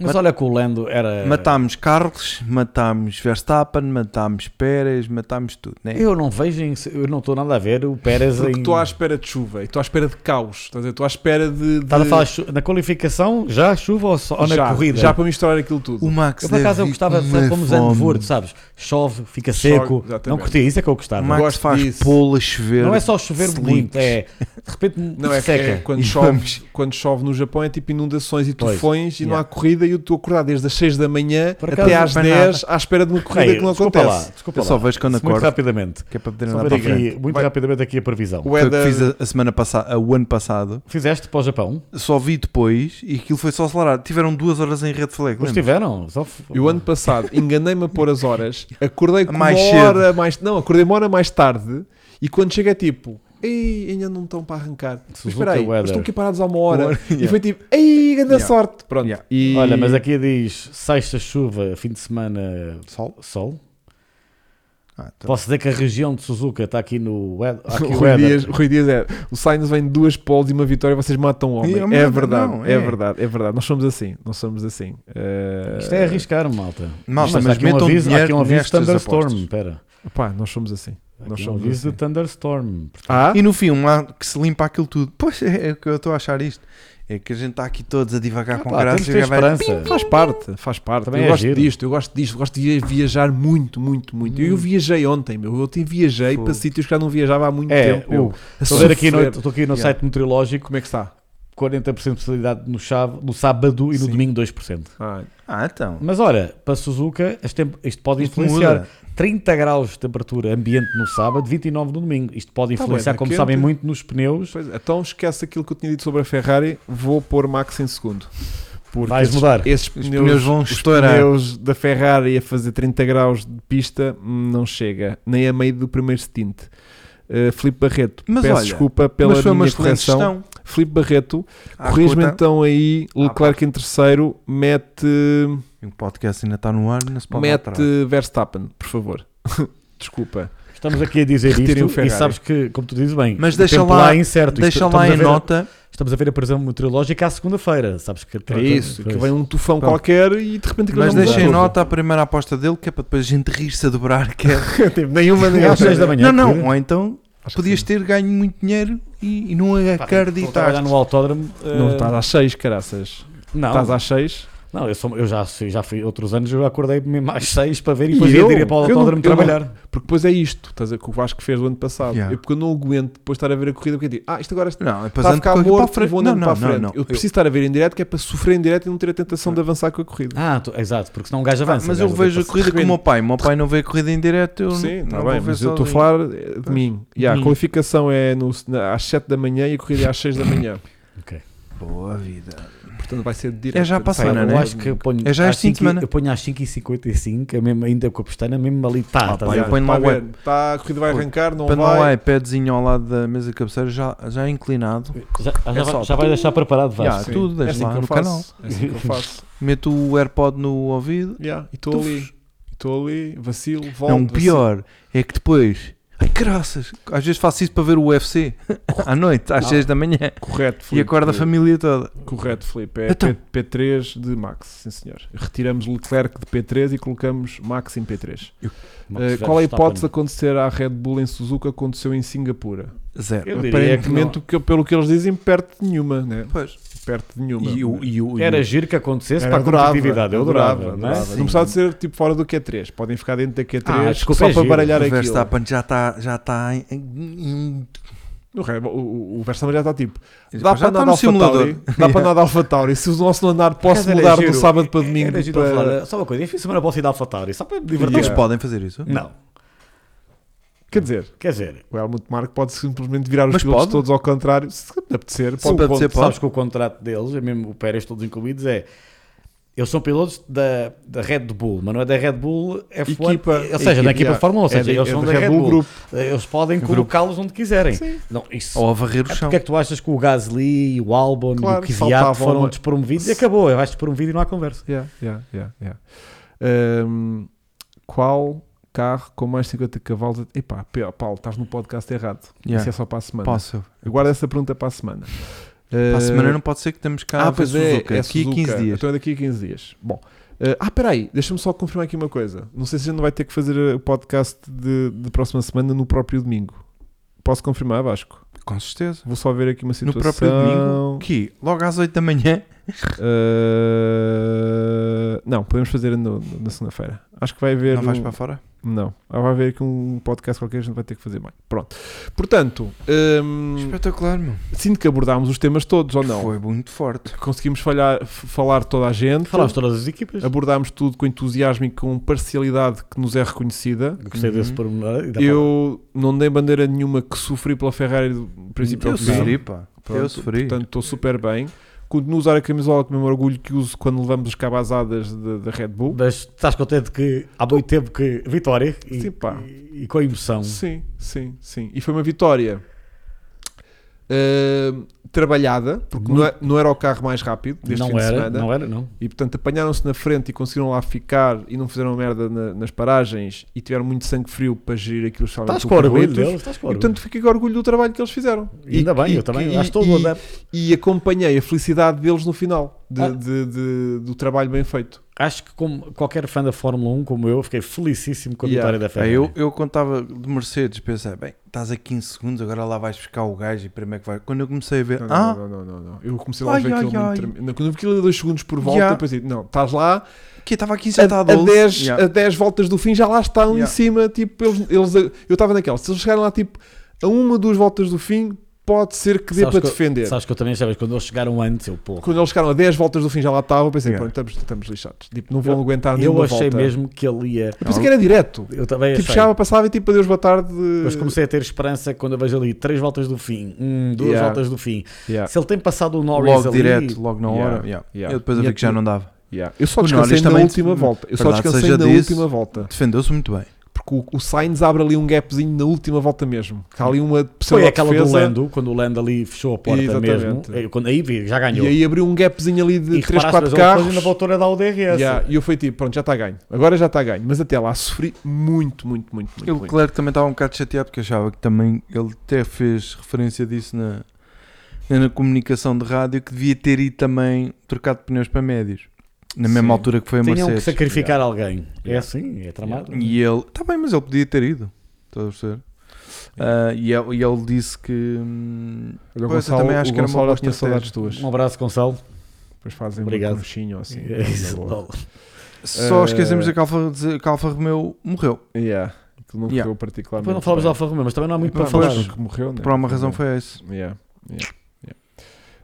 Mas olha que o Lando era. Matámos Carlos, matámos Verstappen, matámos Pérez, matámos tudo, né? Eu não vejo, em- eu não estou nada a ver o Pérez Porque em. estou à espera de chuva e estou à espera de caos. Estás a dizer, Estou à espera de. de... Estás a falar chu- na qualificação, já chuva ou, só, ou na já, corrida? Um já para misturar aquilo tudo. O Max Eu por acaso eu deve gostava de ir ser uma como fome. Zandvoort, sabes? Chove, fica Chove, seco. exatamente. não curti, isso é que eu O gostava. Max Gosto faz disso. polo a chover. não é só chover slicks. muito, é de repente Não é que seca. é quando E chove, vamos. quando chove no Japão é tipo inundações e Pois, tufões e não há yeah. corrida e eu estou acordado desde as 6 da manhã Por até acaso, às não é nada. 10 à espera de uma corrida Ei, que não desculpa acontece. lá, desculpa Eu só lá. vejo quando Muito acordo, rapidamente. que é para poder Só andar ver para a aqui, frente. muito Vai. rapidamente aqui a previsão. Foi O o que Eder- fiz a, a semana passada, a- o ano passado. Fizeste para o Japão? Só vi depois e aquilo foi só acelerado. Tiveram duas horas em red flag, Mas lembra? tiveram? Só f- E o ano passado enganei-me a pôr as horas, acordei com Mais uma cedo. hora mais. Não, acordei uma hora mais tarde e quando chega é tipo. Ei, ainda não estão para arrancar. Mas Suzuka espera aí, mas é weather. estão aqui parados há uma hora. Uma hora, E yeah. foi tipo, ei, grande Yeah. sorte. Pronto. Yeah. E... Olha, mas aqui diz sexta chuva, fim de semana Sol? sol. Ah, tá. Posso dizer que a região de Suzuka está aqui no wed- aqui O o Rui, weather. Dias, o Rui Dias é o Sainz vem de duas poles e uma vitória e vocês matam o homem. Yeah, é mas verdade, não, é. é. verdade, é verdade. Nós somos assim, nós somos assim. Eh, Isto é arriscar, malta. Malta, Mas mas, há aqui um metam aviso, há dinheiro aqui um aviso de nestas Thunderstorm. apostas. Espera. Pá, nós somos assim. Há Nós Aqui um somos aviso assim. de Thunderstorm. Ah, E no filme há que se limpa aquilo tudo. Pois é, é que eu estou a achar isto. É que a gente está aqui todos a divagar com Ah, Pá, temos graça. que e ter o gajo vai- esperança. Faz parte, faz parte. Também eu é gosto giro. Hum. disto, eu gosto disto, gosto de viajar muito, muito, muito. Eu viajei ontem, meu. Eu ontem viajei Fogo. para sítios que já não viajava há muito É, tempo. meu. o- A Estou a ver aqui no, sofrer. estou aqui no Yeah. site meteorológico, Como é que está? 40% de possibilidade no, chave, no sábado e no Sim. domingo 2%. Ah, Ah, então. Mas olha, para Suzuka as temp- isto pode Isto influenciar. muda. 30 graus de temperatura ambiente no sábado, 29 no domingo. Isto pode Tá influenciar, bem, como quente. sabem, muito nos pneus. pois é. então esquece aquilo que eu tinha dito sobre a Ferrari. Vou pôr Max em segundo. Porque Vais esses, mudar. Esses Os pneus, pneus vão os estourar. pneus da Ferrari a fazer 30 graus de pista hum, não chega, nem a meio do primeiro stint. Uh, Filipe Barreto, Mas peço olha, desculpa pela Mas foi uma minha excelente correção. gestão. Filipe Barreto, À corrige-me conta- então aí. Leclerc em terceiro, mete, O podcast ainda está no ar, não se pode alterar. mete Verstappen, por favor. Desculpa. Estamos aqui a dizer Retirem o isto e Ferrari. sabes que, como tu dizes bem, Mas o deixa tempo lá- é incerto. Isto- Deixa estamos lá a em ver- nota. Estamos a ver a previsão meteorológica à segunda-feira. Sabes que É isso, que vem um tufão Pronto. qualquer e de repente aquilo Mas já mudou. deixa em tudo. nota a primeira aposta dele, que é para depois a gente rir-se a dobrar. Que é... Tipo, nenhuma nem às outra. 6 da manhã. não, não. que- Ou então Acho que Podias sim. ter ganho muito dinheiro e, e não Vou trabalhar acreditaste. no autódromo. eh, Não estás às 6, caraças. não, Estás às 6. não, eu, sou- eu já, fui- já fui outros anos, eu acordei mesmo às seis para ver e E depois eu? ia ir para o Eu não- autódromo eu não- trabalhar. Porque depois é isto, estás a ver, que o Vasco fez o ano passado. Yeah. É porque eu não aguento depois estar a ver a corrida, porque eu digo, ah, isto agora está Não, é a passando ficar com- morto, para a frente. vou Não, andando não, para a não, frente. não. Eu preciso estar a ver em direto, que é para sofrer em direto e não ter a tentação de avançar com a corrida. Ah, tu- exato, porque senão um gajo avança. mas o eu gajo vai vejo a passar. corrida com o meu pai. O meu pai não vê a corrida em direto. Eu Sim, não, está não vou bem, ver mas eu estou a sozinho. falar eh, de mim. E a Hum. qualificação é no- na- às 7 da manhã e a corrida é às 6 da manhã. Boa vida. Portanto, vai ser de direto. É já Pá, passando, eu né? acho que eu ponho, É já às este fim de cinco e- semana. eu ponho às 5h55, é mesmo, ainda com a pestana, mesmo ali tá, tá Ah, pá, ligado? eu ponho lá Tá o a ver, tá, a corrida vai arrancar, não Para não é- há vai. iPadzinho ao lado da mesa de cabeceira, já, já é inclinado. já, já, é só- vai- já vai deixar preparado, vai. Já, tudo, é deixa assim lá que eu no faço. canal. É assim que eu faço. Meto o AirPod no ouvido. Yeah, e estou ali. Estou ali, vacilo, Então volto. não, assim, o vacilo. pior é que depois. Ai, graças! Às vezes faço isso para ver o UFC à noite, às Ah. 6 da manhã. Correto, E acorda a família toda. Correto, Felipe. É Então. P, 3 de Max, sim senhor. Retiramos Leclerc de P3 e colocamos Max em P3. Mas Eh, já é qual a está hipótese de para- acontecer à Red Bull em Suzuka? Aconteceu em Singapura. Zero. Eu diria que não. Aparentemente, o que- pelo que eles dizem, perto de nenhuma, né? Pois. Perto de nenhuma. E o, e o, e Era o- giro que acontecesse Era para a adorável, competitividade, eu adorava. não é? adorava. Não precisava de ser tipo fora do Q3, podem ficar dentro da Q3 Ah, desculpa, só é para giro. baralhar o aquilo. Verstappen já está já está em, em- em- O Red Bull- O, o Verstappen já está tipo, Já dá para está andar no Alfa Tauri, simulador. dá para andar Alfa Tauri. Se o nosso não andar, Por acaso posso era mudar do giro. sábado para Era domingo. giro para- eu falar, é. Só uma coisa, enfim, semana posso ir dar Alphatari, só para me divertir. Eles Yeah. podem fazer isso? Não, Quer dizer, quer dizer, o Helmut Marko pode simplesmente virar os Mas pilotos pode. todos ao contrário, se lhe apetecer. Sim, pode- pode ser. sabes que o contrato deles, é mesmo o Pérez todos incluídos, é... Eles são pilotos da, da Red Bull, mas não é da Red Bull F1, Equipa- ou seja, da equipa yeah. de Fórmula 1, ou É seja, da- eles é são do da Red Bull. Eles podem Grupo. colocá-los onde quiserem. Sim. Não, isso, Ou a varrer o É chão? porque é que tu achas que o Gasly, e o Albon Claro, e o Kvyat faltava foram uma- despromovidos e acabou? Vais despromovido e não há conversa. Yeah, yeah, yeah, yeah. Ahm, qual carro com mais 50 cavalos? é- Epá, Pe- Paulo, estás no podcast errado. Isso Yeah. é só para a semana. Posso. Eu guardo essa pergunta é para a semana. Para a semana não pode ser que estamos cá Eh, Ah, a ver pois é, Suzuka. é Aqui a Suzuka. 15 dias. Então é daqui a 15 dias. Bom. eh, ah, peraí, deixa-me só confirmar aqui uma coisa. Não sei se a gente não vai ter que fazer eh, o podcast de, de próxima semana no próprio domingo. Posso confirmar, Vasco? Com certeza. Vou só ver aqui uma No situação. próprio domingo? Que? Logo às 8 da manhã? Eh, não, podemos fazer no- na segunda-feira. Acho que vai haver. Não vais um- para fora? Não. Ah, vai haver aqui um podcast qualquer, a gente vai ter que fazer bem. Pronto. Portanto, ehm, Espetacular, meu. sinto que abordámos os temas todos ou não. Foi muito forte. Conseguimos falhar- f- falar toda a gente. Falámos todas as equipas. abordámos tudo com entusiasmo e com parcialidade que nos é reconhecida. Gostei desse Uhum. pormenor. e da Eu não dei bandeira nenhuma que sofri pela Ferrari do princípio eu ao fim. sofri, pá. eu Pronto, sofri. Portanto, estou super bem. Continuo a usar a camisola com o mesmo orgulho que uso quando levamos as cabazadas da da Red Bull. Mas estás contente que há muito tempo que vitória e, Sim, pá. e- e com a emoção. Sim, sim, sim. E foi uma vitória ah, trabalhada, porque não, é- não era o carro mais rápido deste fim Não de era, semana. não era, não. E portanto apanharam-se na frente e conseguiram lá ficar e não fizeram merda na- nas paragens e tiveram muito sangue frio para gerir aquilo que Estás com orgulho deles, estás com E orgulho. portanto fiquei com orgulho do trabalho que eles fizeram. E ainda E- bem, e- eu também. e- acho todo e- adepto. E acompanhei a felicidade deles no final de- Ah. de- de- do trabalho bem feito. Acho que como qualquer fã da Fórmula 1, como eu, fiquei felicíssimo com a Yeah. É, vitória da Pá, Ferrari. eu, eu contava de Mercedes, pensei, bem, estás a 15 segundos, agora lá vais buscar o gajo e primeiro é que vai. Quando eu comecei a ver, Não, não, ah, não, não, não, não. Eu comecei lá a Ai, ver aquilo ai, muito ai. tremendo. Não, Quando eu vi aquilo a dois segundos por volta, Yeah. depois digo, não, estás lá, que estava aqui já tá está a a 12. 10 Yeah. voltas do fim já lá estão em Yeah. cima, tipo, eles, eles- eu estava naquela, se eles chegarem lá tipo a uma, duas voltas do fim, pode ser que dê Sabes para que eu- defender. Sabes que eu também sabes quando eles chegaram antes, eu pô. Quando eles chegaram a 10 voltas do fim já lá estava, eu pensei, Yeah. pronto, estamos, estamos lixados, tipo, não vão Eu- aguentar nenhuma Eu achei volta. mesmo que ele ia. Eu pensei que era direto. Eu também Tipo, achei. chegava, passava e tipo, adeus, boa tarde. Mas comecei a ter esperança quando eu vejo ali três voltas do fim, hum, duas Yeah. voltas do fim. Yeah, Se ele tem passado o Norris Logo ali, direto, logo na Yeah, hora. yeah. yeah. Eu depois eu E vi que já aqui- não dava. yeah. Eu só O descansei Norris na também- última volta. Eu só verdade descansei seja na dito, última volta. Defendeu-se muito bem. Porque o, o Sainz abre ali um gapzinho na última volta mesmo. Que há ali uma foi pseudo aquela do defesa. Lando, quando o Lando ali fechou a porta Exatamente. mesmo. Eh, Quando, aí vi, já ganhou. E aí abriu um gapzinho ali de E 3, reparaste, 4 mas ele depois carros. ainda voltou a dar o DRS. Yeah, E eu fui tipo, pronto, já está ganho. Agora já está ganho. Mas até lá sofri muito, muito, muito, muito. E o muito. Leclerc também estava um bocado chateado porque achava que também ele até fez referência disso na, na comunicação de rádio que devia ter ido também trocar de pneus para médios. Na mesma Sim. altura que foi a Tinham que Mercedes. tá sacrificar alguém. É assim, é tramado. E ele, está bem, mas ele podia ter ido. Estás a perceber? Ah, e, ele, e ele disse que. hum, Olha, o Pois, eu Gonçalo, também acho o que era uma Gonçalo boa já tinha estratégia. saudades tuas. Um abraço, Gonçalo. Depois fazem Obrigado. um conchinho assim. É isso. na boa. só Eh, esquecemos da que Alfa, dizer que Alfa Romeo morreu. Yeah. Aquilo não Yeah. morreu particularmente. Depois não falamos de bem. Alfa Romeo, mas também não há muito para Pois. falar. Pois, que morreu, né? Por alguma razão foi isso. Yeah, yeah, yeah.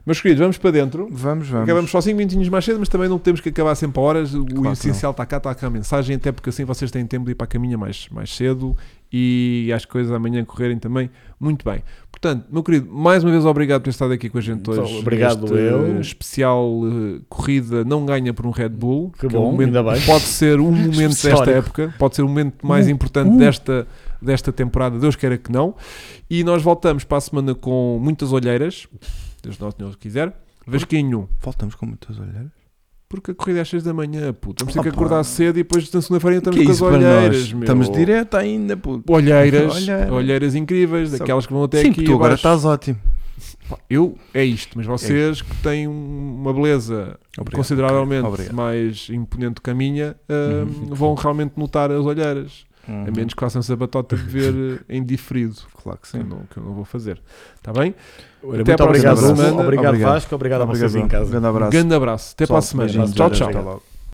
Meus queridos, vamos para dentro. Vamos, vamos. Acabamos só 5 minutinhos mais cedo, mas também não temos que acabar sempre a horas. O que não. essencial está cá, está cá a mensagem, até porque assim vocês têm tempo de ir para a caminha mais, mais cedo e as coisas amanhã correrem também muito bem. Portanto, meu querido, mais uma vez obrigado por ter estado aqui com a gente Então, hoje. obrigado Este, eu. eh, Especial eh, corrida não ganha por um Red Bull. Que é um bom, momento- ainda bem. Pode ser um momento desta Histórico. Uh, época, pode ser o momento mais importante desta, desta temporada, Deus queira que não. E nós voltamos para a semana com muitas olheiras, Deus nosso Senhor quiser. Vasquinho, Voltamos com muitas olheiras. porque a corrida é às 6 da manhã, puto. Vamos ter que Opa. acordar cedo e depois na segunda-feira estamos Que é com as isso para nós? olheiras, meu. Estamos direto ainda, puto. Olheiras, Olheiras. olheiras incríveis, Só- daquelas que vão até Sim, aqui que tu agora abaixo. estás ótimo. Eu, é isto, mas vocês que têm um- uma beleza Obrigado. consideravelmente Obrigado. mais imponente que a minha, ah, Uhum. vão realmente notar as olheiras. Uhum. A menos que façam essa batota de ver eh, em diferido, Claro que que eu, sim. não, que eu não vou fazer. Está bem? Olha, Até muito à próxima obrigado, semana. Obrigado, Obrigado. Vasco. Obrigado a vocês em Um casa. grande abraço. Grande abraço. Até para a semana. beijinhos, Tchau, olheiras. tchau. Até logo.